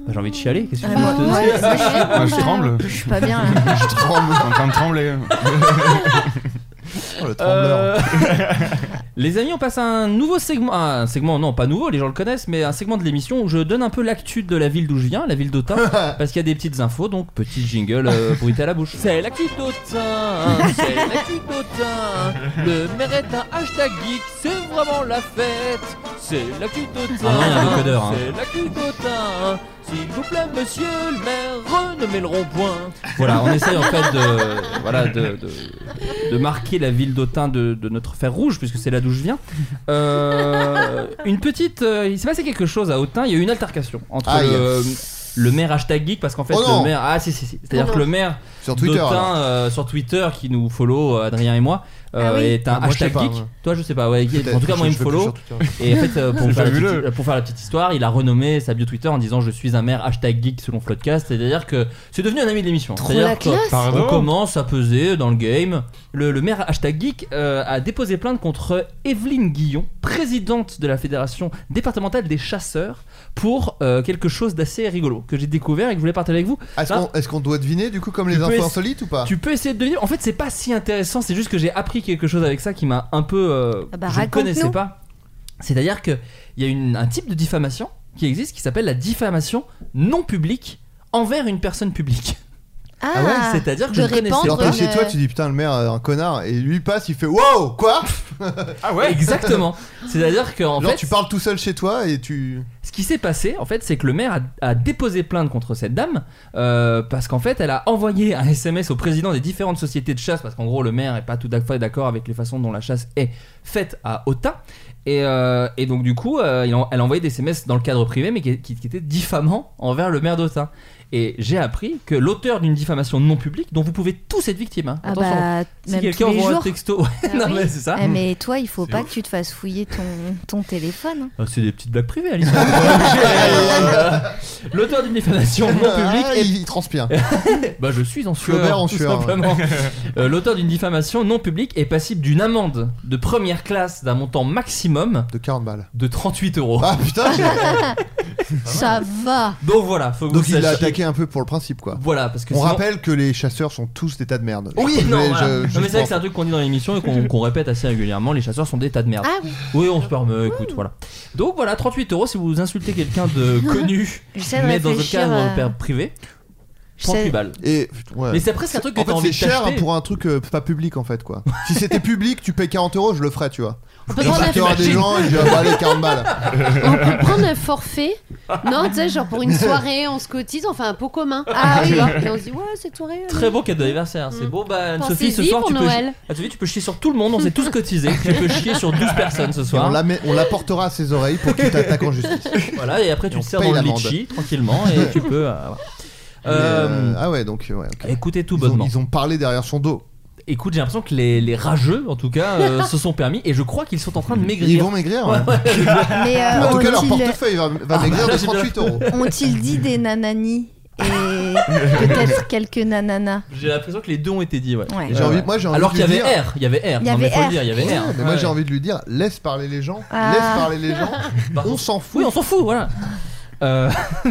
Bah, j'ai envie de chialer. Qu'est-ce que tu Ah, veux que je te ouais, dise c'est vrai. Moi, je tremble. Je suis pas bien là. je tremble. en train de trembler. Oh, le Euh, trembleur. Les amis, on passe à un nouveau segment. à Un segment, non, pas nouveau, les gens le connaissent, mais un segment de l'émission où je donne un peu l'actu de la ville d'où je viens, la ville d'Autun, parce qu'il y a des petites infos, donc petit jingle euh, bruité à la bouche. C'est l'actu d'Autun, c'est l'actu d'Autun, le maire est un hashtag geek, c'est Ah hein. vraiment la fête. C'est l'actu d'Autun, c'est l'actu d'Autun, S'il vous plaît, monsieur le maire, renommez le rond-point. Voilà, on essaye en fait de, voilà, de, de- de marquer la ville d'Autun de, de notre fer rouge, puisque c'est là d'où je viens. Euh, une petite. euh, il s'est passé quelque chose à Autun, il y a eu une altercation entre Aïe. le, le maire hashtag geek, parce qu'en fait, Oh non. le maire. Ah, si, si, si. C'est-à-dire Oh que non. le maire Sur Twitter, d'Autun, alors. euh, sur Twitter, qui nous follow, euh, Adrien et moi, euh, Ah oui. est un Moi, je sais hashtag pas, geek. moi. Toi, je sais pas, ouais, Peut-être, en tout cas, je- moi, il me je vais plus follow. sur Twitter. Et en fait, euh, pour C'est faire la fabuleux. petite- euh, pour faire la petite histoire, il a renommé sa bio Twitter en disant je suis un maire hashtag geek selon Floodcast, c'est-à-dire que c'est devenu un ami de l'émission. Trop la C'est-à-dire que classe. on Pardon commence à peser dans le game. Le, le maire hashtag geek euh, a déposé plainte contre Evelyne Guillon, présidente de la fédération départementale des chasseurs, pour euh, quelque chose d'assez rigolo que j'ai découvert et que je voulais partager avec vous. Est-ce Là, qu'on est-ce qu'on doit deviner du coup comme les tu peux infos essa- insolites ou pas Tu peux essayer de deviner. En fait, c'est pas si intéressant. C'est juste que j'ai appris quelque chose avec ça qui m'a un peu. euh, Ah bah, je ne connaissais raconte-nous. pas. C'est-à-dire que il y a une- un type de diffamation qui existe qui s'appelle la diffamation non publique envers une personne publique. Ah, C'est-à-dire que je ne connaissais Alors pas. que chez toi, tu dis putain, le maire, euh, un connard, et lui il passe, il fait wow, quoi Ah Exactement. C'est-à-dire que en Genre, fait, tu parles tout seul chez toi et tu. Ce qui s'est passé, en fait, c'est que le maire a, a déposé plainte contre cette dame euh, parce qu'en fait, elle a envoyé un SMS au président des différentes sociétés de chasse parce qu'en gros, le maire n'est pas tout à fait d'accord avec les façons dont la chasse est faite à Autun. Et, euh, et donc, du coup, euh, il en- elle a envoyé des SMS dans le cadre privé, mais qui, qui- qui étaient diffamants envers le maire d'Autun. Et j'ai appris que l'auteur d'une diffamation non publique, dont vous pouvez tous être victime, hein, Ah attention, bah, si même quelqu'un tous les envoie un jours. texto, Ouais, Ah non, mais c'est ça. Eh, mais toi, il faut C'est pas ouf. que tu te fasses fouiller ton, ton hein. téléphone. Ah, c'est des petites blagues privées, Alice. Euh, L'auteur d'une diffamation non publique. Ah, est- il, il transpire. bah, je suis en sueur. Flaubert en tout sueur. simplement. Euh, L'auteur d'une diffamation non publique est passible d'une amende de première classe d'un montant maximum de 40 balles, de 38 euros. Ah putain Ça va. Donc voilà, faut que Donc vous il l'a sachiez. attaqué un peu pour le principe quoi. Voilà, parce que On sinon- rappelle que les chasseurs sont tous des tas de merde. Oui, Je- non, je- voilà. je- Non, je mais c'est vrai que pense. c'est un truc qu'on dit dans l'émission et qu'on qu'on répète assez régulièrement. Les chasseurs sont des tas de merde. Ah oui. on se permet, écoute, voilà. Donc voilà, 38 euros si vous insultez quelqu'un de connu, J'essaie de mais dans le réfléchir, cadre euh, père privé. j'essaie- 38 balles. Et, ouais. Mais c'est presque un truc que en t'as fait, envie c'est de cher t'acheter. pour un truc euh, pas public en fait quoi. si c'était public, tu payes 40 euros, je le ferais, tu vois. peut Je prendre la- parlerai des gens et je dis, ah, bah, allez, 40 balles. Prendre un forfait. Non, tu sais, genre pour une soirée, on se cotise, on fait un pot commun. Ah oui. Et on se dit, ouais, c'est tout réel. Très beau cadeau d'anniversaire, Mm. c'est beau. Bah, Anne-Sophie, ce Pensez-y soir, pour tu peux, Noël. Anne-Sophie, tu peux chier sur tout le monde, on s'est tous cotisés. Tu peux chier sur 12 personnes ce Et on soir. la met- on l'apportera à ses oreilles pour qu'il t'attaque en justice. Voilà, et après, tu on te sers paye dans le l'amende. litchi tranquillement et tu peux. euh, voilà. Mais, Euh, euh, ah ouais, donc ouais, ok. Écoutez tout Ils ont- bonnement. ils ont parlé derrière son dos. Écoute, j'ai l'impression que les, les rageux, en tout cas, euh, se sont permis et je crois qu'ils sont en train de maigrir. Ils vont maigrir. ouais. Mais, euh, en tout cas, leur ont-ils- portefeuille va, va maigrir de Ah, j'ai de la- 38 euros. Ont-ils dit des nananis et peut-être quelques nananas J'ai l'impression que les deux ont été dit, ouais. Ouais. J'ai envie- moi, j'ai envie Alors de qu'il y lui avait dire- R, il y avait R. Il y non, mais avait faut le R. dire, il y avait Ouais, R. mais moi Ouais. j'ai envie de lui dire laisse parler les gens, Ah. laisse parler les gens, Par on contre- s'en fout. Oui, on s'en fout, voilà. Euh,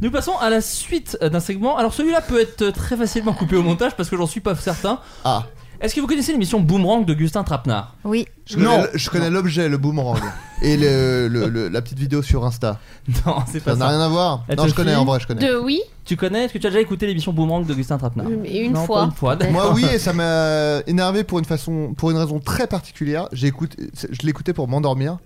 Nous passons à la suite euh, d'un segment. Alors celui-là peut être très facilement coupé au montage parce que j'en suis pas certain. Ah, Est-ce que vous connaissez l'émission Boomerang d'Augustin Trapenard Oui. je connais le- je connais l'objet, le boomerang, et le- le- le- la petite vidéo sur Insta. Non, c'est pas Ça ça. n'a rien à voir. Elle Non, te je connais, suit en vrai, je connais. De oui. Tu connais Est-ce que tu as déjà écouté l'émission Boomerang d'Augustin Trapenard Et une Non, fois. pas une fois. d'accord. Moi oui et ça m'a énervé pour une façon pour une raison très particulière. J'écoute je l'écoutais pour m'endormir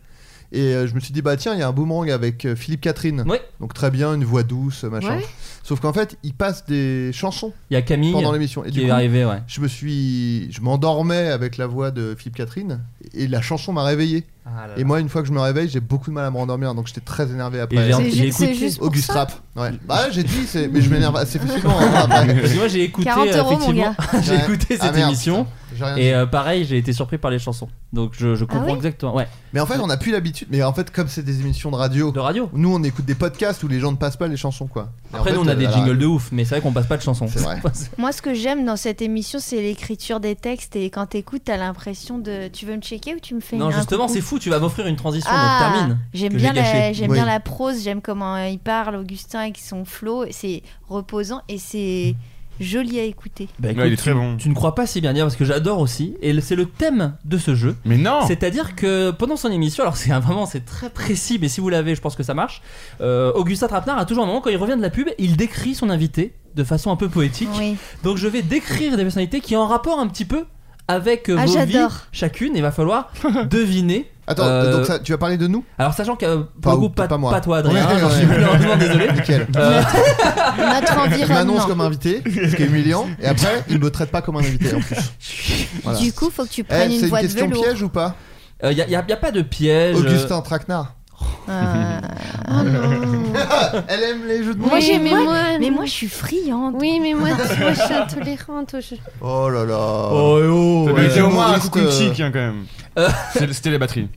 et euh, je me suis dit bah tiens, il y a un boomerang avec euh, Philippe Catherine. Oui. Donc très bien une voix douce machin. Ouais. Sauf qu'en fait, il passe des chansons Il y a Camille pendant l'émission et qui du est coup, arrivée, ouais. je me suis je m'endormais avec la voix de Philippe Catherine et la chanson m'a réveillé. Ah Et moi, une fois que je me réveille, j'ai beaucoup de mal à me rendormir, donc j'étais très énervé Et j'ai- après. C'est j'ai ju- c'est écouté- juste pour Auguste ça Rap. Ouais. Bah, j'ai dit, c'est- mais je m'énerve assez facilement. hein, après. Parce que moi j'ai écouté 40 euros, mon effectivement, gars. j'ai Ouais. écouté Ah, cette merde, émission putain, j'ai rien dit. et euh, pareil j'ai été surpris par les chansons. Donc je, je comprends oui exactement. Ouais. Mais en fait, on n'a plus l'habitude. Mais en fait, comme c'est des émissions de radio, De radio. nous on écoute des podcasts où les gens ne passent pas les chansons, quoi. Et en Après fait, nous on a euh, des la- jingles de ouf, mais c'est vrai qu'on passe pas de chansons. C'est vrai. Moi, ce que j'aime dans cette émission, c'est l'écriture des textes. Et quand t'écoutes, t'as l'impression de. Tu veux me checker ou tu me fais Non un justement coucou c'est fou, tu vas m'offrir une transition Ah, donc termine. J'aime que bien, j'ai la, gâchée. j'aime Oui. bien la prose, j'aime comment euh, il parle, Augustin, avec son flow. C'est reposant et c'est joli à écouter. Bah Ouais, écoute, il est très tu- bon. Tu ne crois pas si bien dire parce que j'adore aussi et le- c'est le thème de ce jeu. Mais non C'est-à-dire que pendant son émission, alors c'est un- vraiment c'est très précis, mais si vous l'avez, je pense que ça marche. euh, Augustin Trapenard a toujours un moment quand il revient de la pub, il décrit son invité de façon un peu poétique. Oui. Donc je vais décrire des personnalités qui ont un rapport un petit peu avec euh, Ah, vos vies j'adore. chacune. et Il va falloir deviner. Ah, Attends, Euh, donc ça, tu vas parler de nous Alors sachant que euh, Pas- pour le coup, pas, pas moi. pas toi Adrien, Ouais, j'en suis ouais. malheureusement désolé. Nickel. Euh, Notre Il environnement. m'annonce comme invité, ce qui est humiliant, et après, il me traite pas comme un invité en plus. Voilà. Du coup, faut que tu Eh, prennes une c'est une voix de question velours. piège ou pas Il n'y a, Euh, y a- y a pas de piège. euh. Augustin Traquenard. Euh, Ah, Elle aime les jeux de mots. Moi, j'ai mes moi- moines. Mais moi, je suis friande. Oui, mais moi, tu vois, je suis intolérante. au jeu. Oh là là. Oh, eh oh, T'as ouais. bien dit au moins un humoriste, coucou de euh, chic, hein, quand même. Euh. C'est- C'était les batteries.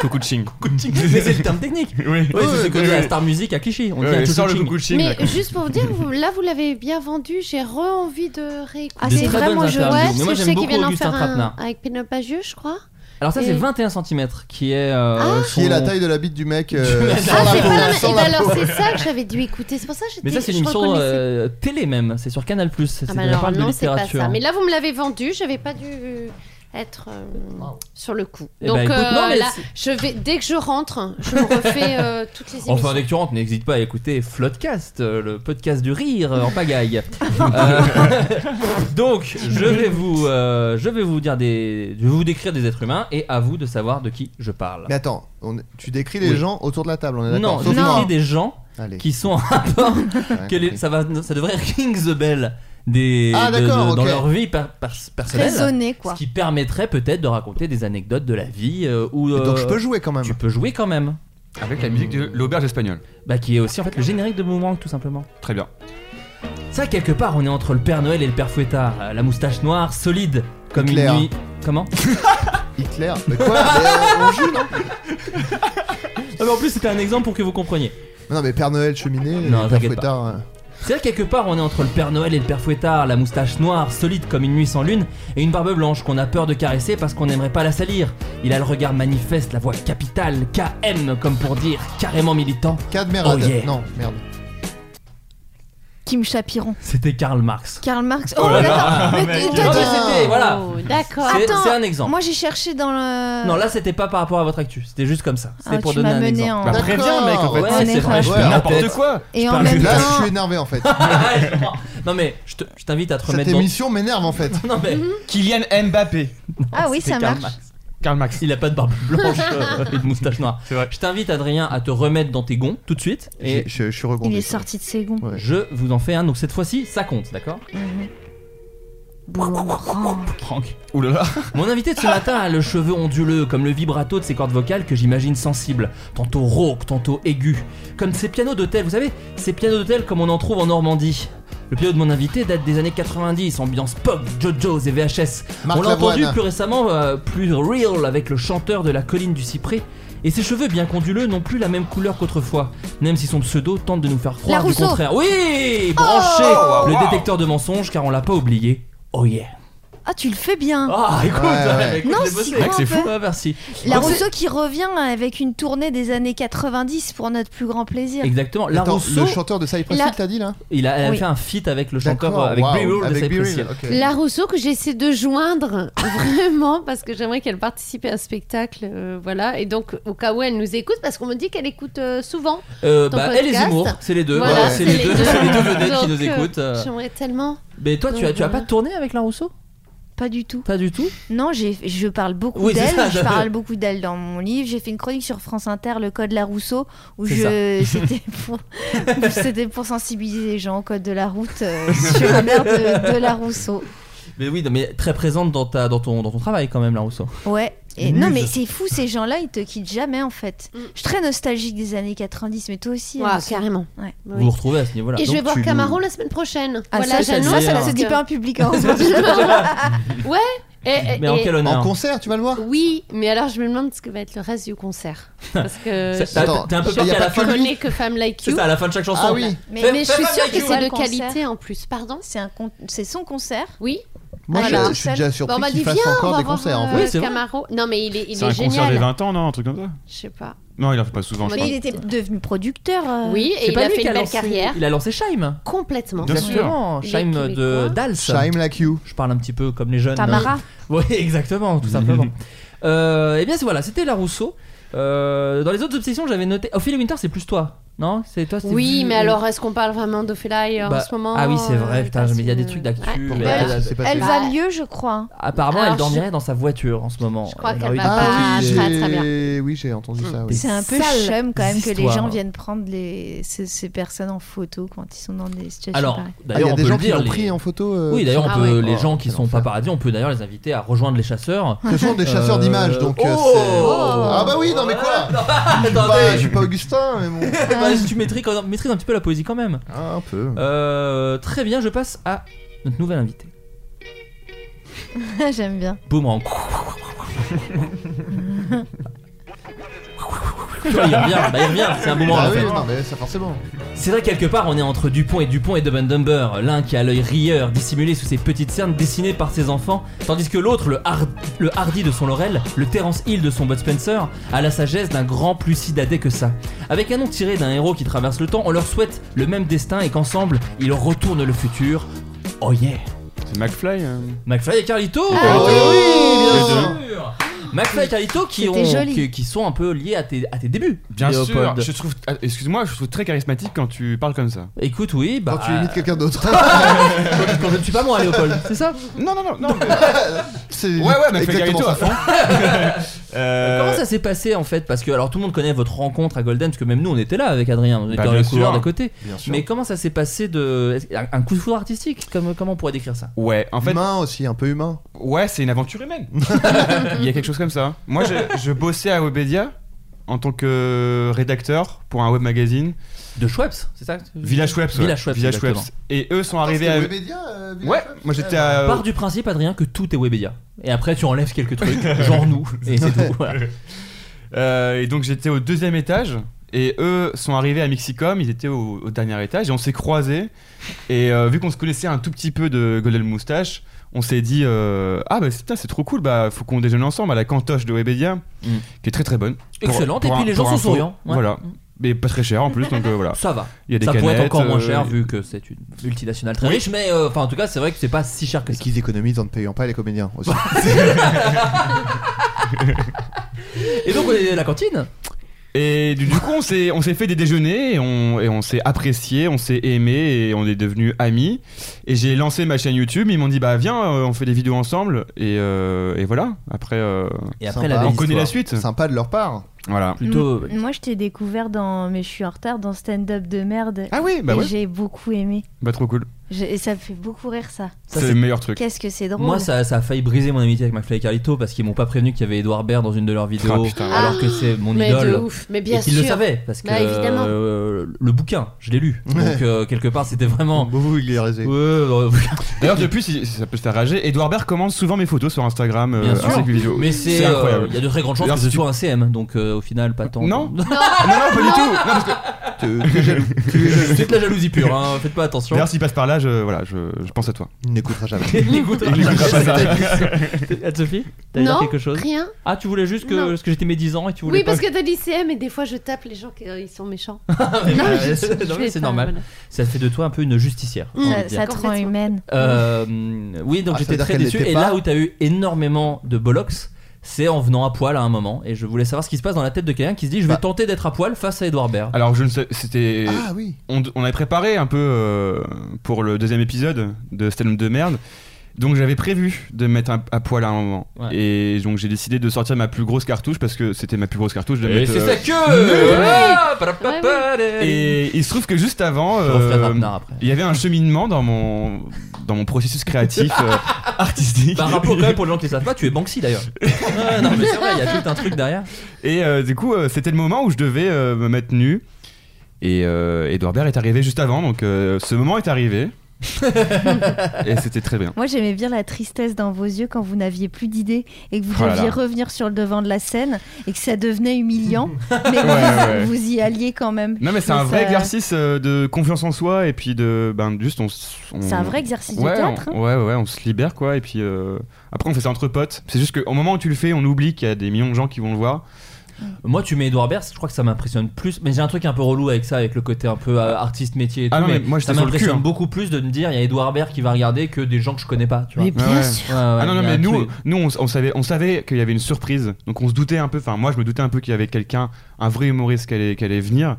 coucou de chic. Coucou de ching. Mais c'est le terme technique. Oui, oui, Oui, c'est ce oui, que dit la oui. Star Music à Clichy. On dit un Ouais, tout Sors le ching. coucou de chic. là, Mais quand même. juste pour vous dire, vous- là, vous l'avez bien vendu. J'ai re-envie de réécouter. Ah, Des c'est très vraiment bonnes joli. interviews. Mais Ouais, parce moi que je sais j'aime qu'ils beaucoup viennent en Augustin faire un Trapenard. avec Pénopagieux, je crois. Ah, Alors ça c'est Et- 21 cm qui est euh, son- Qui est la taille de la bite du mec Du euh, mec. sans Ah, la c'est peau, pas la même. sans Eh la ben alors, peau. c'est ça que j'avais dû écouter. C'est pour ça que j'étais. Mais ça c'est une je émission reconnaissais. euh, télé même, c'est sur Canal+, c'est Ah, c'est bah de la alors, parle de non, c'est pas littérature. hein. ça. Mais là, vous me l'avez vendu. J'avais pas dû être euh, sur le coup. Eh Donc, ben, écoute, euh, non, mais là, c'est- je vais, dès que je rentre, je me refais euh, toutes les émissions. Enfin, dès que tu rentres, n'hésite pas à écouter Floodcast, euh, le podcast du rire euh, en pagaille. Euh, donc, je vais vous, euh, je vais vous dire des, je vais vous décrire des êtres humains et à vous de savoir de qui je parle. Mais attends, on est- tu décris les Oui. gens autour de la table, on est Non, d'accord je Sauf décris moi. des gens Allez. qui sont en rapport. Ouais, que les- compris. ça va, ça devrait ring the bell des Ah, de- de- d'accord, dans ok. leur vie par- par- personnelle. Raisonner, quoi. Ce qui permettrait peut-être de raconter des anecdotes de la vie euh, ou. Et Donc je euh, peux jouer quand même. Tu peux jouer quand même. Avec la musique de l'auberge espagnole. Bah, qui est aussi en fait le générique de Boomerang tout simplement. Très bien. Ça, quelque part, on est entre le Père Noël et le Père Fouettard. Euh, La moustache noire, solide, comme Hitler. une nuit. Comment Hitler Mais quoi Mais, euh, on joue, non Ah, mais En plus, c'était un exemple pour que vous compreniez. Non, mais Père Noël, cheminée, Non, Père t'inquiète pas. Fouettard. euh. C'est vrai, quelque part, on est entre le Père Noël et le Père Fouettard. La moustache noire, solide comme une nuit sans lune, et une barbe blanche qu'on a peur de caresser parce qu'on n'aimerait pas la salir. Il a le regard manifeste, la voix capitale, KM, comme pour dire carrément militant. Cadmerade. Oh, yeah. Non, merde. Kim Chapiron. C'était Karl Marx. Karl Marx. Oh, d'accord. Mais Non, toi, mais tu- c'était, voilà. Oh, D'accord. C'est Attends, c'est un exemple. Moi, j'ai cherché dans le. Non, là, c'était pas par rapport à votre actu. C'était juste comme ça. C'était Ah, pour tu donner m'as un mené exemple. en- Bah, préviens, D'accord. mec, en fait. Ouais, c'est c'est vrai, je vrai. fais Ouais. n'importe N'importe quoi Et parle en du même Là, je temps. suis énervé en fait. quoi. non, mais je te- je t'invite à te Cette remettre dans. émission m'énerve en fait. Non, mais. Kylian Mbappé. Mhm. Ah oui, C'était ça Karl marche. Marx. Karl Max. Il a pas de barbe blanche euh, et de moustache noire. C'est vrai. Je t'invite, Adrien, à te remettre dans tes gonds tout de suite. Et Je, je- je suis Il rebondi. est sorti de ses gonds. Ouais. je vous en fais un. Donc cette fois-ci, ça compte, d'accord Mhm. Boomerang. Franck. Oulala. Mon invité de ce matin a le cheveu onduleux, comme le vibrato de ses cordes vocales que j'imagine sensibles, tantôt rauques, tantôt aigus. Comme ces pianos d'hôtel, vous savez, ces pianos d'hôtel comme on en trouve en Normandie. Le piano de mon invité date des années 90, ambiance pop, JoJo's et VHS. Marc on l'a entendu Lavoine. plus récemment, euh, plus real avec le chanteur de la colline du Cyprès. Et ses cheveux bien conduleux n'ont plus la même couleur qu'autrefois, même si son pseudo tente de nous faire croire La du Rousseau. contraire. Oui, Oh, branchez le détecteur de mensonges car on l'a pas oublié. Oh yeah. Ah, tu le fais bien. Ah, écoute, Ouais, ouais. écoute, Non, j'ai si, bossé. crois C'est un fou. peu. Ah, merci. La Donc, c'est- Rousseau qui revient avec une tournée des années 90 pour notre plus grand plaisir. Exactement. La Attends, Rousseau, le chanteur de Cypress La- Hill, t'as dit là il a, elle a Oui. fait un feat avec le chanteur D'accord, euh, avec waouh, Barry Roll de avec Cypress Beryl, Hill. ok. La Rousseau que j'essaie de joindre vraiment parce que j'aimerais qu'elle participe à un spectacle euh, voilà et donc au cas où elle nous écoute parce qu'on me dit qu'elle écoute euh, souvent Euh, Ton bah, elle et podcast. Zemmour, c'est les deux. Voilà, Ouais, c'est les, deux, c'est les deux vedettes qui Donc, nous euh, écoutent. euh. j'aimerais tellement Mais toi, tu as, tu as Donc, pas voilà. tourné avec la Rousseau Euh, Pas du tout. Pas du tout. Non, j'ai- je parle beaucoup Oui, c'est ça, d'elle. Je j'avais- parle beaucoup d'elle dans mon livre. J'ai fait une chronique sur France Inter, le code la Rousseau, où C'est je c'était pour c'était pour sensibiliser les gens au code de la route euh, sur la mère de, de la Rousseau. Mais oui, non, mais très présente dans, ta, dans, ton, dans ton travail quand même, la Rousseau. Ouais. Et Muse. non mais c'est fou ces gens-là, ils te quittent jamais en Mm. fait. Je suis très nostalgique des années 90, mais toi aussi. Ouah, Alice. carrément Ouais. Oui. Vous vous retrouvez à ce niveau-là. et je Donc, vais voir tu- Camaro la semaine prochaine Ah, voilà ça, ça, j'annonce ça, ça parce hein. se dit que- pas en public. hein. heureusement. Et- et- Mais en et- quel En honneur concert, tu vas le voir oui mais alors je me demande ce que va être le reste du concert parce que C'est- T'as Attends, t'es un peu y a peur pas qu'à la que je fin. lui. connais que femme like C'est you ça, à la fin de chaque chanson. Ah oui. Mais, Fais- mais je fais suis pas sûre like que you. c'est de Concert. qualité hein. en plus pardon C'est un con- c'est son concert. oui Moi, Voilà. je, je suis déjà surpris Bon, on m'a qu'il dit viens, fasse on encore va des voir concerts. en euh, fait. Oui, c'est vrai. Camaro. Non, mais il est, il C'est est un concert génial. des 20 ans, non Un truc comme ça Je sais pas. Non, il en fait pas souvent, je Mais crois. Mais il était devenu producteur. euh, Oui, C'est et il pas a lui fait qui une belle lancé- carrière. Il a lancé Shime. Complètement. Bien sûr. Exactement. Les Shime de Québécois. Dals. Shime like you. Je parle un petit peu comme les jeunes. Tamara. Oui, exactement, tout simplement. eh euh, et bien c'est- voilà, c'était la Rousseau. Euh, dans les autres obsessions, j'avais noté. Ophélie Winter, c'est plus toi. Non C'est toi c'était Oui, plus- mais alors est-ce qu'on parle vraiment d'Ophélie euh, Bah, en ce moment Ah oui, c'est vrai, euh, putain, mais il y a des trucs d'actu. mais- Bah, Elle va mieux, je crois. Apparemment, Alors, elle dormirait je- dans sa voiture en ce moment. Je crois qu'elle va pas très, très bien. Oui, j'ai entendu Mmh. ça. oui. C'est un peu sales chum quand même que les histoires. gens viennent prendre les... ces, ces personnes en photo quand ils sont dans des situations Alors, pareilles. d'ailleurs, Ah, il y a on des peut gens le qui dire, l'ont les- pris en photo, euh, oui, d'ailleurs, on Ah peut ouais. les gens qui sont pas paradis, on peut d'ailleurs les inviter à rejoindre les chasseurs. Ce sont des chasseurs Euh, d'images, donc. euh, oh c'est- ah bah oui, non mais quoi Je suis pas- Je suis pas Augustin, mais bon. Ah, Bah, tu maîtrises, maîtrises un petit peu la poésie quand même. Ah, Euh, un peu. très bien, je passe à notre nouvel invité. J'aime bien. Boomerang. Tu vois, il revient, bah, il revient, c'est un boomerang Bah en oui, fait. non, mais ça forcément. C'est vrai, quelque part, on est entre Dupont et Dupont et Dumb and Dumber. L'un qui a l'œil rieur, dissimulé sous ses petites cernes dessinées par ses enfants, tandis que l'autre, le, Har- le Hardy de son Laurel, le Terence Hill de son Bud Spencer, a la sagesse d'un grand plus sidadé que ça. Avec un nom tiré d'un héros qui traverse le temps, on leur souhaite le même destin et qu'ensemble, ils retournent le futur. Oh yeah! C'est McFly euh. McFly et Carlito Ah oui, oui, les bien sûr McFly et Carlito qui, C'était ont, joli. qui, qui sont un peu liés à tes, à tes débuts. Bien Léopold. sûr, je trouve. ah, Excuse-moi, je trouve très charismatique quand tu parles comme ça. Écoute, oui, bah. Quand tu imites quelqu'un d'autre. quand je ne suis pas moi, Léopold, c'est ça Non, non, non, non. mais- C'est Ouais, ouais, McFly exactement Carlito à ça. fond. Euh, Comment ça s'est passé en fait Parce que alors tout le monde connaît votre rencontre à Golden, parce que même nous on était là avec Adrien, on était Bah, dans bien le couloir sûr. d'à côté. Bien sûr. Mais comment ça s'est passé de est-ce- un un coup de foudre artistique Comme- Comment on pourrait décrire ça Ouais, en fait, Humain aussi, un peu humain. ouais, c'est une aventure humaine. Il y a quelque chose comme ça. Moi, je, je bossais à Webedia en tant que rédacteur pour un web magazine, De Schweppes, c'est ça Village Webs. ouais. Village Schweppes, Village Webs. exactement. Et eux sont arrivés à. euh, Ouais, moi j'étais à. Part du principe, Adrien, que tout est Webedia. Et après tu enlèves quelques trucs, genre nous, et c'est tout. voilà. Euh, et donc j'étais au deuxième étage. Et eux sont arrivés à Mixicom, ils étaient au, au dernier étage et on s'est croisés. Et euh, vu qu'on se connaissait un tout petit peu de Golden Moustache, on s'est dit euh, Ah bah putain, c'est trop cool, bah faut qu'on déjeune ensemble à la cantoche de Webedia, qui est très très bonne. Pour- Excellente, pour et puis un- les gens pour sont un faux, souriants. ouais. Mm. Voilà. Mais pas très cher en plus, donc euh, voilà. Ça va. Il y a des ça pourrait être canettes, encore moins euh, cher vu que c'est une multinationale très Oui. riche, mais euh, enfin en tout cas c'est vrai que c'est pas si cher que Et ça. qu'ils économisent en ne payant pas les comédiens aussi. Et donc on est à la cantine. Et du, du coup, on s'est, on s'est fait des déjeuners et on, et on s'est apprécié, on s'est aimé et on est devenus amis. Et j'ai lancé ma chaîne YouTube. Ils m'ont dit, bah viens, euh, on fait des vidéos ensemble. Et, euh, et voilà. Après, euh, Et Sympa. après la On belle on connaît histoire. la suite. Sympa de leur part. Voilà. Plutôt. euh, M- Moi, je t'ai découvert dans. Mais je suis en retard dans stand-up de merde. Ah oui, bah et ouais. J'ai beaucoup aimé. Bah trop cool. Je- Et ça me fait beaucoup rire, ça. Ça, c'est, c'est- le meilleur truc. Qu'est-ce que c'est drôle. Moi, ça, ça a failli briser mon amitié avec McFly et Carlito parce qu'ils m'ont pas prévenu qu'il y avait Edouard Baird dans une de leurs vidéos, Ah, putain, alors que c'est mon Mais de idole. ouf, mais Et bien qu'ils le sûr. savaient parce que Bah, évidemment. euh, le bouquin, je l'ai lu. Donc euh, quelque part, c'était vraiment. Beaucoup vulgarisé. Ouais, euh, D'ailleurs, depuis, si- si ça peut se faire rager. Edouard Baird commente souvent mes photos sur Instagram euh, bien ainsi sûr. que les vidéos. Mais c'est. euh, incroyable. Il y a de très grandes chances D'ailleurs, que ce si tu- soit un CM, donc euh, au final, pas tant. Non. Ah, non, non, pas du tout. Non, parce que- c'est de la jalousie pure. Hein. Faites pas attention. D'ailleurs, s'il passe par là, je, voilà, je, je pense à toi. Il n'écoutera jamais. Il écoutera. Il écoutera pas ça. Anne-Sophie, t'allais dire Non, quelque chose Rien. Ah, tu voulais juste que, Non. parce que j'étais médisant et tu voulais Oui, pas parce que t'as dit CM et des fois je tape les gens qui euh, ils sont méchants. Ah, mais Non, bah, je- c'est- je non, vais mais c'est pas, normal. voilà. Ça fait de toi un peu une justicière. j'ai envie de Ça, dire. Mm, ça te rend Complètement. humaine. Euh, oui, donc Ah, ça j'étais veut dire très qu'elle déçu. n'était Et pas- là où t'as eu énormément de bollocks, c'est en venant à poil à un moment. Et je voulais savoir ce qui se passe dans la tête de quelqu'un qui se dit je vais Bah. tenter d'être à poil face à Edouard Baird. Alors, je ne sais. C'était. Ah oui. on, on avait préparé un peu euh, pour le deuxième épisode de Stellum de merde. Donc j'avais prévu de me mettre un- à poil à un moment. Ouais. Et donc j'ai décidé de sortir ma plus grosse cartouche parce que c'était ma plus grosse cartouche de Et mettre. c'est euh, sa queue Ah, parapapa, Et et il se trouve que juste avant, Je euh, referai Ragnar après. il y avait un cheminement dans mon dans mon processus créatif euh, artistique. Bah, rappelons quand même pour les gens qui ne savent pas, tu es Banksy d'ailleurs. Ah, non, mais c'est vrai, il y a tout un truc derrière. Et euh, du coup, euh, c'était le moment où je devais euh, me mettre nu. Et euh, Edouard Baird est arrivé juste avant, donc euh, ce moment est arrivé. et c'était très bien. Moi, j'aimais bien la tristesse dans vos yeux quand vous n'aviez plus d'idées et que vous Oh là deviez là. revenir sur le devant de la scène et que ça devenait humiliant. mais Ouais, ouais, ouais. vous y alliez quand même. Non mais c'est Mais un vrai ça- exercice euh, de confiance en soi et puis de ben juste on, s- on- C'est un vrai exercice ouais, de théâtre. hein. on- ouais ouais on se libère quoi et puis euh, après on fait ça entre potes c'est juste qu'au moment où tu le fais on oublie qu'il y a des millions de gens qui vont le voir Moi, tu mets Edouard Baird, je crois que ça m'impressionne plus. Mais j'ai un truc un peu relou avec ça, avec le côté un peu euh, artiste métier et Ah non, tout. mais moi, j'étais ça sur le cul, m'impressionne hein. beaucoup plus de me dire il y a Edouard Baird qui va regarder que des gens que je connais pas. Tu vois. Mais bien Ouais, ouais. Ouais, sûr. ouais, ah non non il y a mais un nous truc- nous on, s- on savait on savait qu'il y avait une surprise donc on se doutait un peu enfin moi je me doutais un peu qu'il y avait quelqu'un un vrai humoriste qui allait, qui allait venir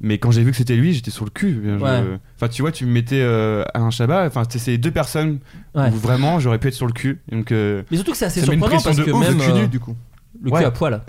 Mais quand j'ai vu que c'était lui, j'étais sur le cul. Je- Ouais. Enfin, tu vois, tu me mettais euh, à un Shabbat. Enfin, c'est ces deux personnes Ouais. où vraiment j'aurais pu être sur le cul. Donc, euh, Mais surtout que c'est assez ça met une surprenant pression parce de que ouf, même le cul euh, nu, du coup. le Ouais. cul à poil.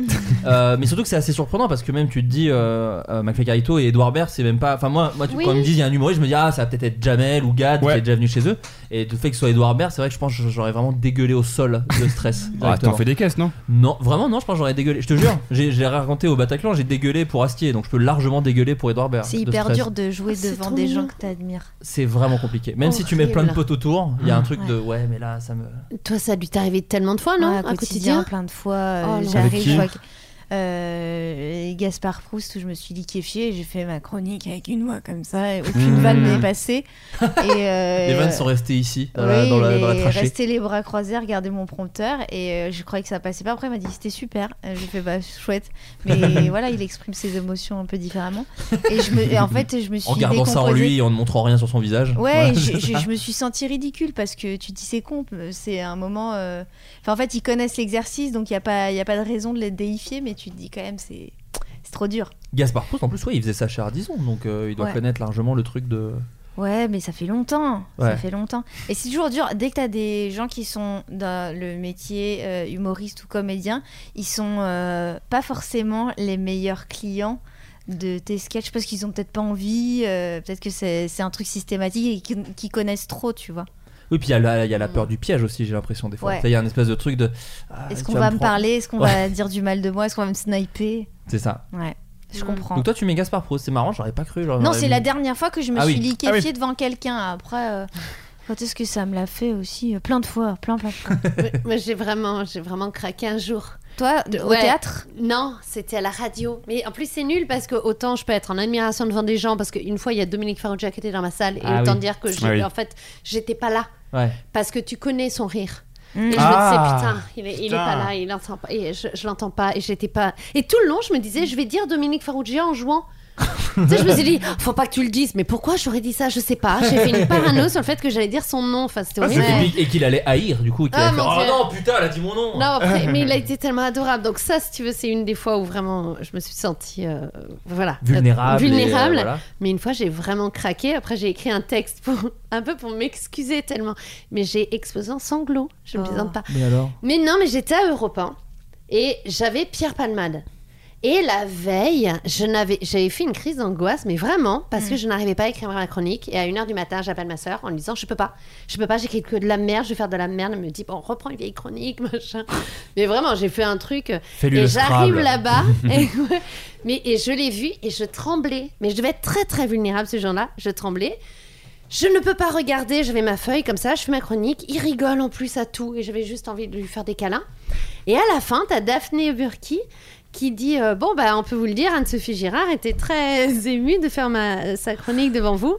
Euh, mais surtout que c'est assez surprenant parce que même tu te dis euh, euh, McFly Carito et Edouard Baird, c'est même pas. Enfin moi, moi tu- Oui. quand ils me disent il y a un humoriste, je me dis ah ça va peut-être être Jamel ou Gad qui est déjà venu chez eux. Et le fait que ce soit Edouard Baird, c'est vrai que je pense que j'aurais vraiment dégueulé au sol de stress. Ah, directement. t'en fais des caisses, non Non, vraiment non, je pense que j'aurais dégueulé. Je te jure, j'ai j'ai raconté au Bataclan, j'ai dégueulé pour Astier, donc je peux largement dégueuler pour Edouard Baird. C'est Ah, de hyper stress. dur de Ah, jouer c'est devant trop des mignon. gens que t'admires. C'est vraiment compliqué. Même si tu mets Horrible. plein de potes autour, il y a un truc Ouais. de ouais, mais là ça me. Toi, ça a dû t'arriver tellement de fois, non Ouais, Un Ah, quotidien, quotidien, plein de fois. euh, Oh là là. Avec J'arrive, qui je vois que. euh, Gaspard Proust où je me suis liquéfiée et j'ai fait ma chronique avec une voix comme ça et aucune Mmh. vanne n'est passée et euh, Les vannes sont restées ici, dans la, dans la- il dans la est trachée. resté les bras croisés, regarder mon prompteur et euh, je croyais que ça passait pas. Après, il m'a dit c'était super. Euh, J'ai fait bah chouette, mais voilà, il exprime ses émotions un peu différemment. Et, je me, et en fait, je me suis En gardant ça en décomposée. lui et en ne montrant rien sur son visage. Ouais, Voilà. je, je- je me suis sentie ridicule parce que tu te dis c'est con, c'est un moment. euh, Enfin, en fait, ils connaissent l'exercice, donc il n'y a, pas- y a pas de raison de les déifier, mais tu te dis quand même c'est c'est trop dur. Gaspard Proust, en plus, ouais, il faisait ça chez Ardisson, donc euh, il doit Ouais. connaître largement le truc de. Ouais, mais ça fait longtemps. Ouais. Ça fait longtemps. Et c'est toujours dur. Dès que t'as des gens qui sont dans le métier euh, humoriste ou comédien, ils sont euh, pas forcément les meilleurs clients de tes sketchs parce qu'ils ont peut-être pas envie. euh, peut-être que c'est c'est un truc systématique et qu'ils qu'ils connaissent trop, tu vois. Oui, puis il y, a la- il y a la peur du piège aussi, j'ai l'impression, des fois. Mm. Ouais. Ça, Il y a un espèce de truc de. ah, Est-ce tu qu'on vas va me prendre- parler Est-ce qu'on Ouais, va dire du mal de moi Est-ce qu'on va me sniper C'est ça. Ouais, je Mm. comprends. Donc toi, tu mets Gaspard Proust, c'est marrant, j'aurais pas cru. j'aurais- non, c'est la dernière fois que je me Ah oui. suis liquéfiée Ah oui. devant quelqu'un. Après, euh, quand est-ce que ça me l'a fait aussi Plein de fois, plein, plein, plein. Moi, j'ai vraiment, j'ai vraiment craqué un jour. Toi, De- au ouais. théâtre Non, c'était à la radio. Mais en plus, c'est nul parce que autant je peux être en admiration devant des gens parce qu'une fois, il y a Dominique Farrugia qui était dans ma salle et Ah autant oui. dire que j'ai- Ah oui. en fait, j'étais pas là Ouais. parce que tu connais son rire. Mm. Et je Ah, me disais, putain, il est, il est putain. pas là, il entend pas, et je, je l'entends pas, et j'étais pas. Et tout le long, je me disais, je vais dire Dominique Farrugia en jouant. tu sais, je me suis dit, faut pas que tu le dises, mais pourquoi j'aurais dit ça, je sais pas. J'ai fait une parano sur le fait que j'allais dire son nom. Enfin, c'était Ah, horrible. c'était big- Et qu'il allait haïr, du coup. et qu'il Ah, allait faire, mon Dieu. oh non, putain, elle a dit mon nom. Non, après, mais il a été tellement adorable. Donc ça, si tu veux, c'est une des fois où vraiment je me suis sentie euh, voilà Vulnérable et, euh, vulnérable. voilà. Mais une fois, j'ai vraiment craqué. Après, j'ai écrit un texte pour un peu pour m'excuser tellement. Mais j'ai explosé en sanglots. Je ne Oh. plaisante pas. Mais alors Mais non, mais j'étais à Europe 1 et j'avais Pierre Palmade. Et la veille, je n'avais- j'avais fait une crise d'angoisse, mais vraiment, parce que je n'arrivais pas à écrire ma chronique. Et à 1h du matin, j'appelle ma sœur en lui disant Je peux pas, je peux pas, j'écris que de la merde, je vais faire de la merde. Elle me dit Bon, reprends une vieille chronique, machin. Mais vraiment, j'ai fait un truc. euh, Fais-lui et le j'arrive Scrabble. là-bas, et, ouais, mais, et je l'ai vu, et je tremblais. Mais je devais être très, très vulnérable, ce jour-là. Je tremblais. Je ne peux pas regarder, j'avais ma feuille comme ça, je fais ma chronique, il rigole en plus à tout et j'avais juste envie de lui faire des câlins. Et à la fin, t'as Daphné Burki qui dit euh, Bon, bah, on peut vous le dire, Anne-Sophie Girard était très émue de faire ma, sa chronique devant vous.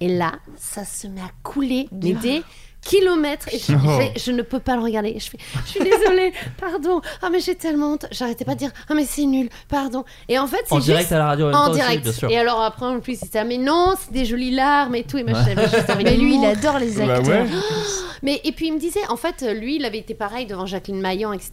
Et là, ça se met à couler mais des kilomètres. Et je, Oh. je- je ne peux pas le regarder. Je, fais, je suis désolée, pardon. Ah, mais j'ai tellement honte. J'arrêtais pas de dire Ah, mais c'est nul, pardon. Et en fait, c'est En juste- direct à la radio en même en temps aussi, direct. bien sûr. Et alors après, en plus, il s'est dit, Ah, mais non, c'est des jolies larmes et tout. Et machin, Ouais. j'avais juste envie de Mais lui, il mourir. adore les Bah acteurs. ouais. Mais et puis il me disait, en fait, lui, il avait été pareil devant Jacqueline Maillan, etc.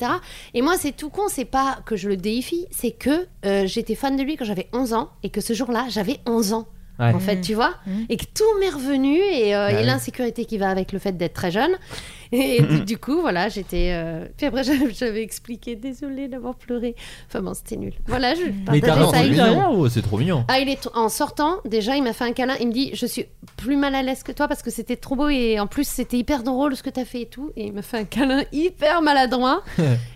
Et moi, c'est tout con, c'est pas que je le déifie, c'est que euh, j'étais fan de lui quand j'avais 11 ans et que ce jour-là, j'avais 11 ans. Ouais. En fait, tu vois, Mmh. et que tout m'est revenu et, Bah euh, et ouais. l'insécurité qui va avec le fait d'être très jeune. Et du, du coup, voilà, j'étais. euh, Puis après, j'avais j'avais expliqué, désolée d'avoir pleuré. Enfin bon, c'était nul. Voilà, je Bah, Mais t'as partageais ça rencontré avec vous. derrière ou c'est trop mignon Ah, il est en sortant, déjà, il m'a fait un câlin. Il me dit Je suis plus mal à l'aise que toi parce que c'était trop beau et en plus, c'était hyper drôle ce que t'as fait et tout. Et il m'a fait un câlin hyper maladroit.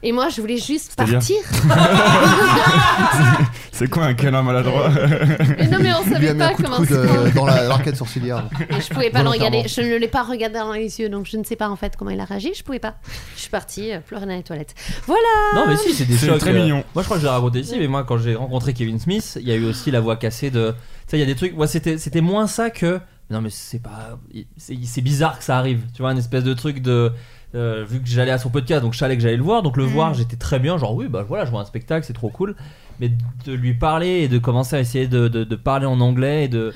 et moi, je voulais juste C'est-à-dire partir. C'est quoi un câlin maladroit mais non, mais on Il lui a savait mis un pas coup de comment coude euh, c'était. dans la- l'arcade sourcilière. Et je pouvais pas le regarder. volontairement. Je ne l'ai pas regardé dans les yeux, donc je ne sais pas en fait comment il a réagi. Je pouvais pas. Je suis partie euh, pleurer dans les toilettes. Voilà Non mais si c'est des C'est chocs. très euh, mignon. Moi je crois que je l'ai raconté ici mais moi quand j'ai rencontré Kevin Smith il y a eu aussi la voix cassée de. Tu sais il y a des trucs. Moi c'était c'était moins ça que. Non mais c'est pas. C'est c'est bizarre que ça arrive. Tu vois un espèce de truc de. euh, vu que j'allais à son podcast donc je savais que j'allais le voir donc le voir j'étais très bien genre oui bah voilà je vois un spectacle c'est trop cool mais de lui parler et de commencer à essayer de, de- de parler en anglais et de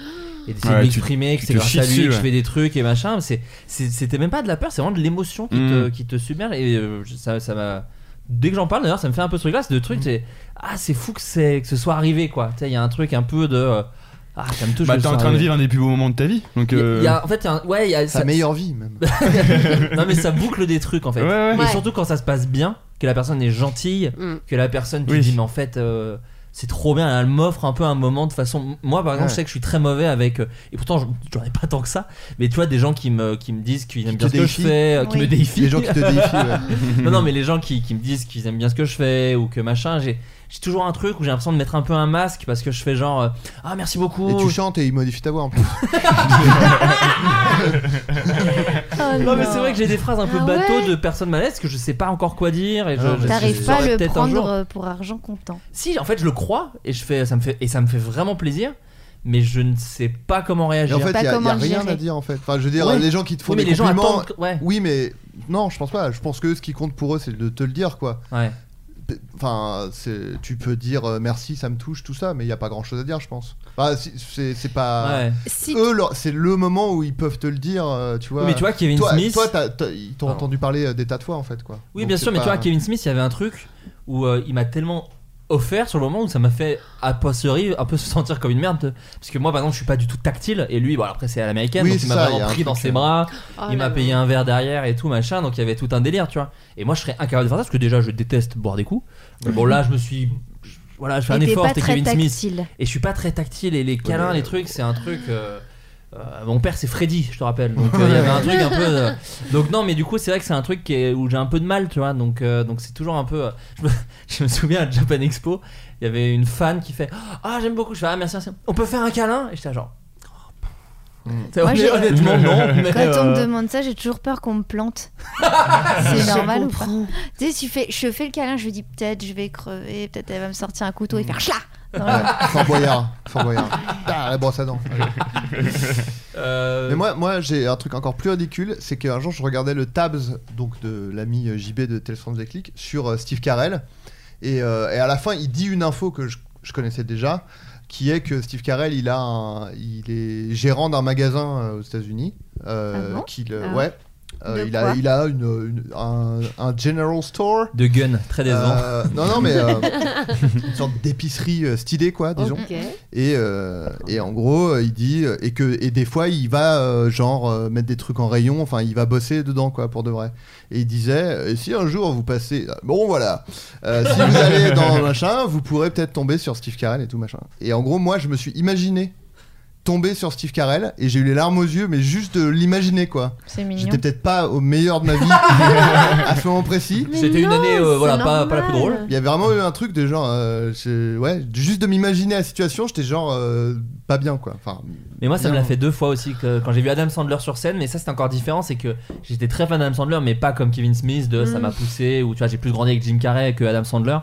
et d'essayer Ouais, de tu- m'exprimer tu que c'est te grâce chies à lui dessus, que je ouais. fais des trucs et machin c'est c'est- c'était même pas de la peur c'est vraiment de l'émotion qui, te, Mm. qui te submerge et euh, je- ça ça m'a dès que j'en parle d'ailleurs ça me fait un peu ce truc là c'est de Mm. truc c'est ah c'est fou que c'est que ce soit arrivé quoi tu sais il y a un truc un peu de euh, ah ça me touche Bah, le t'es en sang train de arrivé. vivre un des plus beaux moments de ta vie. Donc, Il y a- euh, il y a- en fait, il y a un- ouais, il y a Sa ça- meilleure vie, même. non mais ça boucle des trucs en fait. Ouais, ouais. Et Ouais. surtout quand ça se passe bien, que la personne est gentille, Mm. que la personne tu Oui. dis mais en fait euh, c'est trop bien, elle m'offre un peu un moment de façon. Moi par exemple Ouais. je sais que je suis très mauvais avec euh, et pourtant j'en- j'en ai pas tant que ça. Mais tu vois des gens qui me qui me disent qu'ils aiment te bien ce que je déifient. fais, euh, qui Oui. me déifient. Les gens qui te déifient, ouais. non non mais les gens qui, qui me disent qu'ils aiment bien ce que je fais ou que machin j'ai j'ai toujours un truc où j'ai l'impression de mettre un peu un masque parce que je fais genre euh, ah merci beaucoup. Et tu chantes et il modifie ta voix en plus. non, non. mais c'est vrai que j'ai des phrases un peu Ah bateau ouais de personnes mal à l'aise que je sais pas encore quoi dire et je, Ah, mais je- T'arrives je pas à saurais le peut-être un jour. prendre euh, pour argent comptant. Si en fait je le crois et je fais ça me fait et ça me fait vraiment plaisir mais je ne sais pas comment Et réagir. en fait, il y a, y a rien à dire en fait. Enfin, je veux dire, Ouais. les gens qui te font Oui, mais des les gens compliments. attendent que- ouais. Oui, mais non, je pense pas. Je pense que ce qui compte pour eux, c'est de te le dire quoi. Ouais. Enfin, c'est- tu peux dire euh, merci, ça me touche, tout ça, mais il y a pas grand chose à dire, je pense. Enfin, si- c'est c'est pas. Ouais. Eux, leur- c'est le moment où ils peuvent te le dire, euh, tu vois. Oui, mais tu vois, Kevin Toi- Smith- Toi, t'as- t'as- ils t'ont Pardon. entendu parler euh, des tas de fois en fait, quoi. Oui, Donc, bien c'est sûr, mais tu pas- vois, Kevin Smith, il y avait un truc où euh, il m'a tellement offert sur le moment où ça m'a fait a posteriori un peu se sentir comme une merde parce que moi par exemple je suis pas du tout tactile et lui bon alors, après c'est à l'américaine Oui, donc il m'a ça, il y a vraiment un pris dans truc, ses euh. bras Oh il là m'a là. payé un verre derrière et tout machin donc il y avait tout un délire tu vois et moi je serais incapable de faire ça parce que déjà je déteste boire des coups mais bon là je me suis je- voilà Ah, je fais un Et t'es effort pas c'était très Kevin Smith tactile. et je suis pas très tactile et les câlins les trucs c'est un truc euh, euh, mon père c'est Freddy je te rappelle donc euh, il y avait un truc un peu euh, donc non, mais du coup, c'est vrai que c'est un truc qui est- où j'ai un peu de mal, tu vois. Donc, euh, donc c'est toujours un peu. euh, je, me, je me souviens à Japan Expo, il y avait une fan qui fait Ah, j'aime beaucoup. Je fais Ah, merci, merci. On peut faire un câlin Et j'étais genre. Mm. Oh, pff. Moi, j'ai- honnêtement, non. Mais, Quand on me euh, demande ça, j'ai toujours peur qu'on me plante. Je c'est normal ou pas comprends. Tu sais, tu fais, je fais le câlin, je me dis peut-être je vais crever, peut-être elle va me sortir un couteau et Mm. faire chla dans la- Ouais, Fort Boyard, Fort Boyard. Ah, la brosse à dents. Allez. Euh, Mais moi, moi j'ai un truc encore plus ridicule, c'est qu'un jour je regardais le Tabs, donc de l'ami euh, JB de Tales from the Click, sur euh, Steve Carell. Et, euh, et à la fin, il dit une info que je, je connaissais déjà, qui est que Steve Carell, il, a un- il est gérant d'un magasin euh, aux États-Unis. euh, Ah bon qu'il, euh, Ah. Ouais. Euh, De il, quoi a, il a une- une- un, un general store. De gun, très décevant. Euh, non, non, mais euh, une sorte d'épicerie euh, stylée, quoi, disons. Ok. Et, euh, et en gros, euh, il dit euh, et que et des fois il va euh, genre euh, mettre des trucs en rayon, enfin il va bosser dedans quoi pour de vrai. Et il disait euh, et si un jour vous passez bon voilà, euh, si vous allez dans machin, vous pourrez peut-être tomber sur Steve Carell et tout machin. Et en gros, moi je me suis imaginé tomber sur Steve Carell et j'ai eu les larmes aux yeux mais juste de l'imaginer quoi. C'est mignon. J'étais peut-être pas au meilleur de ma vie à ce moment précis. Mais C'était une non, année, euh, c'est voilà, pas- pas la plus normal. drôle. Il y avait vraiment eu un truc de genre euh, c'est- ouais, juste de m'imaginer la situation, j'étais genre euh, pas bien quoi. Enfin Mais moi, ça me bien. l'a fait deux fois aussi que- quand j'ai vu Adam Sandler sur scène. Mais ça, c'est encore différent. C'est que j'étais très fan d'Adam Sandler, mais pas comme Kevin Smith de ça Mm. m'a poussé ou tu vois, j'ai plus grandi avec Jim Carrey que Adam Sandler.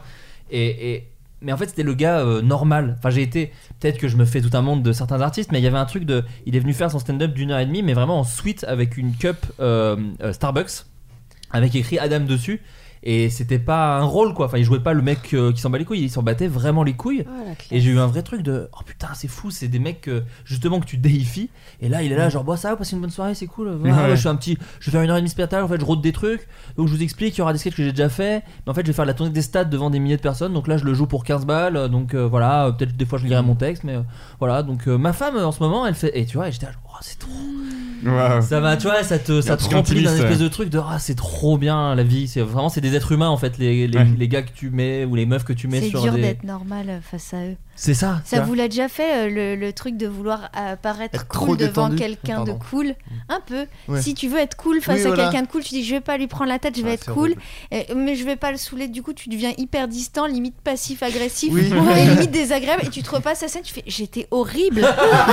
Et, et- mais en fait, c'était le gars euh, normal. Enfin, j'ai été peut-être que je me fais tout un monde de certains artistes, mais il y avait un truc de il est venu faire son stand-up d'une heure et demie, mais vraiment en suite avec une cup euh, euh, Starbucks avec écrit Adam dessus. Et c'était pas un rôle quoi, enfin il jouait pas le mec euh, qui s'en bat les couilles, il s'en battait vraiment les couilles. la et j'ai eu un vrai truc de oh putain, c'est fou, c'est des mecs que, justement que tu déifies. Et là il est là, genre bah ça va, passez une bonne soirée, c'est cool. Voilà, Ouais. moi, je suis un petit, je vais faire une heure et demie de spectacle, en fait je rôde des trucs. Donc je vous explique, il y aura des sketchs que j'ai déjà fait. Mais en fait je vais faire la tournée des stades devant des milliers de personnes. Donc là je le joue pour 15 balles. Donc euh, voilà, euh, peut-être des fois je lirai mon texte, mais euh, voilà. Donc euh, ma femme euh, en ce moment elle fait, et tu vois, et j'étais là, genre, oh c'est trop. Ouais. Ça va, tu vois, ça Il y a te, ça un te truc remplit d'un intimiste, espèce ouais. de truc de ah, c'est trop bien la vie. C'est vraiment c'est des êtres humains en fait les, les, Ouais. les gars que tu mets ou les meufs que tu mets C'est sur dur des. d'être normal euh, face à eux. C'est ça, tu Ça vois. vous l'a déjà fait euh, le, le truc de vouloir apparaître Être trop cool devant détendu. quelqu'un de Pardon. Mm. cool Un peu. Ouais. Si tu veux être cool face Oui, à voilà. quelqu'un de cool, tu dis je vais pas lui prendre la tête, je vais Ah, être c'est cool, horrible. et- mais je vais pas le saouler. Du coup, tu deviens hyper distant, limite passif-agressif, Oui. ouais, limite désagréable, et tu te repasses la scène, tu fais j'étais horrible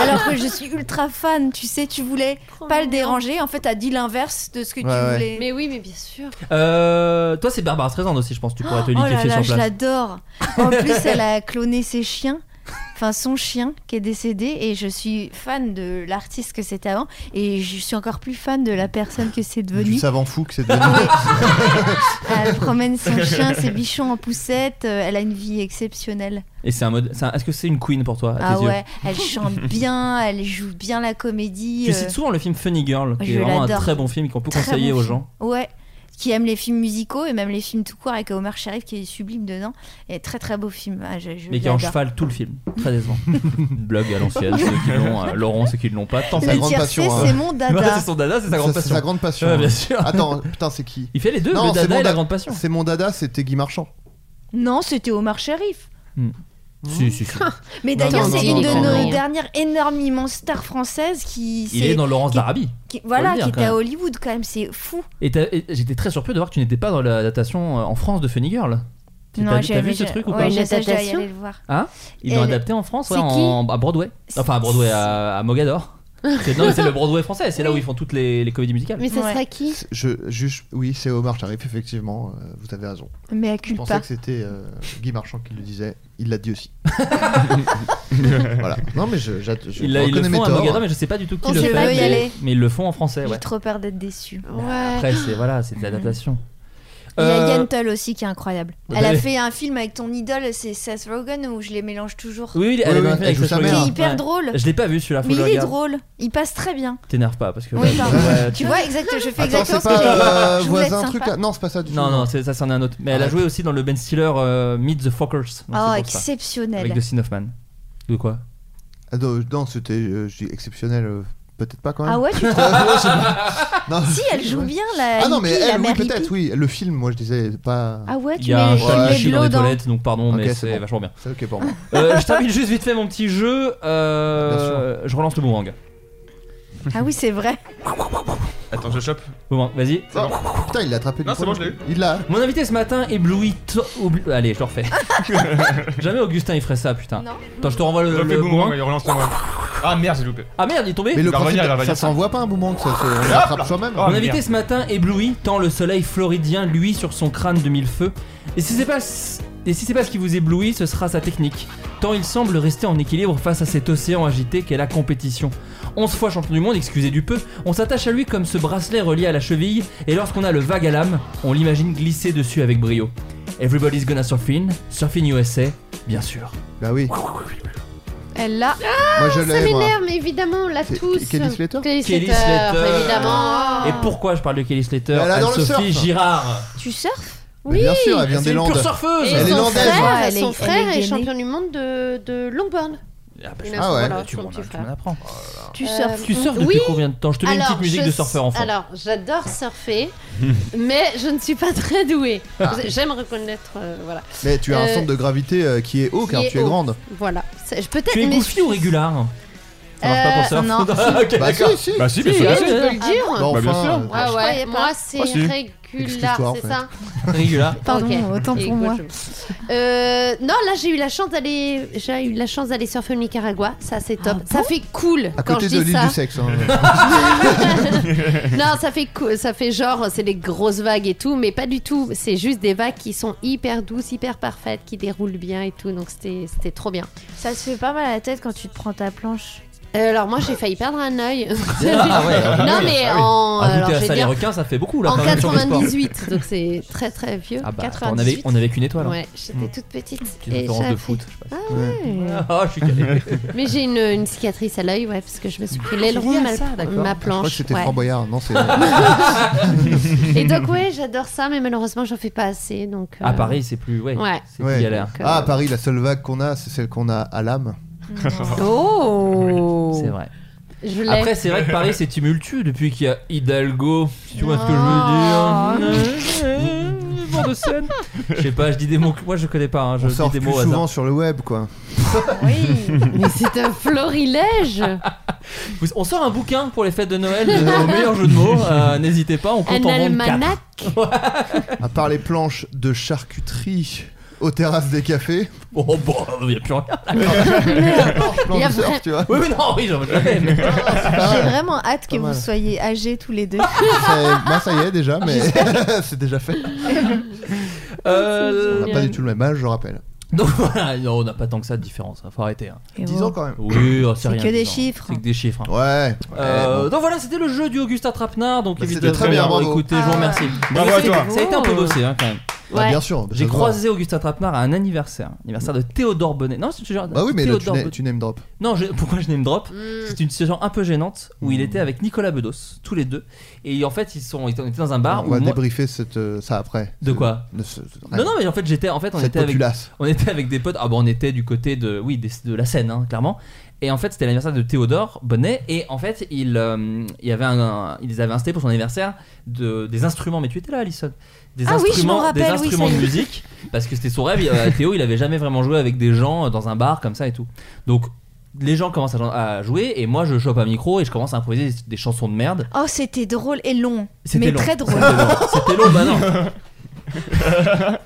alors que je suis ultra fan, tu sais, tu voulais pas le déranger. En fait, t'as dit l'inverse de ce que Ouais, ouais. tu voulais. Mais oui, mais bien sûr. Euh, toi c'est Barbara Streisand aussi, je pense. Tu pourrais te Oh là liquéfier là, sur je place. l'adore. En plus, elle a cloné ses chiens. Enfin, son chien qui est décédé, et je suis fan de l'artiste que c'était avant, et je suis encore plus fan de la personne que c'est du devenu. savant fou que c'est devenu. Elle promène son chien, ses bichons en poussette, euh, elle a une vie exceptionnelle. Et c'est un mode. c'est un- Est-ce que c'est une queen pour toi à Ah tes yeux ouais, elle chante bien, elle joue bien la comédie. Tu euh, cites souvent le film Funny Girl, qui je est vraiment un l'adore. très bon film qu'on peut très conseiller bon aux film. gens. Ouais. qui aime les films musicaux et même les films tout court avec Omar Sharif qui est sublime dedans. Et très très beau film. Ah, je- je Mais qui est en l'adore. cheval tout le film. Très décevant. Blog à l'ancienne, ceux qui l'ont, euh, Laurent, ceux qui ne l'ont pas. Tant Le pis. tiercé, euh, c'est mon dada. Ouais, hein. c'est son dada, c'est sa grande Ça, passion. C'est sa grande passion. Ouais, bien sûr. Attends, putain, c'est qui Il fait les deux, le c'est dada mon et la da- grande passion. C'est mon dada, c'était Guy Marchand. Non, c'était Omar Sharif. Si, si, si. Hein. Mais Non, d'ailleurs, non, c'est non, une non, de non, nos non. dernières énormément stars françaises qui. Il s'est- est dans Laurence qui- d'Arabie. qui- Faut Voilà, le dire, qui quand était à même. Hollywood quand même, c'est fou. Et, t'as- et j'étais très surpris de voir que tu n'étais pas dans l'adaptation euh, en France de Funny Girl. T'as- Non, T'as j'ai- t'as vu j'ai- ce truc ou ouais, pas j'ai- ça, je dois y aller le voir. Hein Ils l'ont Elle- adapté en France ouais, C'est en- à Broadway. Enfin, à Broadway, à, à Mogador. C'est- Non, mais c'est le Broadway français, c'est là où ils font toutes les, les comédies musicales. Mais ça sera qui Je juge, oui, c'est Omar Sharif, effectivement, euh, vous avez raison. Mais à Je culpa. pensais que c'était euh, Guy Marchand qui le disait, il l'a dit aussi. voilà. Non, mais je, j'att- je Ils, la- ils reconnais le mes font à torts. Mogador, mais je sais pas du tout qui On le sait fait. pas où y mais, aller. mais ils le font en français, ouais. J'ai trop peur d'être déçu. Après, c'est voilà, c'est de l'adaptation. Il y a Euh, Yann Tull aussi qui est incroyable. Bah, Elle a oui. fait un film avec ton idole, c'est Seth Rogen, où je les mélange toujours. Oui, oui, elle est oui, bien faite elle joue avec sa Seth mère. Rogen. Qui est hyper Ouais. drôle. Je l'ai pas vu celui-là, faut Mais que je il est regarde. drôle, il passe très bien. T'énerve pas parce que. Oui, pardon. Ouais, Tu vois, exactement, je fais Attends, exactement c'est ce que j'ai pas euh, Je voulais être voisin sympa. truc là Non, c'est pas ça du tout. Non, non, c'est- ça c'en est un autre. Mais elle a Arrête. joué aussi dans le Ben Stiller euh, Meet the Fockers. Donc, Oh, c'est pour ça. Avec exceptionnel. Dustin Hoffman. De quoi Ah, non, non, c'était euh, je dis exceptionnel, euh, peut-être pas quand même. Ah ouais, tu Non. Si, elle joue bien la. Euh, Ah non, mais Hippie, la elle, oui, mère peut-être, hippie. oui. Le film, moi je disais pas. Ah ouais, Il tu y a un mets, tu chat mets qui chie de dans l'eau les dans. toilettes, donc pardon, Ok, mais c'est c'est bon. vachement bien. C'est ok pour moi. Euh, je termine juste vite fait mon petit jeu. euh, je relance le boomerang. Ah oui, c'est vrai. Attends, je chope. Boomerang, vas-y. Ah, Putain, il l'a attrapé. du Non, c'est poing. bon, je l'ai eu. Il l'a. Mon invité ce matin éblouit. to- oubli- euh, Allez, je le refais. Jamais Augustin il ferait ça, putain. Non. Attends, je te renvoie le, Relance le le boomerang, boomerang. il relance le boomerang. Ah merde, j'ai loupé. Ah merde, il est tombé. Ah, Mais le va principe, revenir, il va revenir. ça s'envoie pas un boomerang, ça se- on l'attrape soi-même. Oh, Mon merde. invité ce matin ébloui tant le soleil floridien luit sur son crâne de mille feux. Et si c'est pas et si c'est pas ce qui vous éblouit, ce sera sa technique. Tant il semble rester en équilibre face à cet océan agité qu'est la compétition. 11 fois champion du monde, excusez du peu, on s'attache à lui comme ce bracelet relié à la cheville, et lorsqu'on a le vague à l'âme, on l'imagine glisser dessus avec brio. Everybody's gonna surfing, surfing USA, bien sûr. Bah oui, Elle l'a. Ah, Ah, moi je Ça l'ai. moi. m'énerve, mais évidemment, on l'a C'est tous. Kelly Slater Kelly Kelly Slater, Slater. évidemment. Et pourquoi je parle de Kelly Slater Elle adore le Sophie surf. Girard Tu surfes Mais Bien sûr, elle vient C'est des une pure Landes. surfeuse Et Elle est son landaise. frère, Ouais, elle est- son elle frère est est, gainée. champion du monde de, de longboard. Ah bah, Il je- a Ah son- ouais. voilà, tu son m'en petit tu frère. m'en apprends. Tu Euh, surfes. Tu surfes depuis Oui. combien de temps Je te mets une petite Alors, musique je- de surfeur enfant. Alors, j'adore surfer, mais je ne suis pas très douée. J'aime reconnaître, euh, voilà. Ah. Mais tu as un Euh, centre de gravité euh, qui est haut qui car est tu es haut. grande. Voilà. C'est- je- Peut-être. tu es mais goofy je- ou régulard Ça marche Euh, pas pour surf. non. Ok, Bah si, d'accord. si. Bah si, Si, bien sûr, Ah, bien je sûr. peux le dire. Bon, Bah, bien sûr. enfin, euh, Ah ouais, croyais pas. moi c'est Oh, si. régulier, Excuse-toi, en c'est fait. ça Régulard. Pardon, Ok. autant pour Écoute, moi. je- Euh, non, là j'ai eu la chance d'aller, j'ai eu la chance d'aller surfer au Nicaragua, ça c'est top, Ah ça fait cool à quand côté je de dis l'île ça. du sexe. hein. non, ça fait cou- ça fait genre c'est des grosses vagues et tout, mais pas du tout. C'est juste des vagues qui sont hyper douces, hyper parfaites, qui déroulent bien et tout, donc c'était c'était trop bien. Ça se fait pas mal à la tête quand tu te prends ta planche. Euh, alors moi j'ai failli perdre un œil. Ah ouais, alors, non mais en alors, Rajouter je Ah, à vais ça les dire, requins, ça fait beaucoup là en quand même sur le sport. 98, donc c'est très très vieux. Ah bah, attends, on avait 98. on avait qu'une étoile. hein. Ouais, j'étais Mm. toute petite. Petite et référence de j'avais- foot, je sais pas. Ouais. Ah, je suis calé. Mais j'ai une, une cicatrice à l'œil, ouais, parce que je me suis pris l'aileron c'est de lié à ma, ça, d'accord. ma Je crois que planche. c'était ouais. Fort Boyard. Non, c'est. Et donc, ouais, j'adore ça, mais malheureusement, j'en fais pas assez. Donc, euh, À Paris, c'est plus ouais. Ouais. euh, C'est Ouais. plus galère. Ah, à Paris, la seule vague qu'on a, c'est celle qu'on a à l'âme. Mm. Oh C'est vrai. Je l'ai. Après, c'est vrai que Paris c'est tumultueux depuis qu'il y a Hidalgo. Si tu vois ce que Ah. je veux dire. Bord de Seine. Je sais pas, je dis des mots. que- Moi, je connais pas. hein, Je On sort dis des plus mots au hasard. souvent sur le web, quoi. Mais c'est un florilège Vous- On sort un bouquin pour les fêtes de Noël, de- au meilleur jeu de mots. euh, N'hésitez pas, on compte Un en vendre quatre. almanach À part les planches de charcuterie aux terrasses des cafés. Oh, bon, il n'y a plus rien. planches y a de surf, vrai- tu vois. Ah, Oui, mais non, oui, j'en jamais. mais- J'ai vraiment hâte que Pas mal. vous soyez âgés tous les deux. Ça- bah, ça y est déjà, mais c'est déjà fait. Euh, On n'a pas du tout le même âge, je rappelle. Donc voilà, non, on n'a pas tant que ça de différence. hein, Faut arrêter. hein. 10 ans quand même. Oui, oh, c'est C'est rien. que des dix ans. chiffres. C'est que des chiffres. hein. Ouais. Euh, ouais, donc voilà, c'était le jeu du Augustin Trapnard. Donc Bah, évidemment, c'était très bien, bravo. Ah. écoutez, je vous remercie. Bravo à Ça a été- toi. Ça a été un peu bossé hein, quand même. Bah, bien sûr, bah, J'ai ça se croisé Augustin Trapenard à un anniversaire, anniversaire de Théodore Bonnet. Non, c'est toujours. Bah oui, mais là, tu Théodore n'es- Bonnet. tu name drop. Non, je- pourquoi je name Mm. drop C'est une situation un peu gênante où Mm. il était avec Nicolas Bedos, tous les deux. Et en fait, ils sont, ils étaient dans un bar on où va moi- débriefer cette, euh, ça après. De quoi De ce- Non, non, mais en fait, j'étais, en fait, on Cette était avec, populace. on était avec des potes. Ah bon, on était du côté de, oui, des- de la Seine, hein, clairement. Et en fait, c'était l'anniversaire de Théodore Bonnet, et en fait, il, euh, il y avait un, un- ils avaient installé pour son anniversaire de, des instruments. Mais tu étais là, Alison. Des Ah oui, je instruments, m'en rappelle, des oui, ça instruments y de est. musique, parce que c'était son rêve. il- euh, Théo, il avait jamais vraiment joué avec des gens euh, dans un bar comme ça et tout. Donc, les gens commencent à, à jouer, et moi, je chope un micro et je commence à improviser des- des chansons de merde. Oh, c'était drôle et long. C'était Mais long. très drôle. C'était long. C'était long, bah non. Le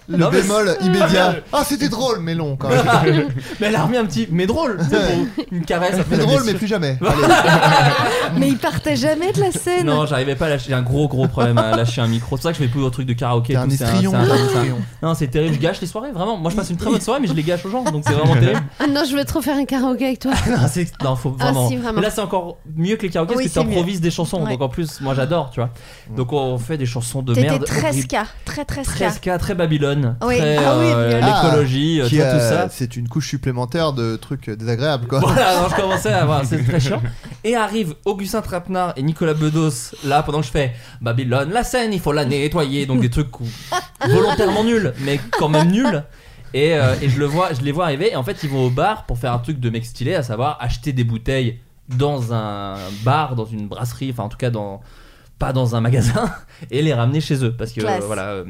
Non, mais bémol c'est- immédiat. Ah, c'était drôle, mais long quand même. mais elle a remis un petit. Mais drôle tu sais, pour Une caresse. après Mais la drôle, mais blessure. Ah plus jamais. Mais il partait jamais de la scène. Non, j'arrivais pas à lâcher. J'ai un gros gros problème à lâcher un micro. C'est pour ça que je fais plus de trucs de karaoké. et T'es un tout, c'est histrion, c'est un- t'es un c'est un- histrion. Non, c'est terrible. Je gâche les soirées, vraiment. Moi, je passe une très bonne soirée, mais je les gâche aux gens. Donc, c'est vraiment terrible. Ah non, je veux trop faire un karaoké avec toi. Non, c'est- non, faut Ah, vraiment. si, vraiment. Mais là, c'est encore mieux que les karaokés Oui, parce que c'est t'improvises mieux. des chansons. Ouais. Donc, en plus, moi, j'adore, tu vois. Donc, on fait des chansons de T'étais merde. très horribles. ska, très très ska. Très ska, très Babylone. Oui. Très Ah oui, euh, violent. l'écologie, Ah, euh, qui, tu vois, tout euh, ça. C'est une couche supplémentaire de trucs euh, désagréables, quoi. Ah, Voilà, alors je commençais à avoir, c'est très chiant. Et arrivent Augustin Trapenard et Nicolas Bedos, là, pendant que je fais Babylone, la scène, il faut la nettoyer, donc des trucs où- volontairement nuls, mais quand même nuls. Et, euh, et je, le vois, je les vois arriver, et en fait, ils vont au bar pour faire un truc de mec stylé, à savoir acheter des bouteilles dans un bar, dans une brasserie, enfin, en tout cas, dans pas dans un magasin et les ramener chez eux parce que euh, Classe. voilà euh,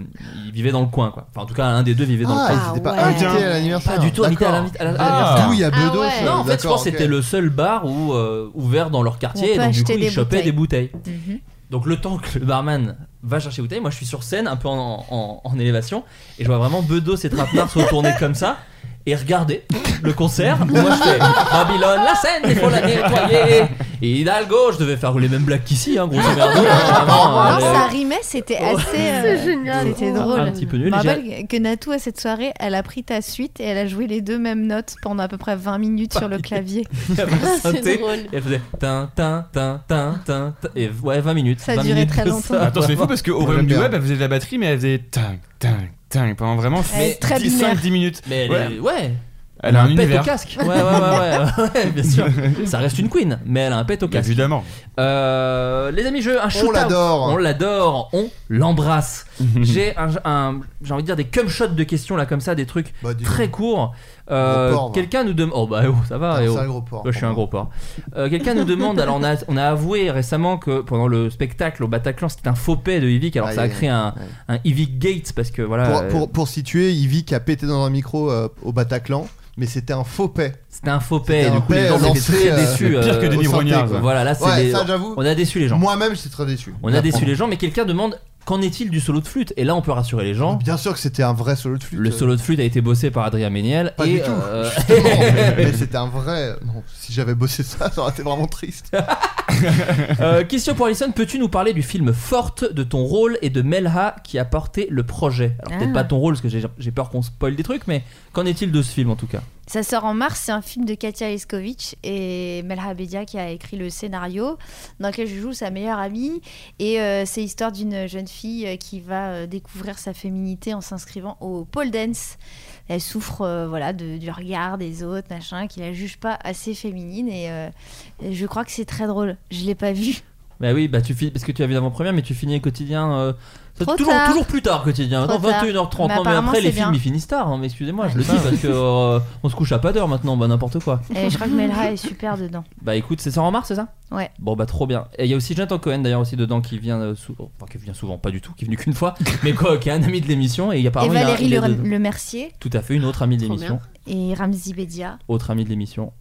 ils vivaient dans le coin quoi enfin en tout cas un des deux vivait dans Ah, le ils coin étaient pas Ah ouais. invités à l'anniversaire. pas du tout invités à D'accord. l'invi- à la- à Ah. l'anniversaire D'où il y a Ah Bedos, ouais. euh, non en fait je d'accord, pense que c'était ok. le seul bar où, euh, ouvert dans leur On quartier et peut donc du coup acheter ils des chopaient des bouteilles Mhm. donc le temps que le barman va chercher bouteille, moi je suis sur scène, un peu en, en- en élévation, et je vois vraiment Bedos et Trapenard se retourner comme ça. Et regarder le concert, où moi je fais Babylone, la scène, il faut la nettoyer. Et Hidalgo, je devais faire les mêmes blagues qu'ici, hein, grosso merdo. Vraiment, Non, euh, Ah, ça rimait, c'était assez. euh, C'est génial. C'était Un drôle. petit peu nul, Je me j'ai- rappelle que Natou, à cette soirée, elle a pris ta suite et elle a joué les deux mêmes notes pendant à peu près 20 minutes sur le clavier. Il y avait un synthé, Ah, drôle. et elle faisait tin, tin, tin, tin, tin, tin, et ouais, 20 minutes. Ça 20 durait minutes très de longtemps. ça, Attends, c'est fou vraiment. parce qu'au royaume du web, elle faisait de la batterie, mais elle faisait ting, ting, ting pendant vraiment Elle est très 5-10 binaire. minutes. Mais elle est- ouais. Elle a un pet univers. au casque. Ouais, ouais, ouais, ouais, ouais, bien sûr. Ça reste une queen, mais elle a un pet au casque. Euh, Évidemment. les amis, jeu, un shootout. l'adore. On l'adore. On l'embrasse. j'ai un, un- j'ai envie de dire des cum shots de questions là comme ça, des trucs très courts. Euh, Bah, Gros porc, moi. Quelqu'un nous demande. Oh bah oh, ça va. Ah, eh, c'est oh. un gros porc, Ouais, je suis pour un moi. gros porc. Euh, Quelqu'un nous demande. Alors on a, on a avoué récemment que pendant le spectacle au Bataclan, c'était un faux pet de Yvick. Alors Aïe, ça a aïe, créé un, un Yvick Gate parce que voilà. Pour, euh, pour, pour situer, Ivy qui a pété dans un micro euh, au Bataclan, mais c'était un faux paix. C'était un faux paix, et du coup les gens étaient lancé, très euh, déçus. euh, au synthé, quoi. Voilà, là c'est Ouais, les- ça, j'avoue. on a déçu les gens. Moi-même, j'étais très déçu. On a déçu les gens, mais quelqu'un demande qu'en est-il du solo de flûte Et là, on peut rassurer les gens. Bien sûr que c'était un vrai solo de flûte. Le solo de flûte a été bossé par Adrien Méniel. Pas et du tout. euh, Justement, mais mais c'était un vrai. Non, si j'avais bossé ça, ça aurait été vraiment triste. euh, question pour Alison peux-tu nous parler du film Forte, de ton rôle et de Melha qui a porté le projet Alors, peut-être Ah. pas ton rôle, parce que j'ai- j'ai peur qu'on spoil des trucs, mais qu'en est-il de ce film en tout cas Ça sort en mars, c'est un film de Katia Leskovic et Melha Bedia qui a écrit le scénario, dans lequel je joue sa meilleure amie. Et euh, c'est l'histoire d'une jeune fille euh, qui va euh, découvrir sa féminité en s'inscrivant au pole dance. Elle souffre euh, voilà, de- du regard des autres, machin, qui la juge pas assez féminine. Et euh, et je crois que c'est très drôle. Je l'ai pas vu. Bah oui, bah tu finis, parce que tu as vu l'avant-première, mais tu finis quotidien. euh, Trop toujours, tard. toujours plus tard quotidien, Trop non, 21h30. tard. Mais non, mais apparemment, après les c'est bien. films ils finissent tard, hein, mais excusez-moi, je le dis parce que euh, on se couche à pas d'heure maintenant, bah n'importe quoi. Et je crois que Melha est super dedans. Bah écoute, c'est ça en mars, c'est ça Ouais. Bon bah trop bien. Et il y a aussi Jonathan Cohen d'ailleurs aussi dedans qui vient euh, sou- enfin qui vient souvent, pas du tout, qui est venu qu'une fois, mais quoi, qui est un ami de l'émission et il y a Et apparemment il y a- Valérie il y Le, a deux- Le Mercier Tout à fait, une autre amie de l'émission, et Ramzi Bedia. autre amie de l'émission.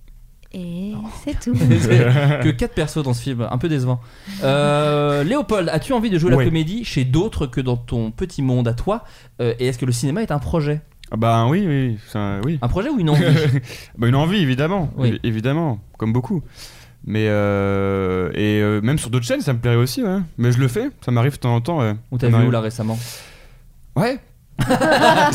Et Oh. c'est tout. C'est que quatre persos dans ce film, un peu décevant. Euh, Léopold, as-tu envie de jouer Oui. la comédie chez d'autres que dans ton petit monde à toi Euh, Et est-ce que le cinéma est un projet Ah bah oui, oui, ça- oui. Un projet ou une envie bah Une envie, évidemment. Oui. évi- Évidemment, comme beaucoup. Mais euh, et euh, même sur d'autres chaînes, ça me plairait aussi, ouais. Mais je le fais, ça m'arrive de temps en temps. Ouais. Ou t'as Ça vu où m'arrive. là récemment Ouais.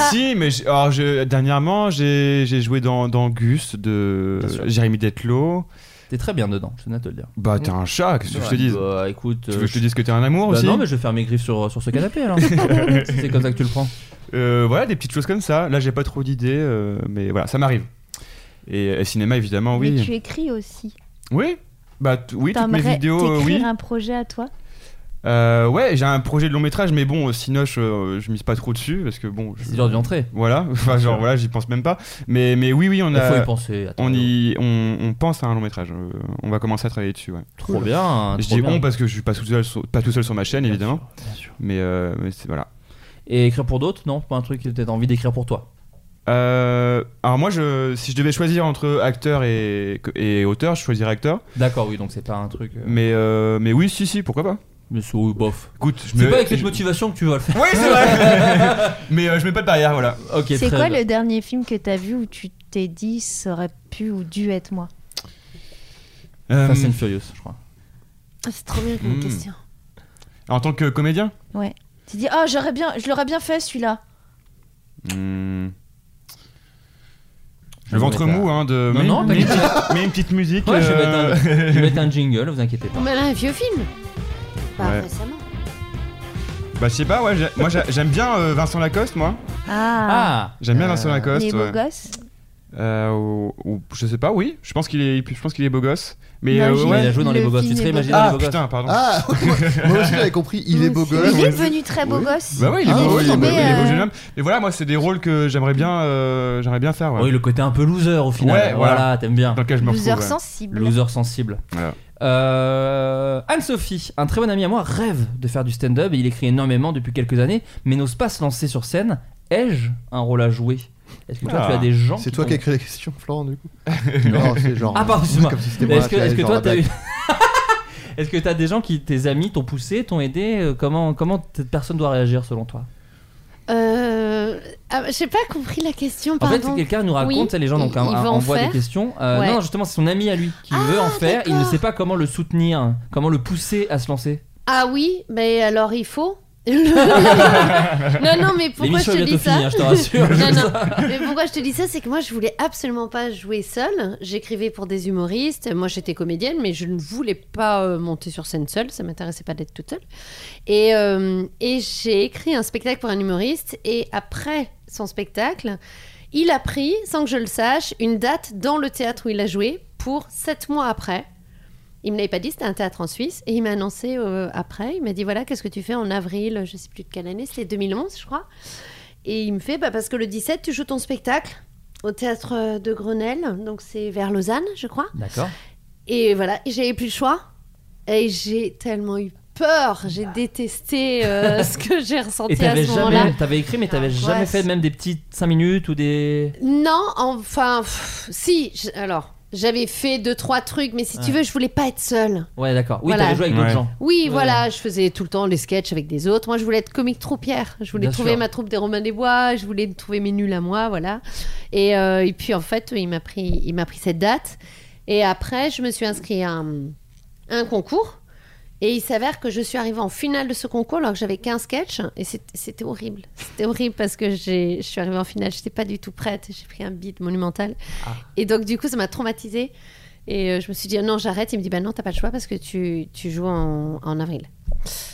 si, mais j'ai- alors Euh, je- dernièrement, j'ai j'ai joué dans, dans Gus de Jérémy Detlo. T'es très bien dedans, je tenais à te le dire. Bah, t'es un chat, qu'est-ce que je te dis Bah, écoute. Tu veux que je te dise que t'es un amour Bah aussi non, mais je vais faire mes griffes sur, sur ce canapé alors. C'est comme ça que tu le prends. Euh, voilà, des petites choses comme ça. Là, j'ai pas trop d'idées, euh, mais voilà, ça m'arrive. Et, euh, cinéma, évidemment, oui. Mais tu écris aussi. Oui, bah t- oui, toutes mes T'aimerais vidéos, euh, t'écrire oui. un projet à toi Euh, ouais, j'ai un projet de long métrage, mais bon, euh, Sinoche, euh, je mise pas trop dessus parce que bon. je- C'est dur d'y entrer. Voilà, enfin, genre voilà, j'y pense même pas. Mais mais oui, oui, on Il a. faut y penser, attends. on y, on, on pense à un long métrage. euh, on va commencer à travailler dessus. Ouais. Trop Cool. bien, Je trop dis bien. on parce que je suis pas tout seul, sur, pas tout seul sur ma chaîne, évidemment. Mais, euh, mais c'est voilà. Et écrire pour d'autres, non Pas un truc que t'as envie d'écrire pour toi. Euh, alors moi, je, si je devais choisir entre acteur et, et auteur, je choisirais acteur. D'accord, oui, donc c'est pas un truc. euh, Mais, euh, mais oui, si, si, pourquoi pas. Mais c'est bof. Écoute, je C'est me- pas avec cette je- motivation que tu vas le faire. Oui, c'est vrai. mais euh, je mets pas de barrière, voilà. Ok, C'est très quoi bien. le dernier film que t'as vu où tu t'es dit ça aurait pu ou dû être moi Fast and Furious, je crois. Ah, C'est trop bien comme Hmm. question. En tant que comédien Ouais. Tu dis ah j'aurais bien, je l'aurais bien fait celui-là. Hmm. Je Le vais ventre mettre mou, un- hein, de. Non, mais, non, pas mais- du tout. mais une petite musique. Ouais, je, vais euh, mettre un, je vais mettre un jingle, vous inquiétez pas. Mais là, un vieux film Pas Ouais. récemment. Bah, je sais pas, ouais, j'ai- moi j'a- j'aime bien euh, Vincent Lacoste, moi. Ah. J'aime bien Vincent Lacoste. Les ouais. beaux gosses. Euh, ou- ou- je sais pas, oui. Je pense qu'il est, je pense qu'il est beau gosse. Mais Non, euh, j'ai- ouais. Il a joué dans Le les beaux gosses, film tu serais est beau imaginé Ah dans les beaux gosses. putain, pardon. Ah, moi aussi j'avais compris, il est beau Mais gosse. il est devenu très beau Oui. gosse. Bah oui, il est Ah, beau, oui, il est beau, mais, il est beau euh, jeune homme. Mais voilà, moi, c'est des rôles que j'aimerais bien, euh, j'aimerais bien faire. ouais. Oui, le côté un peu loser au final. Ouais, voilà, voilà. t'aimes bien. Dans lequel je me retrouve. Loser ouais. sensible. Loser sensible. Voilà. Euh, Anne-Sophie, un très bon ami à moi, rêve de faire du stand-up et il écrit énormément depuis quelques années, mais n'ose pas se lancer sur scène. Ai-je un rôle à jouer Est-ce que toi Ah, tu as des gens C'est toi t'ont- qui as écrit les questions, Florent, du coup Non, c'est genre. Ah, pardon, excuse-moi. Comme si c'était Mais moi, Est-ce que, tu vois, est-ce que genre toi la t'as eu. blague. Est-ce que t'as des gens qui, tes amis, t'ont poussé, t'ont aidé euh, Comment, comment cette personne doit réagir selon toi Euh... ah, J'ai pas compris la question, En pardon. fait, quelqu'un nous raconte, Oui, tu sais, les gens donc, ils- ils vont en envoient des faire. questions. Euh, Ouais. Ah, Non, justement, c'est son ami à lui qui veut en faire. Il ne d'accord. sait pas comment le soutenir, comment le pousser à se lancer. Ah oui, mais alors il faut. non, non, mais pourquoi je L'émission te est dis bientôt ça finie, hein, je te rassure. Non, non. Mais pourquoi je te dis ça C'est que moi, je voulais absolument pas jouer seule. J'écrivais pour des humoristes. Moi, j'étais comédienne, mais je ne voulais pas euh, monter sur scène seule. Ça m'intéressait pas d'être toute seule. Et, euh, et j'ai écrit un spectacle pour un humoriste. Et après son spectacle, il a pris, sans que je le sache, une date dans le théâtre où il a joué pour sept mois après. Il me l'avait pas dit, c'était un théâtre en Suisse. Et il m'a annoncé euh, après, il m'a dit voilà, qu'est-ce que tu fais en avril, je sais plus de quelle année, c'était 2011, je crois. Et il me fait bah, parce que le 17, tu joues ton spectacle au théâtre euh, de Grenelle, donc c'est vers Lausanne, je crois. D'accord. Et voilà, et j'avais plus le choix. Et j'ai tellement eu peur, j'ai détesté euh, ce que j'ai Et ressenti à t'avais ce moment-là. Ah, jamais, t'avais écrit, mais t'avais jamais L'angoisse. fait même des petites 5 minutes ou des. Non, enfin, pff, si, j- alors, j'avais fait deux, trois trucs, mais si tu veux, je voulais pas être seule. Ouais, d'accord. Oui, Voilà. t'avais joué avec d'autres Ouais. gens. Oui, Ouais. voilà, je faisais tout le temps les sketchs avec des autres. Moi, je voulais être comique troupière. Je voulais Bien trouver sûr. ma troupe des Romains des Bois, je voulais trouver mes nuls à moi, voilà. Et, euh, et puis, en fait, il m'a pris, il m'a pris cette date. Et après, je me suis inscrite à un, un concours. Et il s'avère que je suis arrivée en finale de ce concours alors que j'avais qu'un sketch. Et c'est- c'était horrible. C'était horrible parce que j'ai- je suis arrivée en finale, je n'étais pas du tout prête. J'ai pris un beat monumental. Et donc, du coup, ça m'a traumatisée. Et euh, je me suis dit, ah non, j'arrête. Il me dit, bah non, t'as pas le choix parce que tu, tu joues en, en avril.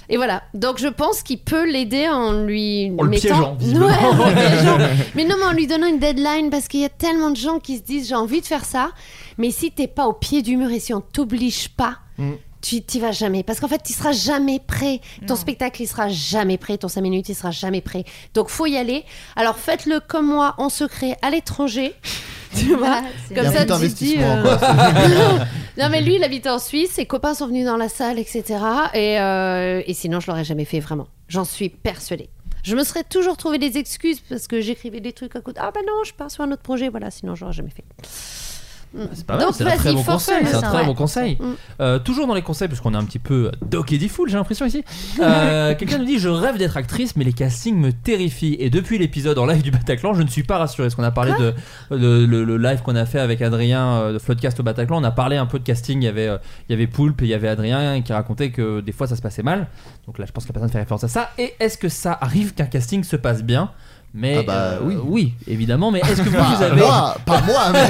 Et voilà. Donc, je pense qu'il peut l'aider en lui. En le piégeant, visiblement. Ouais, en le Euh, piégeant. Mais non, mais en lui donnant une deadline parce qu'il y a tellement de gens qui se disent, j'ai envie de faire ça. Mais si t'es pas au pied du mur et si on t'oblige pas. euh, Mm. Hmm. Tu t'y vas jamais parce qu'en fait tu seras jamais prêt. Ton spectacle il sera jamais prêt, ton 5 minutes il sera jamais prêt. Donc faut y aller. Alors faites-le comme moi en secret à l'étranger. Tu vois, c'est- Il y a comme un petit ça tu te dis, investissement, euh, quoi. non mais lui, il habitait en Suisse, ses copains sont venus dans la salle, etc. Et, euh, et sinon, je l'aurais jamais fait vraiment. J'en suis persuadée. Je me serais toujours trouvé des excuses parce que j'écrivais des trucs à côté. Ah ben non, je pars sur un autre projet, voilà. Sinon, j'aurais jamais fait. Ah, C'est pas mal, Donc, c'est un très vas-y, bon force-le, conseil. C'est un ça, très ouais. Mm. bon conseil. Euh, toujours dans les conseils, parce qu'on est un petit peu doc et fool, j'ai l'impression ici. Euh, Quelqu'un nous dit Je rêve d'être actrice, mais les castings me terrifient. Et depuis l'épisode en live du Bataclan, je ne suis pas rassuré. Parce qu'on a parlé de, de- le, le live qu'on a fait avec Adrien euh, de Floodcast au Bataclan. On a parlé un peu de casting. Il y avait, euh, il y avait Poulpe et il y avait Adrien qui racontait que des fois ça se passait mal. Donc là, je pense que la personne fait référence à ça. Et est-ce que ça arrive qu'un casting se passe bien Mais Ah bah, euh, oui. évidemment. Mais est-ce que vous, Pas vous avez moi, pas moi, mais-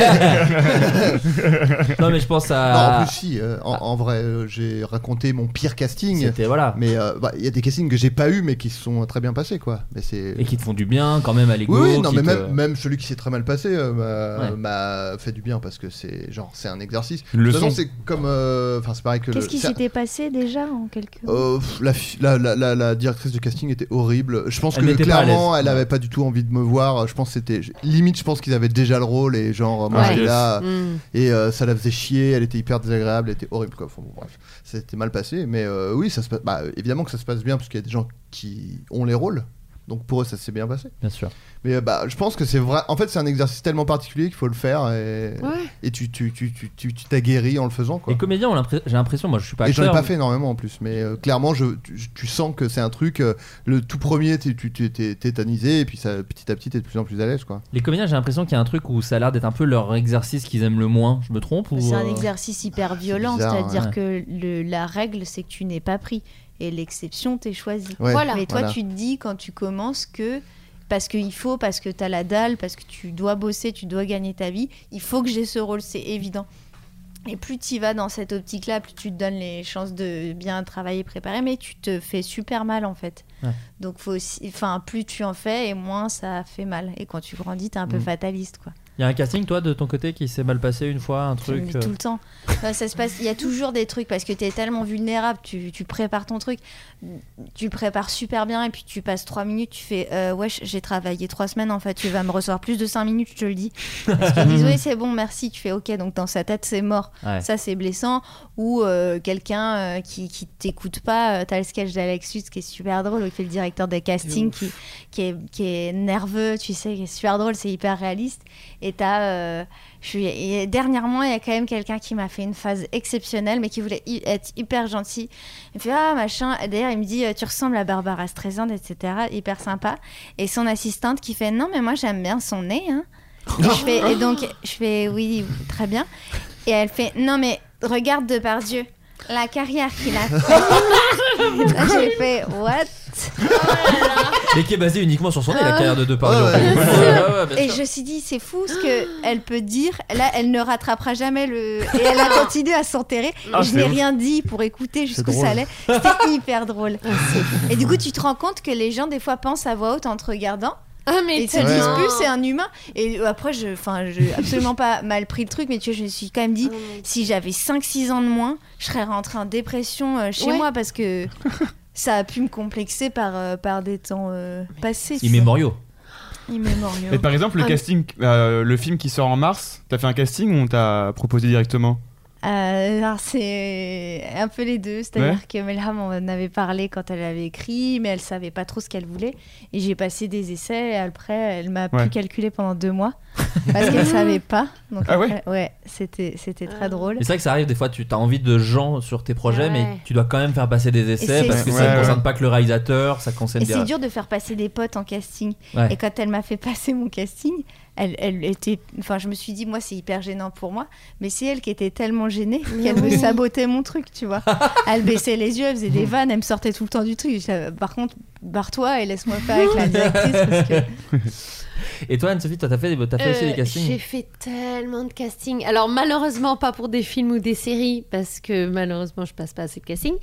non, mais je pense à. Non, en plus, si, euh, en, en vrai, euh, j'ai raconté mon pire casting. C'était, voilà. Mais euh, bah, il y a des castings que j'ai pas eu, mais qui se sont très bien passés, quoi. Mais c'est. Et qui te font du bien quand même à l'ego. Oui, oui, non, qui mais te- même, même celui qui s'est très mal passé euh, m'a Ouais. m'a fait du bien parce que c'est genre c'est un exercice. Une de toute leçon. façon, c'est comme, euh, enfin, c'est pareil que. le- Qu'est-ce qui c'est- s'était passé déjà en quelques euh, pff, la, fi- la, la, la- la directrice de casting était horrible. Je pense Elle que n'était pas à clairement, l'aise. elle avait pas du tout envie de me voir. Je pense que c'était je- limite, je pense qu'ils avaient déjà le rôle et genre moi Ouais. j'étais là Mm. et euh, ça la faisait chier. Elle était hyper désagréable, elle était horrible quoi. Enfin, bon, bref, c'était mal passé. Mais euh, oui, ça se passe. Bah, évidemment que ça se passe bien parce qu'il y a des gens qui ont les rôles. Donc pour eux, ça s'est bien passé. Bien sûr. Mais euh, bah, je pense que c'est vrai. En fait, c'est un exercice tellement particulier qu'il faut le faire et, Ouais. et tu tu tu tu tu tu t'aguerris en le faisant quoi. Les comédiens, ont l'impré- j'ai l'impression, moi je suis pas Et j'en ai acteur, pas mais- fait énormément en plus, mais euh, clairement, je, tu, tu sens que c'est un truc. euh, le tout premier, t'es- tu tu- t'es tétanisé, et puis ça, petit à petit, t'es de plus en plus à l'aise, quoi. Les comédiens, j'ai l'impression qu'il y a un truc où ça a l'air d'être un peu leur exercice qu'ils aiment le moins. Je me trompe ou C'est un euh, exercice hyper violent, bizarre, c'est-à-dire ouais. que le- la règle, c'est que tu n'es pas pris et l'exception, t'es choisi. Ouais, Voilà. Mais toi, voilà. tu te dis quand tu commences que parce qu'il faut, parce que t'as la dalle, parce que tu dois bosser, tu dois gagner ta vie, il faut que j'ai ce rôle, c'est évident. Et plus tu vas dans cette optique-là, plus tu te donnes les chances de bien travailler, préparer, mais tu te fais super mal en fait. Ouais. Donc faut aussi, enfin plus tu en fais et moins ça fait mal. Et quand tu grandis, t'es un peu Mm. fataliste quoi. Il y a un casting, toi, de ton côté, qui s'est mal passé une fois, un truc. Mais euh, tout le temps. Enfin, ça se passe. Il y a toujours des trucs parce que tu es tellement vulnérable. Tu, tu prépares ton truc, tu prépares super bien et puis tu passes trois minutes. Tu fais euh, wesh, j'ai travaillé trois semaines en fait. Tu vas me recevoir plus de cinq minutes, je te le dis. Parce qu'ils disent oui, c'est bon, merci. Tu fais ok, donc dans sa tête c'est mort. Ouais. Ça c'est blessant. Ou euh, quelqu'un euh, qui, qui t'écoute pas. tu T'as le sketch d'Alex Sutz qui est super drôle, où il fait le directeur des castings qui, qui, est, qui est nerveux, tu sais, qui est super drôle, c'est hyper réaliste. Et t'as. euh, je suis... et dernièrement, il y a quand même quelqu'un qui m'a fait une phase exceptionnelle, mais qui voulait hy- être hyper gentil. Il me fait Ah, machin. Et D'ailleurs, il me dit euh, Tu ressembles à Barbara Streisand, etc. Hyper sympa. Et son assistante qui fait Non, mais moi, j'aime bien son nez. hein. Et, je fais, et donc, je fais Oui, très bien. Et elle fait Non, mais regarde de par Dieu. La carrière qu'il a fait. Là, J'ai fait what Mais qui est basé uniquement sur son nez, la Ah. carrière de Depardieu. Ouais, ouais. Ouais, ouais, ouais, bien Et sûr. je me suis dit, c'est fou ce qu'elle peut dire. Là, elle ne rattrapera jamais le. Et elle a continué à s'enterrer. Ah, Et je c'est n'ai ouf. rien dit pour écouter jusqu'où drôle. Ah, ça allait. C'était hyper drôle. Et du coup, tu te rends compte que les gens, des fois, pensent à voix haute en te regardant. Ah, mais et se disent tellement. plus c'est un humain et après je enfin j'ai absolument pas mal pris le truc mais tu vois je me suis quand même Ah, dit si j'avais 5 6 ans de moins je serais rentrée en dépression euh, chez Ouais. moi parce que ça a pu me complexer par euh, par des temps euh, passés tu Immémoriaux. vois. immémoriaux Et par exemple, le Ah, casting, euh, le film qui sort en mars, t'as fait un casting ou on t'a proposé directement Euh, alors c'est euh, un peu les deux, c'est-à-dire Ouais. que Melham en avait parlé quand elle avait écrit, mais elle savait pas trop ce qu'elle voulait. Et j'ai passé des essais. Et après, elle m'a Ouais. pu calculer pendant deux mois parce qu'elle savait pas. Donc Ah ouais après- ouais, c'était c'était très drôle. Mais c'est vrai que ça arrive des fois, tu as envie de gens sur tes projets, Ah ouais. mais tu dois quand même faire passer des Et essais c'est- parce que Ouais, ça ne ouais. concerne pas que le réalisateur, ça concerne Et des- c'est dur de faire passer des potes en casting. Ouais. Et quand elle m'a fait passer mon casting, elle, elle était. Enfin, je me suis dit, moi, c'est hyper gênant pour moi. Mais c'est elle qui était tellement gênée qu'elle me oui. sabotait mon truc, tu vois. elle baissait les yeux, elle faisait Mm. des vannes, elle me sortait tout le temps du truc. Je disais, Par contre, barre-toi et laisse-moi faire avec la directrice. parce que- Et toi, Anne-Sophie, toi, t'as fait, des- t'as fait aussi Euh, des castings J'ai fait tellement de castings. Alors malheureusement pas pour des films ou des séries parce que malheureusement je passe pas assez de castings.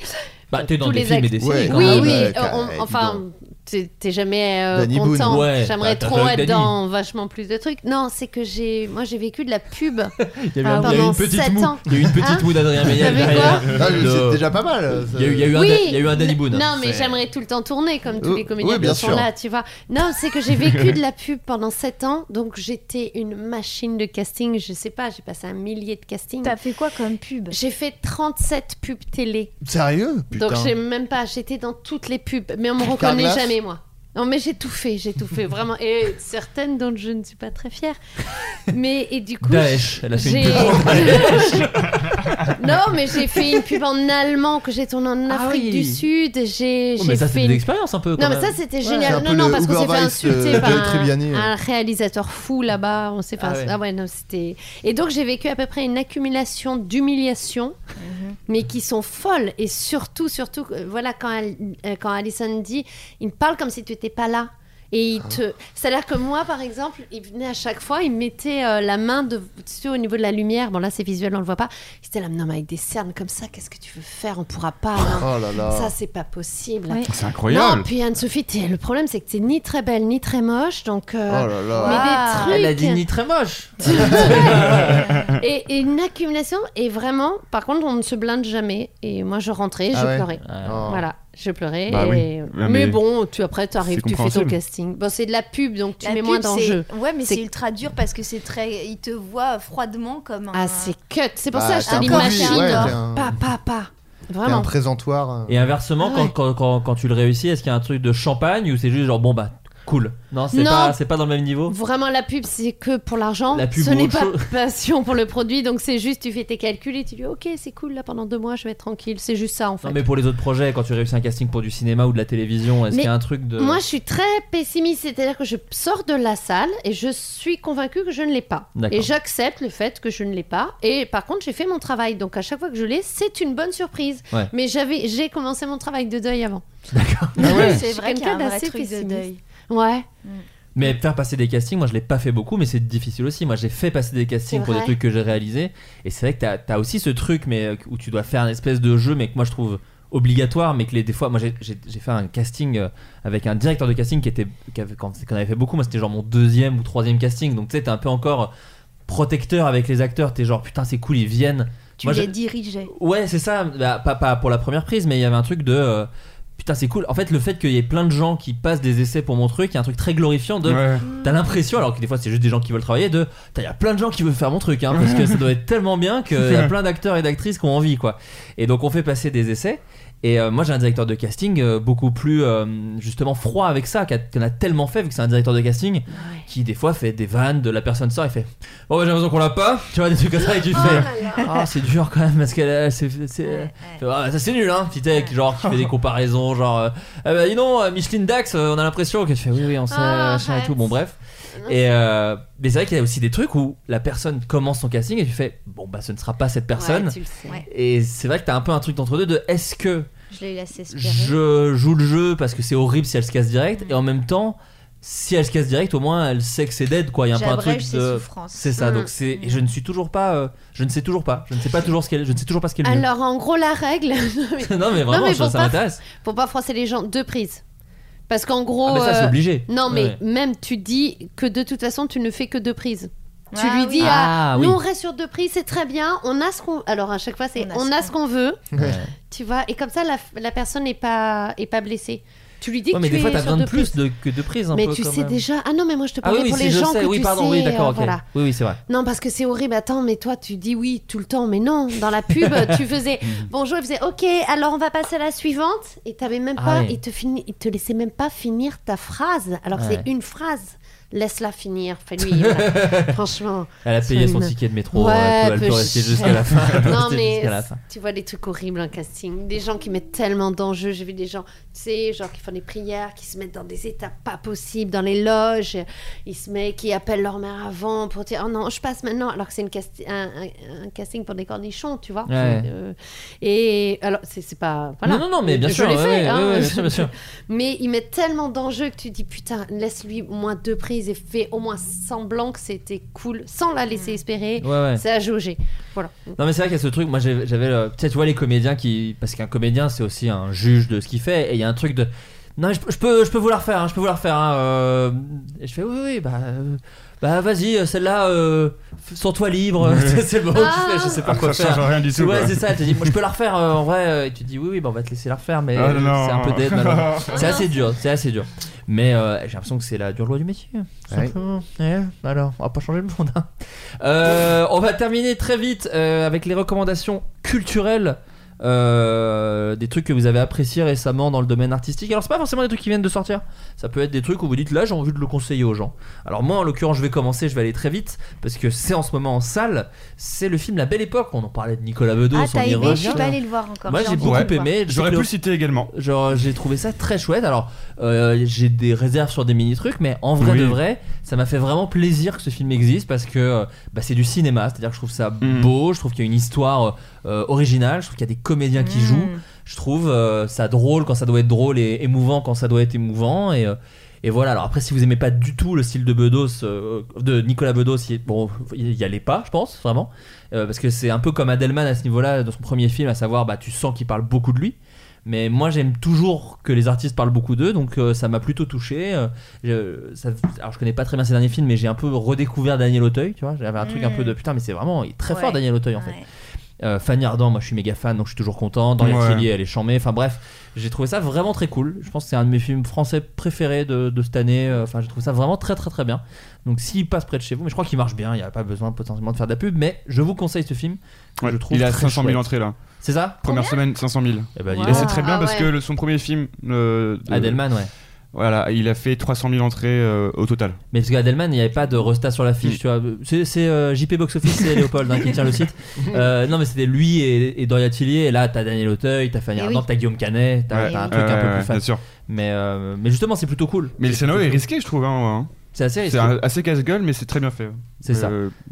Bah, t'es dans Tous des les films et actes- des séries, quand Oui, même. oui. Ouais, euh, on- euh, enfin, t'es t'es jamais euh, Danny Boone. content. Ouais, Bah, J'aimerais t'as- t'as trop pas eu être Danny. dans vachement plus de trucs. Non, c'est que j'ai, moi j'ai vécu de la pub Il y a eu un- il y a eu Ah, pendant une petite 7 moue. ans. Il y a eu une petite Hein moue d'Adrien Méniel T'as vu derrière. quoi Ah, mais De- c'est déjà pas mal. ça. Il y a eu, il y a eu un, Oui, Da- il y a eu un Danny Boone. Non, hein. mais C'est- j'aimerais tout le temps tourner comme tous Euh, les comédiens oui, bien qui sont sûr. là, tu vois. Non, c'est que j'ai vécu de la pub pendant 7 ans, donc j'étais une machine de casting. Je sais pas, j'ai passé un millier de castings. T'as fait quoi comme pub J'ai fait 37 pubs télé. Sérieux Putain. Donc j'ai même pas, j'étais dans toutes les pubs, mais on me reconnaît Carglass jamais moi. Non mais j'ai tout fait, j'ai tout fait vraiment et certaines dont je ne suis pas très fière. Mais et du coup, Daesh, elle a fait une j'ai- pub pour Daesh. non mais j'ai fait une pub en allemand que j'ai tournée en Ah Afrique oui. du Sud, j'ai Oh, j'ai mais ça, fait c'est une- des expériences un peu. quand non, mais même. ça c'était Ouais. génial. C'est un Non, peu non, le euh, parce qu'on s'est Uber fait Vice de- insulter de par Joey un, Tribbiani. un réalisateur fou là-bas. On s'est fait Ah insulter. ouais. Ah ouais, non, c'était. Et donc j'ai vécu à peu près une accumulation d'humiliations, Mhm. mais qui sont folles. Et surtout, surtout, euh, voilà, quand, elle- euh, quand Alison dit, il me parle comme si tu n'étais pas là. Et il te. Ah. C'est-à-dire que moi, par exemple, il venait à chaque fois, il mettait euh, la main de... dessus au niveau de la lumière. Bon, là, c'est visuel, on le voit pas. Il était là, non, mais avec des cernes comme ça, qu'est-ce que tu veux faire On pourra pas. non. Oh là là. Ça, c'est pas possible. Oui. C'est incroyable. Non, puis Anne-Sophie, t'es- le problème, c'est que t'es ni très belle, ni très moche. Donc. euh, Oh là là. Mais Ah, des trucs. elle a dit ni très moche. et, et une accumulation. Et vraiment, par contre, on ne se blinde jamais. Et moi, je rentrais, je Ah ouais. pleurais. Ah. Voilà, je pleurais. Bah et- oui. Mais, Ah, mais- bon, tu après, tu arrives, C'est tu fais ton compréhensible. casting. Bon, c'est de la pub, donc tu La mets pub, moins c'est- d'enjeux. Ouais, mais c'est ultra dur parce que c'est très. Il te voit froidement comme un. Ah, c'est cut. C'est pour Bah, ça Ah, que je t'es te un dis produit, machine. ouais, d'or. t'es un- Pas, pas, pas. T'es un Vraiment. présentoir. euh. Et inversement, quand, quand, quand, quand tu le réussis, est-ce qu'il y a un truc de champagne ou c'est juste genre bon bah cool Non, c'est Non. pas, c'est pas dans le même niveau Vraiment, la pub, c'est que pour l'argent. La pub Ce ou n'est autre pas chose. passion pour le produit. Donc, c'est juste, tu fais tes calculs et tu dis, OK, c'est cool, là, pendant deux mois, je vais être tranquille. C'est juste ça, en fait. Non, mais pour les autres projets, quand tu réussis un casting pour du cinéma ou de la télévision, est-ce Mais qu'il y a un truc de. Moi, je suis très pessimiste, c'est-à-dire que je sors de la salle et je suis convaincue que je ne l'ai pas. D'accord. Et j'accepte le fait que je ne l'ai pas. Et par contre, j'ai fait mon travail, donc à chaque fois que je l'ai, c'est une bonne surprise. Ouais. Mais j'avais, j'ai commencé mon travail de deuil avant. Ah ouais. C'est vrai qu'il y a un vrai truc de deuil. Ouais. Mais faire passer des castings, moi je l'ai pas fait beaucoup, mais c'est difficile aussi. Moi j'ai fait passer des castings C'est pour des vrai. trucs que j'ai réalisés. Et c'est vrai que t'as as aussi ce truc mais, euh, où tu dois faire un espèce de jeu, mais que moi je trouve obligatoire. Mais que les, des fois, moi j'ai- j'ai j'ai fait un casting euh, avec un directeur de casting qui était. qui avait- Qu'on qu'on avait fait beaucoup. Moi c'était genre mon deuxième ou troisième casting. Donc tu sais, t'es un peu encore protecteur avec les acteurs. T'es genre putain, c'est cool, ils viennent. Tu Moi, les j'ai- dirigeais. Ouais, c'est ça. Bah, pas, pas pour la première prise, mais il y avait un truc de. euh, Putain, c'est cool. En fait, le fait qu'il y ait plein de gens qui passent des essais pour mon truc, il y a un truc très glorifiant de. Ouais. T'as l'impression, alors que des fois c'est juste des gens qui veulent travailler, de. Putain, Il y a plein de gens qui veulent faire mon truc, hein, parce que ça doit être tellement bien qu'il y a plein d'acteurs et d'actrices qui ont envie, quoi. Et donc on fait passer des essais. Et euh, moi j'ai un directeur de casting euh, beaucoup plus euh, justement froid avec ça, qui a- qu'on a tellement fait, vu que c'est un directeur de casting qui des fois fait des vannes de la personne sort et fait Bon, bah, j'ai l'impression qu'on l'a pas, tu vois, des trucs comme ça, et tu fais Ah, c'est dur quand même, parce qu'elle elle, c'est. c'est- fait, Ah, ça c'est nul, hein, petit tech, genre qui fait des comparaisons, genre euh, Ah, bah, dis donc, euh, Micheline Dax, euh, on a l'impression que tu fais Oui, oui, on sait, Ah, machin et tout, arrête. Ah, bon, bref. Et euh, mais c'est vrai qu'il y a aussi des trucs où la personne commence son casting et tu fais Bon, bah, ce ne sera pas cette personne. tu le sais. Ouais. Et c'est vrai que t'as un peu un truc d'entre deux de Est-ce que Je l'ai laissé espérer. je joue le jeu parce que c'est horrible si elle se casse direct et en même temps si elle se casse direct au moins elle sait que c'est dead quoi il y a un peu un J'abrège truc ses de souffrances. c'est ça Mm. donc c'est et je ne suis toujours pas euh, je ne sais toujours pas je ne sais pas toujours ce qu'elle je ne sais toujours pas ce qu'elle veut. Alors, en gros, la règle. non mais vraiment ça, pour ça pas- m'intéresse Pour pas froisser les gens, deux prises. Parce qu'en gros. euh, Ah, mais ça, c'est obligé. Non, mais Ouais. même tu dis que de toute façon, tu ne fais que deux prises. Tu Ah lui oui. dis, Ah, ah, oui. nous on reste sur deux prises, c'est très bien, on a ce qu'on. Alors à chaque fois, c'est on a ce qu'on veut, Ouais. tu vois, et comme ça, la, la personne n'est pas, est pas blessée. Tu lui dis Ouais, que mais tu des fois es t'as sur besoin de deux prises. plus de, que de prises un Mais peu, tu quand sais même. déjà. Ah non, mais moi je te ah oui parlais oui pour si les je gens sais que oui tu pardon sais, oui euh, d'accord ok voilà. oui oui c'est vrai Non, parce que c'est horrible. Attends, mais toi, tu dis oui tout le temps. Mais non, dans la pub, tu faisais bonjour, il faisait ok, alors on va passer à la suivante. Et t'avais même Ah pas, ouais. il, te fini, il te laissait même pas finir ta phrase. Alors que Ouais. c'est une phrase. Laisse-la finir, fais-lui. voilà. Franchement. elle a payé son Soigne. ticket de métro Ouais, euh, elle peut, elle peu peut rester cher. jusqu'à la fin Elle peut non, rester mais jusqu'à la fin. tu vois des trucs horribles en casting. Des gens qui mettent tellement d'enjeux. J'ai vu des gens, tu sais, genre qui font des prières, qui se mettent dans des états pas possibles, dans les loges. Ils se mettent, qui appellent leur mère avant pour dire Oh non, je passe maintenant. Alors que c'est une casti- un, un- un casting pour des cornichons, tu vois. Ouais. Euh, et alors, c'est c'est pas. Voilà. non non non mais bien Je sûr l'ai ouais, fait, ouais, hein. ouais, bien sûr bien sûr Mais ils mettent tellement d'enjeux que tu dis Putain, laisse-lui au moins deux prises et fais au moins semblant que c'était cool, sans la laisser espérer. Mm. Ouais, ouais. C'est à jauger. Voilà. Non mais c'est vrai qu'il y a ce truc, moi j'ai- j'avais le... Tu sais, tu vois les comédiens qui... Parce qu'un comédien c'est aussi un juge de ce qu'il fait et il y a un truc de... Non mais je, peux- je peux, je peux vous la refaire, hein, je peux vous la refaire. hein, euh, Et je fais oui oui bah... euh, Bah vas-y, euh, celle-là, euh, f- sens-toi libre, c'est le moment où tu fais, je sais pas Ah, quoi ça faire. change rien du tout, Ouais, quoi. c'est ça, elle te dit, moi je peux la refaire euh, en vrai, euh, et tu te dis oui, oui, bah on va te laisser la refaire, mais Ah, euh, non. c'est un peu dead malheureusement. c'est assez dur, c'est assez dur. Mais euh, j'ai l'impression que c'est la dure loi du métier. tout Ouais. simplement. Ouais, alors, on va pas changer le monde. hein. Euh, on va terminer très vite euh, avec les recommandations culturelles. euh, des trucs que vous avez appréciés récemment dans le domaine artistique. Alors c'est pas forcément des trucs qui viennent de sortir. Ça peut être des trucs où vous dites là j'ai envie de le conseiller aux gens. Alors moi en l'occurrence je vais commencer, je vais aller très vite parce que c'est en ce moment en salle. C'est le film La Belle Époque. On en parlait de Nicolas Bedos. Ah, t'as on y aimé, je suis revient. pas allée le voir encore. Moi j'ai envie de beaucoup le voir. aimé. J'aurais pu Le- le citer également. Genre, j'ai trouvé ça très chouette. Alors, euh, j'ai des réserves sur des mini trucs, mais en vrai Oui. de vrai, ça m'a fait vraiment plaisir que ce film existe parce que euh, bah, c'est du cinéma. C'est-à-dire que je trouve ça beau, je trouve qu'il y a une histoire euh, originale, je trouve qu'il y a des comédiens qui Mm. jouent, je trouve euh, ça drôle quand ça doit être drôle et émouvant quand ça doit être émouvant. Et, euh, Et voilà, alors après, si vous aimez pas du tout le style de Bedos, euh, de Nicolas Bedos, il- bon, il y allait pas, je pense, vraiment. Euh, parce que c'est un peu comme Adelman à ce niveau-là, dans son premier film, à savoir, bah, tu sens qu'il parle beaucoup de lui. Mais moi, j'aime toujours que les artistes parlent beaucoup d'eux, donc euh, ça m'a plutôt touché. Euh, je- ça- alors, je connais pas très bien ses derniers films, mais j'ai un peu redécouvert Daniel Auteuil, tu vois. J'avais un truc un Mm. peu de putain, mais c'est vraiment, il est très Ouais. fort, Daniel Auteuil, en fait. Euh, Fanny Ardant, moi je suis méga fan, donc je suis toujours content. Dans Ouais. l'atelier, elle est chambée. Enfin bref, j'ai trouvé ça vraiment très cool. Je pense que c'est un de mes films français préférés de, de cette année. Euh, Enfin, j'ai trouvé ça vraiment très très très bien. Donc s'il passe près de chez vous, mais je crois qu'il marche bien, il n'y a pas besoin potentiellement de faire de la pub, mais je vous conseille ce film. que Ouais, je trouve il a très 500 000 chouette. entrées là. C'est ça Première Combien semaine, 500 000. Eh ben, dis et donc. c'est très bien Ah parce que ouais. le- son premier film. euh, de- Adelman, ouais. Voilà, il a fait 300 000 entrées euh, au total. Mais parce qu'Adelman, il n'y avait pas de Resta sur Mm. l'affiche, tu vois. C'est, c'est, euh, JP Box Office, c'est Léopold hein, qui tient le site. Euh, non, mais c'était lui et, et Doria Tillier. Et là, t'as Daniel Auteuil, t'as Fanny Eh Ardant, oui. t'as Guillaume Canet, t'as, Ouais. t'as un Eh truc oui. un peu Ouais, plus ouais, fan. bien sûr. Mais, euh, mais justement, c'est plutôt cool. Mais le C'est scénario plutôt est cool. risqué, je trouve. hein, hein. C'est assez risqué. un- assez casse-gueule, mais c'est très bien fait. Euh, C'est ça.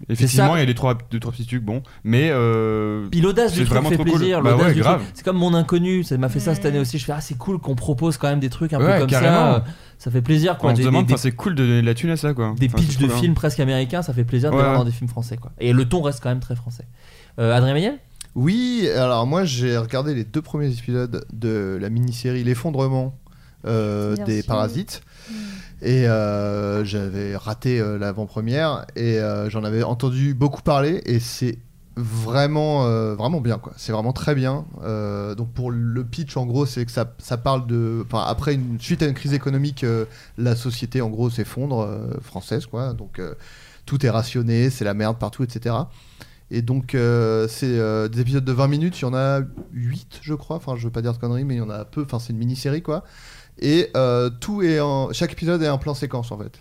C'est Effectivement, ça. il y a les trois, deux, trois petits trucs, bon. Mais. euh, Puis l'audace c'est du truc vraiment fait trop cool. plaisir. Bah l'audace ouais, du grave. truc. C'est comme mon inconnu, ça m'a fait ça cette année aussi. Je fais ah c'est cool qu'on propose quand même des trucs un Ouais, peu comme carrément. ça. Ça fait plaisir quoi. On se Des- demande, des- enfin, c'est cool de donner de la thune à ça, quoi. des Enfin, pitchs c'est de trop bien. films presque américains, ça fait plaisir de Ouais, voir ouais. dans des films français quoi. Et le ton reste quand même très français. Euh, Adrien Méniel Oui, alors moi j'ai regardé les deux premiers épisodes de la mini-série L'effondrement euh, Bien des sûr. Parasites. Et euh, j'avais raté euh, l'avant-première et euh, j'en avais entendu beaucoup parler et c'est vraiment euh, vraiment bien quoi c'est vraiment très bien Euh, donc pour le pitch en gros c'est que ça, ça parle de enfin après une suite à une crise économique euh, la société en gros s'effondre euh, française quoi donc euh, tout est rationné c'est la merde partout etc et donc, euh, c'est euh, des épisodes de 20 minutes. Il y en a 8, je crois. Enfin, je veux pas dire de conneries, mais il y en a peu. Enfin, c'est une mini-série, quoi. Et euh, tout est en... chaque épisode est un plan séquence, en fait.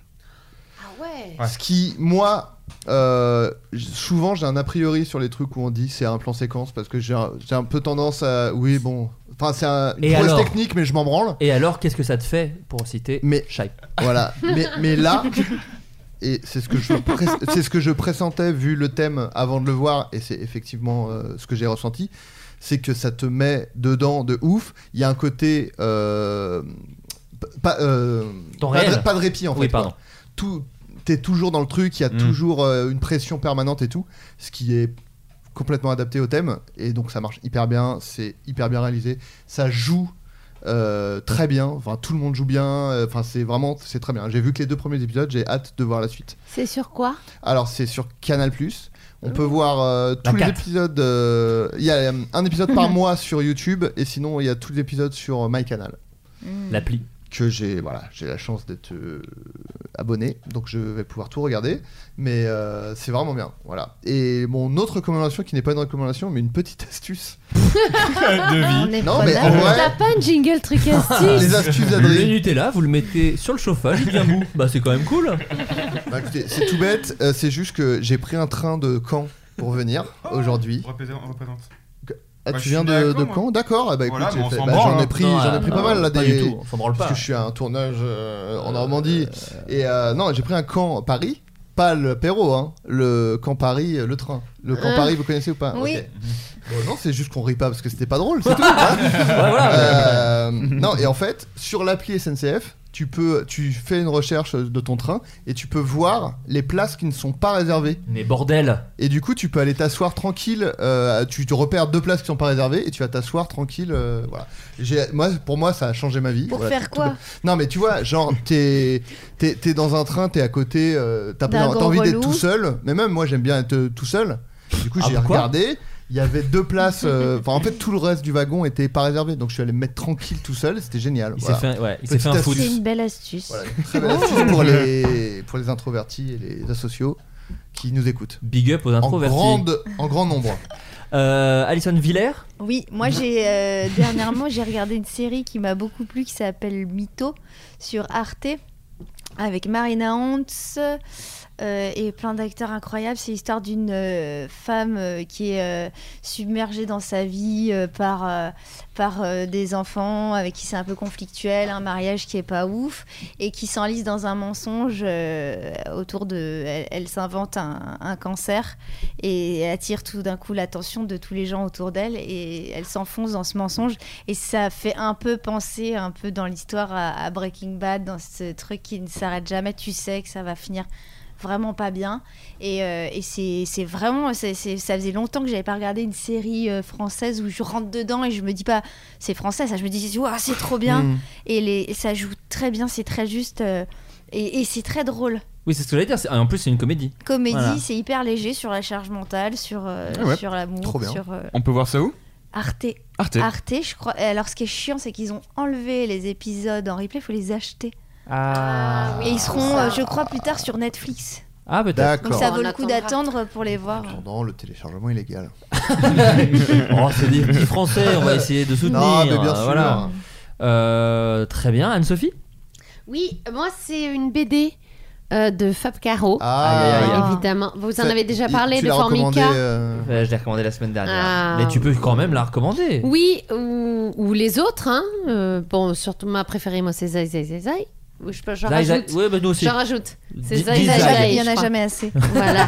Ce qui, moi, euh, j- souvent j'ai un a priori sur les trucs où on dit c'est un plan séquence parce que j'ai un, j'ai un peu tendance à. Oui, bon. Enfin, c'est un, une Et prouesse alors technique, mais je m'en branle. Et alors qu'est-ce que ça te fait pour citer Mais Scheib Voilà. mais, mais là, et c'est ce que je press- c'est ce que je pressentais vu le thème avant de le voir, et c'est effectivement euh, ce que j'ai ressenti, c'est que ça te met dedans de ouf. Il y a un côté euh, p- pas euh, Temps pas de- réel. pas de répit en fait. Oui, pardon. quoi. Tout t'es toujours dans le truc, il y a Mm. toujours euh, une pression permanente et tout, ce qui est complètement adapté au thème et donc ça marche hyper bien, c'est hyper bien réalisé, ça joue euh, très bien, enfin tout le monde joue bien, euh, enfin c'est vraiment c'est très bien. J'ai vu que les deux premiers épisodes, j'ai hâte de voir la suite. C'est sur quoi Alors c'est sur Canal On peut voir euh, tous les quatre. épisodes. euh, Il y a euh, un épisode par mois sur YouTube et sinon il y a tous les épisodes sur euh, MyCanal. L'appli. Que j'ai voilà, j'ai la chance d'être euh, abonné, donc je vais pouvoir tout regarder. Mais euh, c'est vraiment bien, voilà. Et mon autre recommandation qui n'est pas une recommandation, mais une petite astuce. On est Non pas mais là. en vrai, T'as pas un jingle truc Ah, astuce les astuces Le d'Adrien. Nutella, vous le mettez sur le chauffage, il devient mou. Bah c'est quand même cool. Bah, écoutez, c'est tout bête, euh, c'est juste que j'ai pris un train de Caen pour venir aujourd'hui. Représente. représente. Ah, Bah, tu je viens suis né à de, Caen, de moi. Caen D'accord. Ah bah écoute, Voilà, mais j'ai on fait- s'en bah, branle, j'en ai hein. pris, Non, j'en ai pris non, pas mal là. pas des- du tout, on s'en branle Parce pas. que je suis à un tournage euh, en Normandie et euh, non, j'ai pris un camp Paris, pas le Perrault, hein, le camp Paris, euh, le train. Le camp Ah. Paris, vous connaissez ou pas Oui. Ok. Bon, non, c'est juste qu'on rit pas parce que c'était pas drôle, c'est tout. hein. voilà. Euh, non, et en fait, sur l'appli SNCF, tu peux, tu fais une recherche de ton train et tu peux voir les places qui ne sont pas réservées. Mais bordel Et du coup, tu peux aller t'asseoir tranquille. euh, tu te repères deux places qui sont pas réservées et tu vas t'asseoir tranquille. euh, voilà. J'ai- Moi, pour moi, ça a changé ma vie. Pour Voilà, faire tout- quoi tout- Non, mais tu vois, genre, t'es es, dans un train, t'es à côté, euh, t'as D'un t'as gros envie d'être relou. tout seul. Mais même moi, j'aime bien être euh, tout seul. Du coup, Ah, j'ai pourquoi regardé. Il y avait deux places. euh, Enfin, en fait, tout le reste du wagon était pas réservé. Donc, je suis allé me mettre tranquille tout seul. C'était génial. Il s'est Voilà. fait un- ouais, il s'est Petite fait un Oh. foot. astuce. C'est une belle astuce. Très Oh. belle astuce pour les, pour les introvertis et les asociaux qui nous écoutent. Big up aux introvertis. En, grande, en grand nombre. Euh, Alison Villers Oui, moi j'ai euh, dernièrement j'ai regardé une série qui m'a beaucoup plu qui s'appelle Mytho sur Arte avec Marina Hans, euh, et plein d'acteurs incroyables. C'est l'histoire d'une euh, femme euh, qui est euh, submergée dans sa vie euh, par, euh, par euh, des enfants avec qui c'est un peu conflictuel, un mariage qui est pas ouf et qui s'enlise dans un mensonge euh, autour de. Elle, elle s'invente un, un cancer et attire tout d'un coup l'attention de tous les gens autour d'elle et elle s'enfonce dans ce mensonge et ça fait un peu penser un peu dans l'histoire à, à Breaking Bad dans ce truc qui ne s'arrête jamais. Tu sais que ça va finir vraiment pas bien et, euh, et c'est c'est vraiment c'est- c'est- ça faisait longtemps que j'avais pas regardé une série euh, française où je rentre dedans et je me dis pas c'est français ça je me dis Ouah, c'est trop bien Mm. et, les, et ça joue très bien, c'est très juste euh, et, et c'est très drôle. Oui, c'est ce que j'allais dire. c'est- En plus, c'est une comédie. Comédie, Voilà. c'est hyper léger sur la charge mentale, sur, euh, Ah ouais, sur l'amour, trop bien. sur euh, On peut voir ça où Arte. Arte. je crois. Et Alors, ce qui est chiant, c'est qu'ils ont enlevé les épisodes en replay, il faut les acheter. Ah, et ils seront, euh, je crois, plus tard sur Netflix. Ah, peut-être. Donc, ça vaut le coup d'attendre pour les voir. Ah, Pendant le téléchargement illégal. oh, c'est des petits français, on va essayer de soutenir. euh, Non, mais bien sûr. Voilà. Euh, très bien, Anne-Sophie Oui, moi c'est une BD euh, de Fab Caro. Ah. Aïe, aïe, aï. évidemment. Vous en Ça- avez déjà parlé tu de l'as recommandé, Formica. Euh, Je l'ai recommandé la semaine dernière. Ah. Mais tu peux quand même la recommander. Oui, ou, ou les autres. Hein. Euh, bon, surtout ma préférée, moi, c'est Zai Zai Zai Zai. Oui, Je, j'en Zai Zai- rajoute. ouais, bah, nous aussi. J'en rajoute. C'est Dis- Zai dis Zai. Zai Zai, Il y en je a crois. jamais assez. Voilà.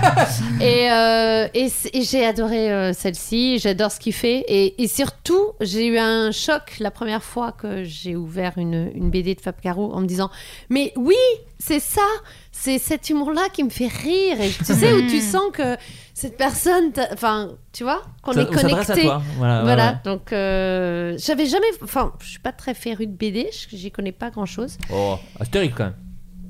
et euh, et, c- et j'ai adoré euh, celle-ci. J'adore ce qu'il fait. Et, et surtout, j'ai eu un choc la première fois que j'ai ouvert une, une BD de Fab Caro en me disant Mais oui, c'est ça C'est cet humour-là qui me fait rire. Et tu sais, où tu sens que cette personne. t'a- Enfin, tu vois Qu'on Ça- est on s'adresse à connecté. toi. Voilà, ouais, ouais. donc euh, j'avais jamais. Enfin, je suis pas très férue de BD, je- j'y connais pas grand chose. Oh, Astérix quand même.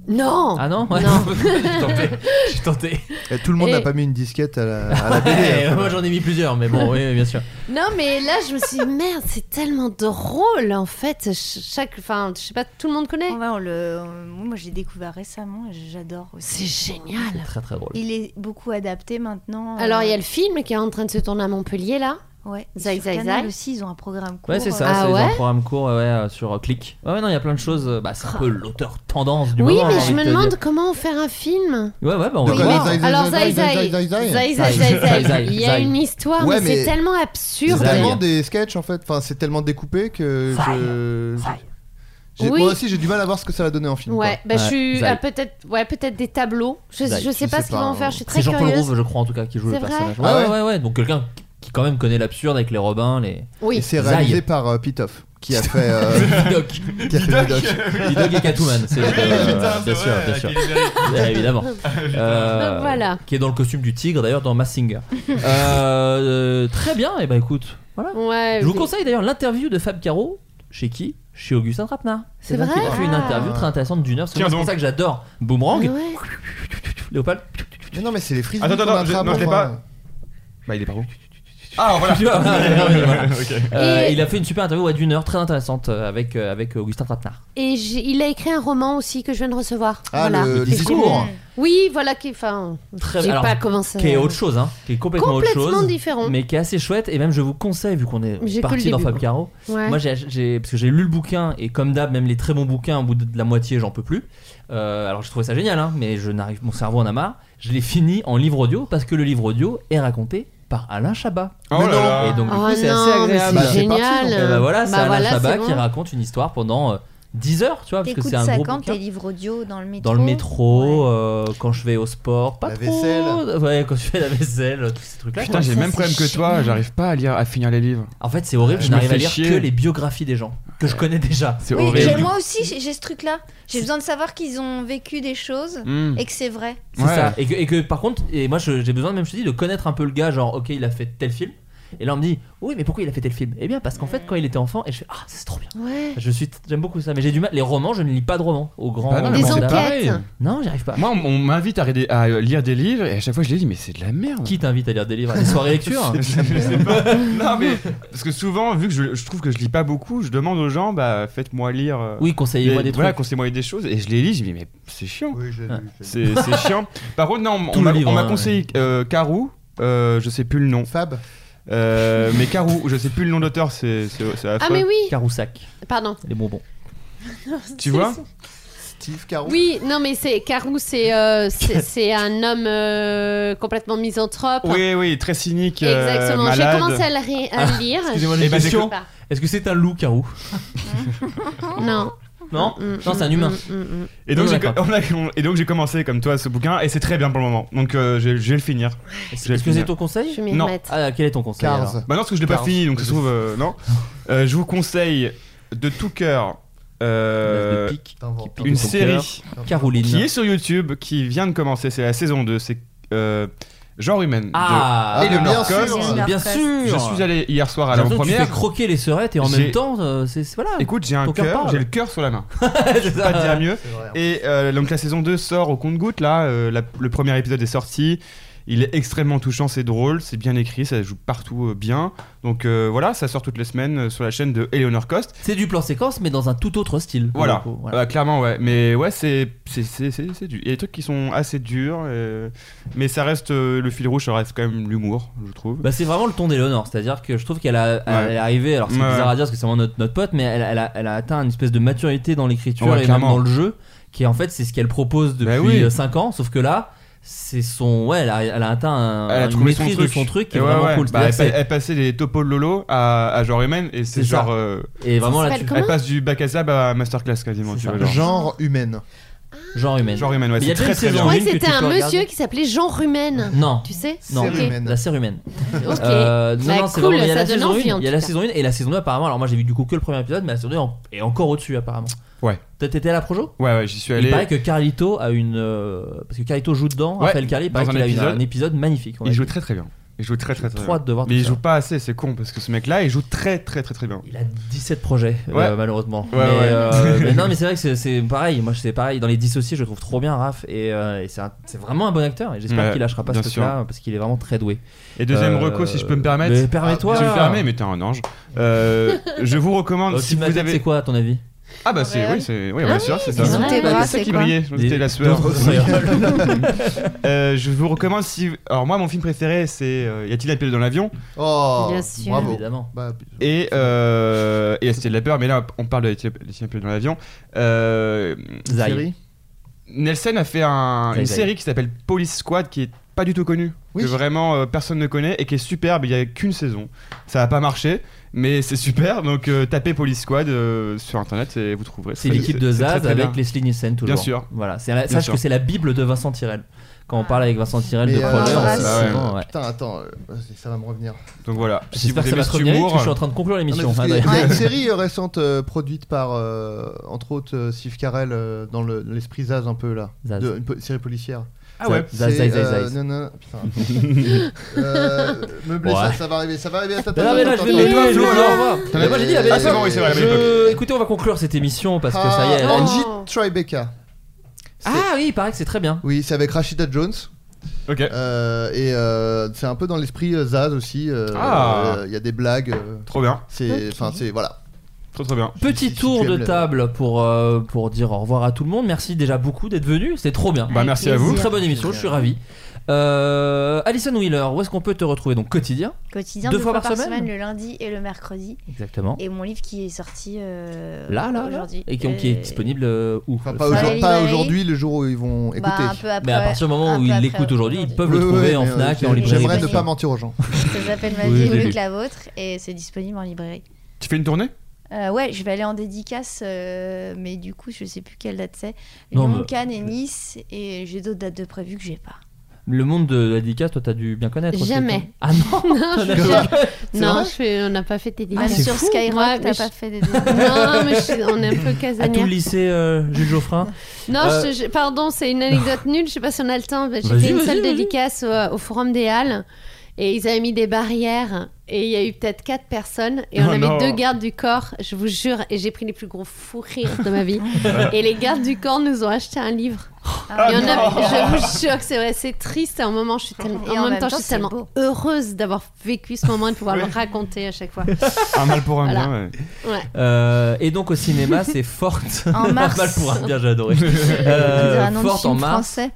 Non Ah non Ouais. Non. J'ai tenté. J'ai tenté. Et tout le monde Et- n'a pas mis une disquette à la, à la BD. Eh, hein. moi j'en ai mis plusieurs, mais bon, oui, oui, bien sûr. Non, mais là, je me suis dit, merde, c'est tellement drôle en fait. Ch- Chaque. Enfin, je sais pas, tout le monde connaît. Ouais, on le, on- moi, j'ai découvert récemment et j'adore aussi. C'est génial. Très très drôle. Ah, Il est beaucoup adapté maintenant. Alors, il y a euh, le film qui est en train de se tourner à Montpellier là. Ouais. Zai sur Zai Canal Zai. aussi, ils ont un programme court. Ouais, c'est ça, Ah c'est ouais un programme court ouais, euh, sur euh, Click. Ouais, ouais, non, il y a plein de choses. euh, Bah, c'est un peu l'auteur tendance du Ah. oui, moment. mais j'ai je envie me de te demande dire. comment faire un film. Ouais, ouais, bah, on va Oui, voir. mais- Alors, Zai Zai. Zai Zai Zai Zai Zai. Zai. Il y a Zai. une histoire, Ouais, mais c'est mais- tellement C'est absurde. tellement des sketchs en fait. Enfin, c'est tellement découpé que je. J'ai- Oui. Moi aussi, j'ai du mal à voir ce que ça va donner en film. Ouais, quoi. bah je suis ah, peut-être ouais, peut-être des tableaux. Je, Zai, je sais pas ce qu'ils vont en faire, je suis très euh, C'est Jean-Paul curieuse. Rouve, je crois, en tout cas, qui joue le C'est vrai personnage. Ouais, Ah ouais, ouais ouais, ouais. Donc, quelqu'un qui, quand même, connaît l'absurde avec les Robins, les. Oui. Et c'est Zai. réalisé par euh, Pitoff qui a fait. euh, Didoc. qui a fait Vidoc. Didoc et Catwoman, c'est Ouais, euh, putain, bien c'est sûr, vrai, bien avec sûr, les Ah, vérités. Bien évidemment. Ah, Euh, Donc voilà. Qui est dans le costume du tigre d'ailleurs dans Massinger. Euh, très bien, et bah écoute, voilà. Ouais, Je vous mais- conseille d'ailleurs l'interview de Fab Caro. Chez qui Chez Augustin Trapnard. C'est donc qu'il vrai Ah. a fait une interview très intéressante d'une heure. C'est Tiens pour donc. ça que j'adore Boomerang. Ouais. Léopold. Mais non, mais c'est les frises. Attends, attends, je- non, je l'ai pas. Bah, il est par où Ah, voilà. Tu vois, voilà, voilà. Ok. Euh, Et- Il a fait une super interview ouais, d'une heure très intéressante euh, avec, euh, avec Augustin Trapnard. Et j'ai- il a écrit un roman aussi que je viens de recevoir. Ah, voilà. le Le discours. discours. Oui, voilà qui enfin Très- j'ai alors, pas commencé. Qui est à- autre chose, hein, qui est complètement, autre Complètement chose, différent. mais qui est assez chouette. Et même je vous conseille, vu qu'on est J'ai que parti le dans début. Fab Caro, Ouais. moi j'ai, j'ai- parce que j'ai lu le bouquin et comme d'hab, même les très bons bouquins, au bout de la moitié, j'en peux plus. Euh, alors je trouvais ça génial, hein, mais je n'arrive, mon cerveau en a marre. Je l'ai fini en livre audio parce que le livre audio est raconté par Alain Chabat. Oh là là. Et donc du Oh coup, c'est non, assez mais agréable. c'est Bah, c'est parti, génial. Et bah voilà, c'est Bah Alain voilà, Chabat c'est bon. qui raconte une histoire pendant euh, 10 heures, tu vois, parce que T'écoutes c'est un ça gros quand bouquin. tes livres audio dans le métro. Dans le métro, euh, quand je vais au sport, pas La trop. vaisselle. Oh, Ouais, quand je fais la vaisselle, tous ces trucs-là. Putain, j'ai le même problème que toi, j'arrive pas à lire, à finir les livres. En fait, c'est horrible, Je je me n'arrive fais à lire chier. que les biographies des gens que je connais déjà. C'est Oui, j'ai- horrible. moi aussi j'ai j'ai ce truc-là. J'ai besoin de savoir qu'ils ont vécu des choses Hmm. Mm. et que c'est vrai. C'est Ouais. ça. Et que, et que, par contre, et moi je- j'ai besoin, même je te dis, de connaître un peu le gars, genre, ok, il a fait tel film. Et là, on me dit, oui, mais pourquoi il a fait tel film Eh bien, parce qu'en fait, quand il était enfant, et je fais, ah, c'est trop bien. Ouais. Je suis, j'aime beaucoup ça, mais j'ai du mal. Les romans, je ne lis pas de romans au grand. Bah non, mais Des moi, c'est enquêtes. pareil. Non, j'y arrive pas. Moi, on, on m'invite à, ré- à lire des livres et à chaque fois je les lis, mais c'est de la merde. Qui t'invite à lire des livres à Des soirées lecture Je sais pas. Non, mais parce que souvent, vu que je, je trouve que je lis pas beaucoup, je demande aux gens, bah faites-moi lire. euh, Oui, conseillez-moi les- des Voilà, trucs. conseillez-moi des choses et je les lis, je me dis, mais c'est chiant. Oui, j'ai lu, j'ai lu. C'est c'est chiant. Par contre, non, on- on Tout le m'a livre, on m'a hein, conseillé euh, Carou, euh, je sais plus le nom. Fab. Euh, mais Carou, je sais plus le nom d'auteur, c'est c'est- c'est Ah affreux. mais oui. Caroussac, Pardon. les bonbons. Tu vois fictif, Caro Oui, non, mais c'est Carou, c'est euh, c'est- c'est un homme euh, complètement misanthrope. Oui, oui, très cynique. euh, Exactement. J'ai malade. commencé à le, ré- à le lire. Ah, Excusez-moi, j'ai Eh Je- ben, une je sais question. pas. Est-ce que c'est un loup, Carou Non. Non Mm, Non, c'est un humain. Et donc, Non, j'ai- Mm, d'accord. on a- on- et donc j'ai commencé comme toi ce bouquin et c'est très bien pour le moment. Donc euh, je je vais le finir. Je vais le Est-ce que c'est finir. ton conseil Je vais m'y Non. remettre. Ah, quel est ton conseil Cars. alors Bah non, parce que je l'ai pas Cars. fini, donc ça se trouve, euh, non. Euh, je vous conseille de tout cœur euh, L'as de pique. T'inventes. Qui pique une ton série Caroline. qui est sur YouTube, qui vient de commencer, c'est la saison 2, c'est euh, Genre Humain. de Ah, Ah, Eleanor bien sûr. Cost. Eleanor bien Cost. sûr Je suis allé hier soir à J'ai la l'impression que Tu première. fais croquer les serettes et en J'ai- même temps, euh, c'est c'est- voilà. Écoute, j'ai un Ton cœur cœur, parle. j'ai le cœur sur la main. C'est Je peux pas te ça. dire mieux. C'est vrai. Et euh, donc la saison 2 sort au compte-goutte là, euh, la- le premier épisode est sorti. Il est extrêmement touchant, c'est drôle, c'est bien écrit, ça joue partout euh, bien. Donc euh, voilà, ça sort toutes les semaines euh, sur la chaîne de Eleanor Cost. C'est du plan séquence, mais dans un tout autre style. pour Voilà, le coup, Euh, clairement ouais. Mais ouais, c'est c'est c'est c'est c'est du. Il y a des trucs qui sont assez durs, euh, mais ça reste euh, le fil rouge, ça reste quand même l'humour, je trouve. Bah, c'est vraiment le ton d'Eleanor, c'est-à-dire que je trouve qu'elle a, elle Ouais. est arrivée, alors c'est Ouais, bizarre ouais. à dire parce que c'est vraiment notre, notre pote, mais elle, elle a, elle a atteint une espèce de maturité dans l'écriture Ouais, et même clairement. dans le jeu, qui en fait c'est ce qu'elle propose Bah depuis oui. 5 ans, sauf que là, c'est son. Ouais, elle a, elle a atteint un- elle a une trouvé son Euh, maîtrise truc. de son truc qui est Et ouais, vraiment ouais. cool. Bah, elle, C'est-à-dire pa- elle passait des topos de Lolo à, à genre humaine et c'est C'est ça. genre euh, que c'est- et vraiment Ça là, s'appelle tu- Comment elle passe du bac à sable à masterclass quasiment. C'est Tu ça. Ah. vois, genre. Genre humaine. genre humaine. Genre humaine, ouais, Mais il y a c'est déjà très une très saison. Je bien. croyais Caroline que que c'était tu un peux monsieur regarder. qui s'appelait Jean Rumaine. Non, Tu sais non, Série Ok. humaine. la série humaine. Ok. Euh, non, Bah, non, c'est cool, vraiment- il y a ça la donne saison 1, envie, en il y a tout la cas. saison 1 et la saison 2 apparemment, alors moi j'ai vu du coup que le premier épisode, mais la saison 2 en- est encore au-dessus apparemment. Ouais. Toi, T'étais à la Projo Ouais, ouais, j'y suis Il allé. paraît que Carlito a une. euh, parce que Carlito joue dedans, Ouais, Raphaël Carli, il paraît dans un qu'il a une- épisode. un épisode magnifique. on a Il joue dit. très très bien. Il joue très très très Trop bien. hâte de voir Mais tout il ça. joue pas assez, c'est con parce que ce mec là il joue très très très très bien. Il a 17 projets, euh, Ouais. malheureusement. Ouais, mais, ouais. euh, mais non, mais c'est vrai que c'est- c'est pareil. Moi, c'est pareil. Dans les dissociés, je le trouve trop bien Raph. Et, euh, et c'est un- c'est vraiment un bon acteur. Et j'espère Ouais, qu'il lâchera pas ce bien truc-là parce qu'il est vraiment très doué. Et deuxième Euh, reco, si je peux me permettre. mais permets-toi. Si je me permets, mais t'es un ange. Euh, je vous recommande Euh, si vous Ultimate, c'est avez. quoi à ton avis Ah bah c'est Ouais. oui, c'est oui, bien sûr, c'est ça. c'est vrai. Tes bras, C'est ça c'est qui quoi brillait. C'était la sueur. D'autres frères. Euh, Je vous recommande si. Alors moi, mon film préféré, c'est euh, Y a-t-il un pilote dans l'avion Oh, Bien sûr. bravo. Évidemment. Bah, et euh, et La Cité de la peur. Mais là, on parle de Y a-t-il un pilote dans l'avion. Euh, Zai. Nelson a fait un- Zai, une Zai. série qui s'appelle Police Squad qui est pas du tout connue, Oui. que vraiment euh, personne ne connaît et qui est superbe. Il y a qu'une saison, ça a pas marché, mais c'est super. Donc euh, tapez Police Squad euh, sur internet et vous trouverez. C'est l'équipe de Bah, c'est très, Zaz très bien. avec Leslie Nielsen toujours. Bien sûr. Voilà. c'est la- Bien Sache sûr. que c'est la bible de Vincent Tirel. Quand on parle avec Vincent Tirel mais, de euh, projet, ah, on c'est sait ouais. souvent, bon. ouais. Putain, attends, euh, vas-y, ça va me revenir. Donc voilà. Si J'espère vous que ça va aimez se cet revenir parce que je suis en humour, train de conclure Non, mais l'émission. Ah, parce hein, qu'il y a- Adrien. il y a une série euh, récente euh, produite par, euh, entre autres, euh, Steve Carell euh, dans le- l'esprit Zaz un peu là. Zaz. De- une po- série policière. ah ouais. Zaz, C'est, Zaz, Zaz, euh, Zaz. Non, non, putain. euh, meublé, Ouais. ça, ça va arriver, ça va arriver. Attends, Non, attends, mais là, je attends, vais attends. les doigts, Flo, Ah, alors, au revoir. Ah, Mais moi, j'ai dit la belle ah, c'est bon, oui, c'est vrai, la belle époque. Je- Écoutez, on va conclure cette émission parce Ah. que ça y est. elle a une- Angie Tribeca. Ah oui, il paraît que c'est très bien. Oui, c'est avec Rashida Jones. Ok. Euh, et euh, c'est un peu dans l'esprit euh, Zaz aussi. euh, euh, Il Ah. y a des blagues. euh, Trop bien. c'est, enfin, c'est voilà. Trop trop bien. Si- si Petit tu tour de aimes le- table pour, euh, pour dire au revoir à tout le monde. Merci déjà beaucoup d'être venu, c'est trop bien. Bah merci à vous. plaisir. Très bonne émission, je suis ravi. Euh, Alison Wheeler, où est-ce qu'on peut te retrouver donc quotidien Quotidien, Deux deux, fois fois, par par semaine semaine, le lundi et le mercredi. Exactement. Et mon livre qui est sorti euh, Là, là, là. aujourd'hui. Et qui, qui est Euh, disponible euh, où Enfin, pas, Sur la aujourd'hui- pas librairie. aujourd'hui, le jour où ils vont écouter. bah, un peu après, Mais à partir du moment un où peu ils après l'écoutent aujourd'hui, ils peuvent le Oui, oui, trouver oui, en mais, Fnac euh, et en librairie. J'aimerais ne Merci. pas mentir aux gens. Ça s'appelle Ma Oui, vie j'ai est mieux vu. que la vôtre et c'est disponible en librairie. Tu fais une tournée Euh, ouais, je vais aller en dédicace, euh, mais du coup, je sais plus quelle date c'est. Non, Lyon, mais- Cannes et Nice, et j'ai d'autres dates de prévues que j'ai pas. Le monde de la dédicace, toi, t'as dû bien connaître. aussi. Jamais. Ah non Non, je- non vrai je fais- on n'a pas fait tes Ah, Même dédicaces. sur Skyrock, t'as Ouais, mais pas je- fait des dédicaces. Non, mais je suis- on est un peu À tout le casanier. lycée euh, Jules Geoffrin. Non, Euh, je- je- pardon, c'est une anecdote nulle. Je sais pas si on a le temps. mais J'ai Vas-y, fait une vas-y, seule vas-y. dédicace au, au Forum des Halles et ils avaient mis des barrières et il y a eu peut-être quatre personnes et on Oh avait non. deux gardes du corps, je vous jure, et j'ai pris les plus gros fous rires de ma vie. et les gardes du corps nous ont acheté un livre. Et on a- je vous jure que c'est vrai, c'est triste. Et en, moment, je suis tellement- Et en, même temps, je suis c'est tellement beau. heureuse d'avoir vécu ce moment et de pouvoir le raconter à chaque fois. Un mal pour un Voilà. bien. ouais. Euh, et donc au cinéma, c'est Forte. En mars. Mal pour un bien, j'ai adoré. On dirait Euh, un nom de Forte en film mars. français.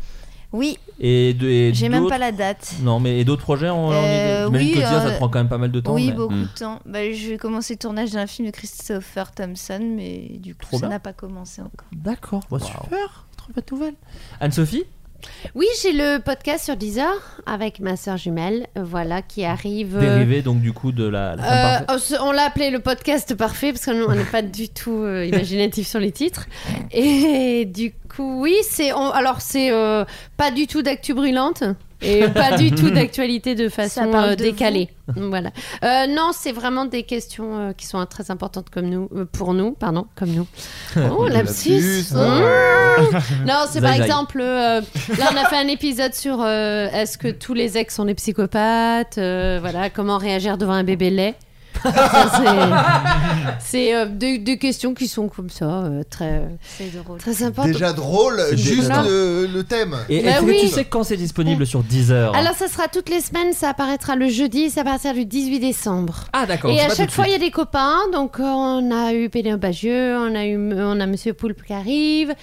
Oui. Et, de- et J'ai même d'autres- pas la date. Non, mais et d'autres projets en, en Euh, idée J'imagine oui, que Dia, ça euh, te prend quand même pas mal de temps. oui, mais- beaucoup Mm. de temps. Bah, je vais commencer le tournage d'un film de Christopher Thompson, mais du coup, Trop ça bien. n'a pas commencé encore. D'accord, Bah, super, trop bonne nouvelle. Anne-Sophie Oui, j'ai le podcast sur Deezer avec ma sœur jumelle, euh, voilà, qui arrive. euh, Dérivée donc du coup de la, la femme euh, parfaite. on se- on l'a appelé le podcast parfait parce qu'on n'est pas du tout euh, imaginatif sur les titres. Et du coup, oui, c'est on- alors c'est euh, pas du tout d'actu brûlante et pas du tout d'actualité de façon parle euh, de décalée. voilà. Euh, non, c'est vraiment des questions euh, qui sont euh, très importantes comme nous, euh, pour nous, pardon, comme nous. Oh, Le lapsus, lapsus. Mmh. ouais. Non, c'est par Zai, zai. exemple, euh, là on a fait un épisode sur euh, est-ce que tous les ex sont des psychopathes, euh, voilà, comment réagir devant un bébé lait. Ça, c'est- c'est euh, des, des questions qui sont comme ça, euh, très, très sympa. Déjà drôle, C'est juste détonnant. le, le thème. Et Bah est-ce que oui. tu sais quand c'est Mm. disponible sur Deezer Alors ça sera toutes les semaines, ça apparaîtra le jeudi, ça apparaîtra le 18 décembre. Ah d'accord. Et c'est à pas chaque tout de fois, il y a suite. des copains. Donc, euh, on a eu Pénélope Bagieux, on a eu, on a Monsieur Poulpe qui arrive,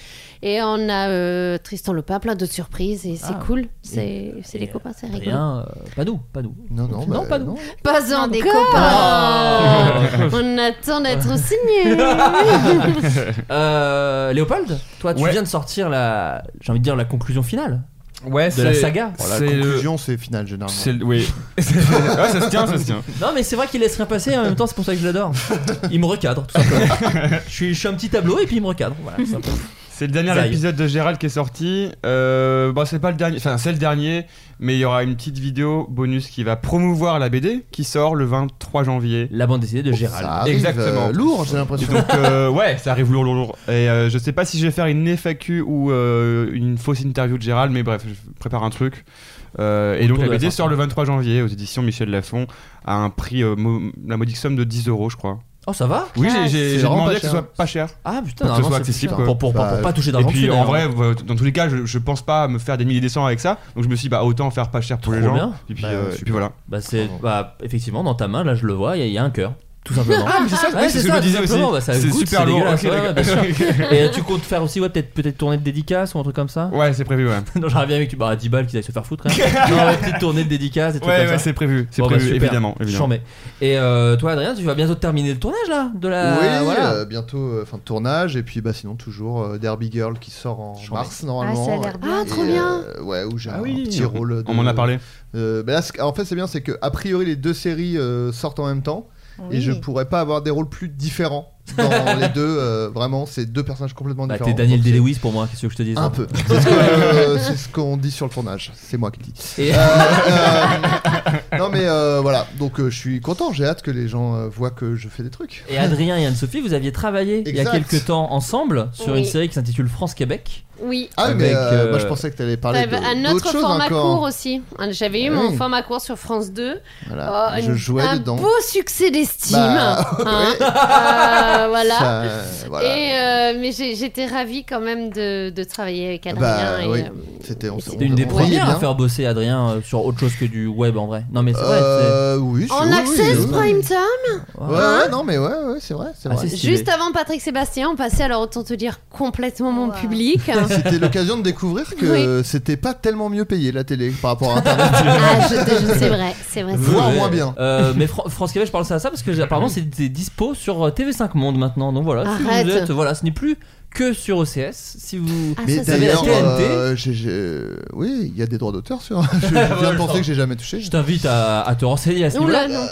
et on a euh, Tristan Lopin, plein d'autres surprises, et c'est Ah. cool. C'est c'est les copains, c'est rigolo. Rien, euh, pas nous, pas nous. Non non, Ah. non bah, pas nous. Pas Non, encore des copains. On attend d'être signé. Euh, Léopold, toi tu Ouais. viens de sortir la, j'ai envie de dire la conclusion finale. Ouais, de la c'est- saga. Oh, Voilà, c'est le- conclusion, c'est final généralement. C'est le- oui. ouais, ça se tient, ça se tient. Non mais c'est vrai qu'il laisse rien passer. En même temps, c'est pour ça que je l'adore. Il me recadre. Tout simplement. je suis, je suis un petit tableau et puis il me recadre. Voilà. tout simplement. C'est le dernier Zai. épisode de Gérald qui est sorti. Euh, bon, c'est pas le dernier, enfin c'est le dernier, mais il y aura une petite vidéo bonus qui va promouvoir la BD qui sort le 23 janvier. La bande dessinée de Gérald. Oh, arrive, Exactement. euh, lourd, j'ai l'impression. Et Donc euh, ouais, ça arrive lourd, lourd, lourd. Et euh, je sais pas si je vais faire une FAQ ou euh, une fausse interview de Gérald, mais bref, je prépare un truc. Euh, et Autour donc la de la hein. BD sortie. sort le 23 janvier aux éditions Michel Lafon à un prix euh, mo- la modique somme de 10 euros, je crois. Oh ça va Oui, j'ai- c'est j'ai j'ai vraiment demandé que pas ce cher. soit pas cher. Ah putain, Pour que ce soit normalement, c'est Bah, accessible. cher. quoi. Pour, pour- pour- pour Bah, pas toucher d'argent. Et puis dessus, en d'ailleurs. vrai, euh, dans tous les cas, je, je pense pas me faire des milliers de cents avec ça. Donc je me suis dit, bah autant faire pas cher pour les Trop gens. bien. Et puis, Bah, euh, et super. puis voilà. Bah c'est bah, effectivement dans ta main là je le vois il y, a- il y a un cœur tout simplement. Ah, mais c'est ça, Ouais, oui, c'est ce que je ça, me disais tout aussi. simplement. Bah, ça C'est goûte, super lourd. dégueulasse, Ok, ouais, ouais, bien d'accord. sûr. Et euh, tu comptes faire aussi ouais peut-être peut-être tournée de dédicace ou un truc comme ça. Ouais, c'est prévu, ouais. non j'aurais bien vu que tu bah à 10 balles qu'ils aillent se faire foutre. Quand même. non ouais, petite tournée de dédicace et tout Ouais, comme ouais, ça. c'est prévu, c'est Bon, bah, prévu, super. évidemment, évidemment. Chambé. Et euh, toi Adrien tu vas bientôt terminer le tournage là de la. oui, voilà. euh, bientôt euh, fin de tournage et puis bah sinon toujours euh, Derby Girl qui sort en Chambé. mars normalement. ça a l'air bien. Ah, trop bien. euh, ouais, où j'ai Ah un oui, petit on- rôle. de- On m'en a parlé. Euh, bah là, ce- en fait, c'est bien, c'est que a priori les deux séries euh, sortent en même temps et Oui. je pourrais pas avoir des rôles plus différents dans les deux. euh, vraiment, c'est deux personnages complètement Bah, différents. t'es Daniel Donc, c'est- Day-Lewis pour moi qu'est-ce que je te dis Un peu. C'est ce que, euh, c'est ce qu'on dit sur le tournage. C'est moi qui le dis. Et- Euh, euh, non mais euh, voilà. Donc euh, je suis content. J'ai hâte que les gens euh, voient que je fais des trucs. Et Adrien et Anne-Sophie, vous aviez travaillé il y a Exact. quelques temps ensemble sur Oui. une série qui s'intitule France-Québec. Oui. Ah oui, mais Avec, euh, euh, moi je pensais que t'allais parler de un d'autres autre choses format encore. court aussi. J'avais eu Ah mon oui. format court sur France 2. Voilà, Oh, je une- jouais un dedans. beau succès d'estime. Bah, hein. ouais. Euh, voilà. Ça, voilà. Et euh, mais j'ai- j'étais ravie quand même de, de travailler avec Adrien. Bah et, oui, euh, c'était on, C'était une des on riait premières à bien. faire bosser Adrien euh, sur autre chose que du web en vrai. Non mais c'est vrai. c'est- Euh, oui, c'est- en oui, access oui, oui. prime time. Hein Ouais, ouais, non mais ouais, ouais c'est vrai, c'est Ah, vrai. c'est stylé. Juste avant Patrick Sébastien, on passait alors autant te dire complètement mon Wow. public. hein. C'était l'occasion de découvrir que c'était pas tellement mieux payé la télé par rapport à internet. ah, je te jure, c'est vrai, c'est vrai. c'est Voir vrai. moins bien. Euh, mais Fran- France Québec, je parle ça à ça parce que apparemment c'est c'est dispo sur euh, TV5 Monde maintenant. Donc voilà, si Arrête. vous êtes, voilà, ce n'est plus que sur OCS. Si vous, Ah, Mais ça, c'est d'ailleurs, bien. TNT. euh, j'ai- j'ai- oui, il y a des droits d'auteur sur. je viens de penser que j'ai jamais touché. je t'invite à, à te renseigner à ce niveau-là. Oula, non.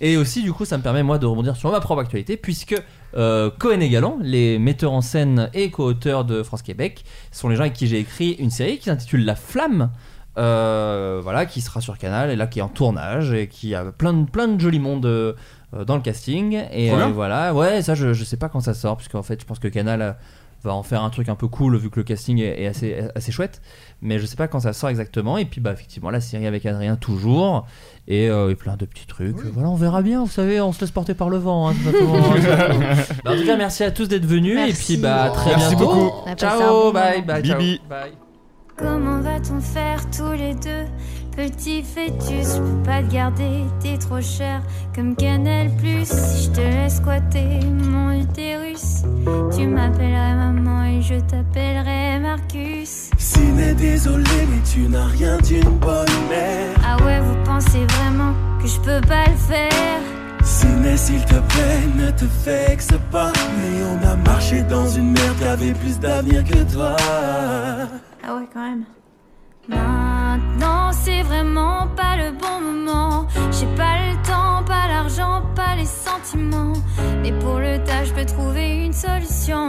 Et, et aussi, du coup, ça me permet moi de rebondir sur ma propre actualité, puisque euh, Cohen et Galland, les metteurs en scène et co-auteurs de France Québec, sont les gens avec qui j'ai écrit une série qui s'intitule La Flamme. euh, voilà, qui sera sur Canal et là qui est en tournage et qui a plein de, plein de jolis mondes euh, euh, dans le casting. Et Trop bien. euh, voilà, ouais, ça je, je sais pas quand ça sort, puisqu'en fait je pense que Canal euh, va en faire un truc un peu cool vu que le casting est, est assez, assez chouette. Mais je sais pas quand ça sort exactement. Et puis bah effectivement la série avec Adrien toujours et, euh, et plein de petits trucs. Voilà, on verra bien. Vous savez, on se laisse porter par le vent. hein, de toute façon. Bah, en tout cas, merci à tous d'être venus Merci. et puis bah à très Merci bientôt. beaucoup. On a passé un bon Ciao, bye, moment. bye, ciao. Bibi. bye. Comment va-t-on faire tous les deux Petit fœtus, je peux pas te garder, t'es trop cher Comme Canal Plus, je te laisse squatter mon utérus Tu m'appellerais maman et je t'appellerai Marcus Ciné Désolé, mais tu n'as rien d'une bonne mère. Ah ouais, vous pensez vraiment que je peux pas le faire Ciné, s'il te plaît, ne te vexe pas. Mais on a marché dans une merde qui avait plus d'avenir que toi. Ah ouais, quand même. Maintenant, c'est vraiment pas le bon moment. J'ai pas le temps, pas l'argent, pas les sentiments. Mais pour le tas, je peux trouver une solution.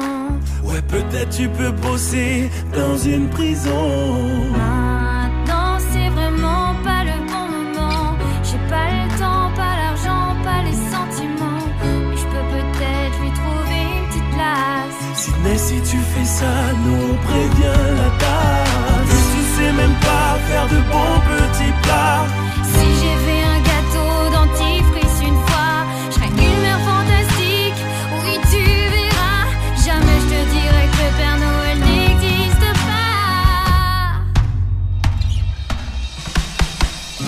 Ouais, peut-être tu peux bosser dans une prison. Maintenant, c'est vraiment pas le bon moment. J'ai pas le temps, pas l'argent, pas les sentiments. Mais je peux peut-être lui trouver une petite place. Sydney, si tu fais ça, nous on prévient la tasse. Que tu sais même pas faire de bons petits plats. Si j'ai fait un gâteau dentifrice une fois, je serais une mère fantastique. Oui, tu verras. Jamais je te dirai que le Père Noël n'existe pas.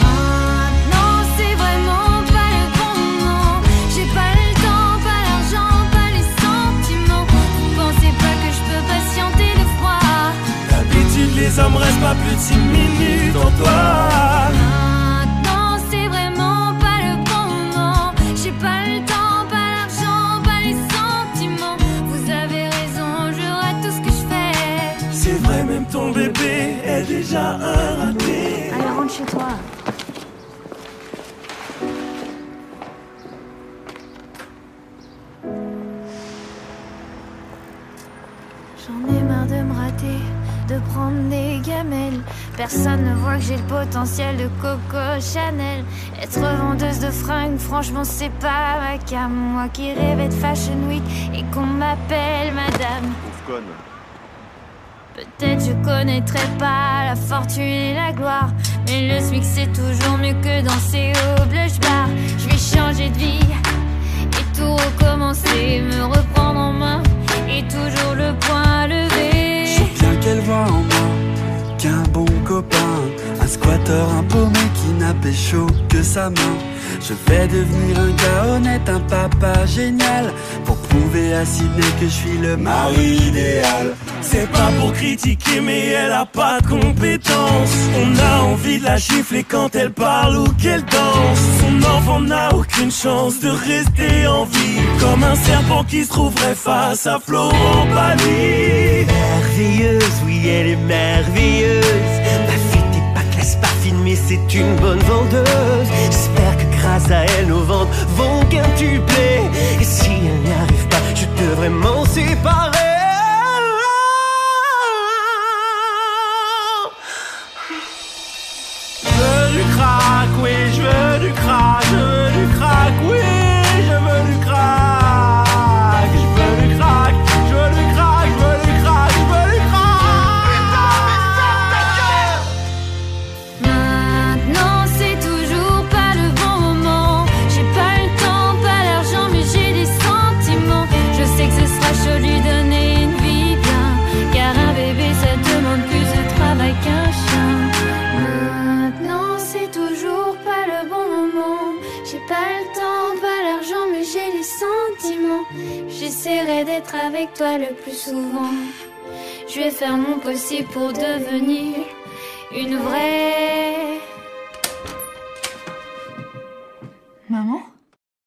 Maintenant, c'est vraiment pas le bon moment. J'ai pas le temps, pas l'argent, pas les sentiments. Vous pensez pas que je peux patienter de froid? D'habitude, les hommes restent pas plus de 6 minutes en toi. Non, c'est vraiment pas le bon moment. J'ai pas le temps, pas l'argent, pas les sentiments. Vous avez raison, je rate tout ce que je fais. C'est vrai, même ton bébé est déjà un raté. Allez, rentre chez toi. J'en ai marre de me rater, de prendre des gamelles. Personne ne voit que j'ai le potentiel de Coco Chanel. Être vendeuse de fringues, franchement, c'est pas ma cam. Moi qui rêvais de Fashion Week et qu'on m'appelle madame. Peut-être je connaîtrai pas la fortune et la gloire. Mais le SMIC, c'est toujours mieux que danser au blush bar. Je vais changer de vie et tout recommencer, me reprendre en main et toujours le point levé. Bien qu'elle voit en moi qu'un bon copain, un squatter, un paumé qui n'a pécho que sa main. Je vais devenir un gars honnête, un papa génial, pour prouver à Sydney que je suis le mari idéal. C'est pas pour critiquer, mais elle a pas de compétences. On a envie de la gifler quand elle parle ou qu'elle danse. Son enfant n'a aucune chance de rester en vie, comme un serpent qui se trouverait face à Florent Pagny. Merveilleuse, oui, elle est merveilleuse. Ma fille n'est pas classe parfine, mais c'est une bonne vendeuse. J'espère que grâce à elle, nos ventes vont quintupler. Et si elle n'y arrive pas, je devrais m'en séparer. Je veux du crack, oui, je veux du crack, je veux du crack, oui, je veux du crack, je veux du crack, je veux du crack, je veux du crack, je veux du crack. Maintenant, c'est toujours pas le bon moment. J'ai pas le temps, pas l'argent, mais j'ai des sentiments. Je sais que ce sera chaud de lui donner une vie bien. Car un bébé, ça demande plus de travail qu'un chien. Maintenant, c'est toujours pas le bon moment. J'ai pas le temps, pas l'argent, mais j'ai les sentiments. J'essaierai d'être avec toi le plus souvent. Je vais faire mon possible pour devenir une vraie. Maman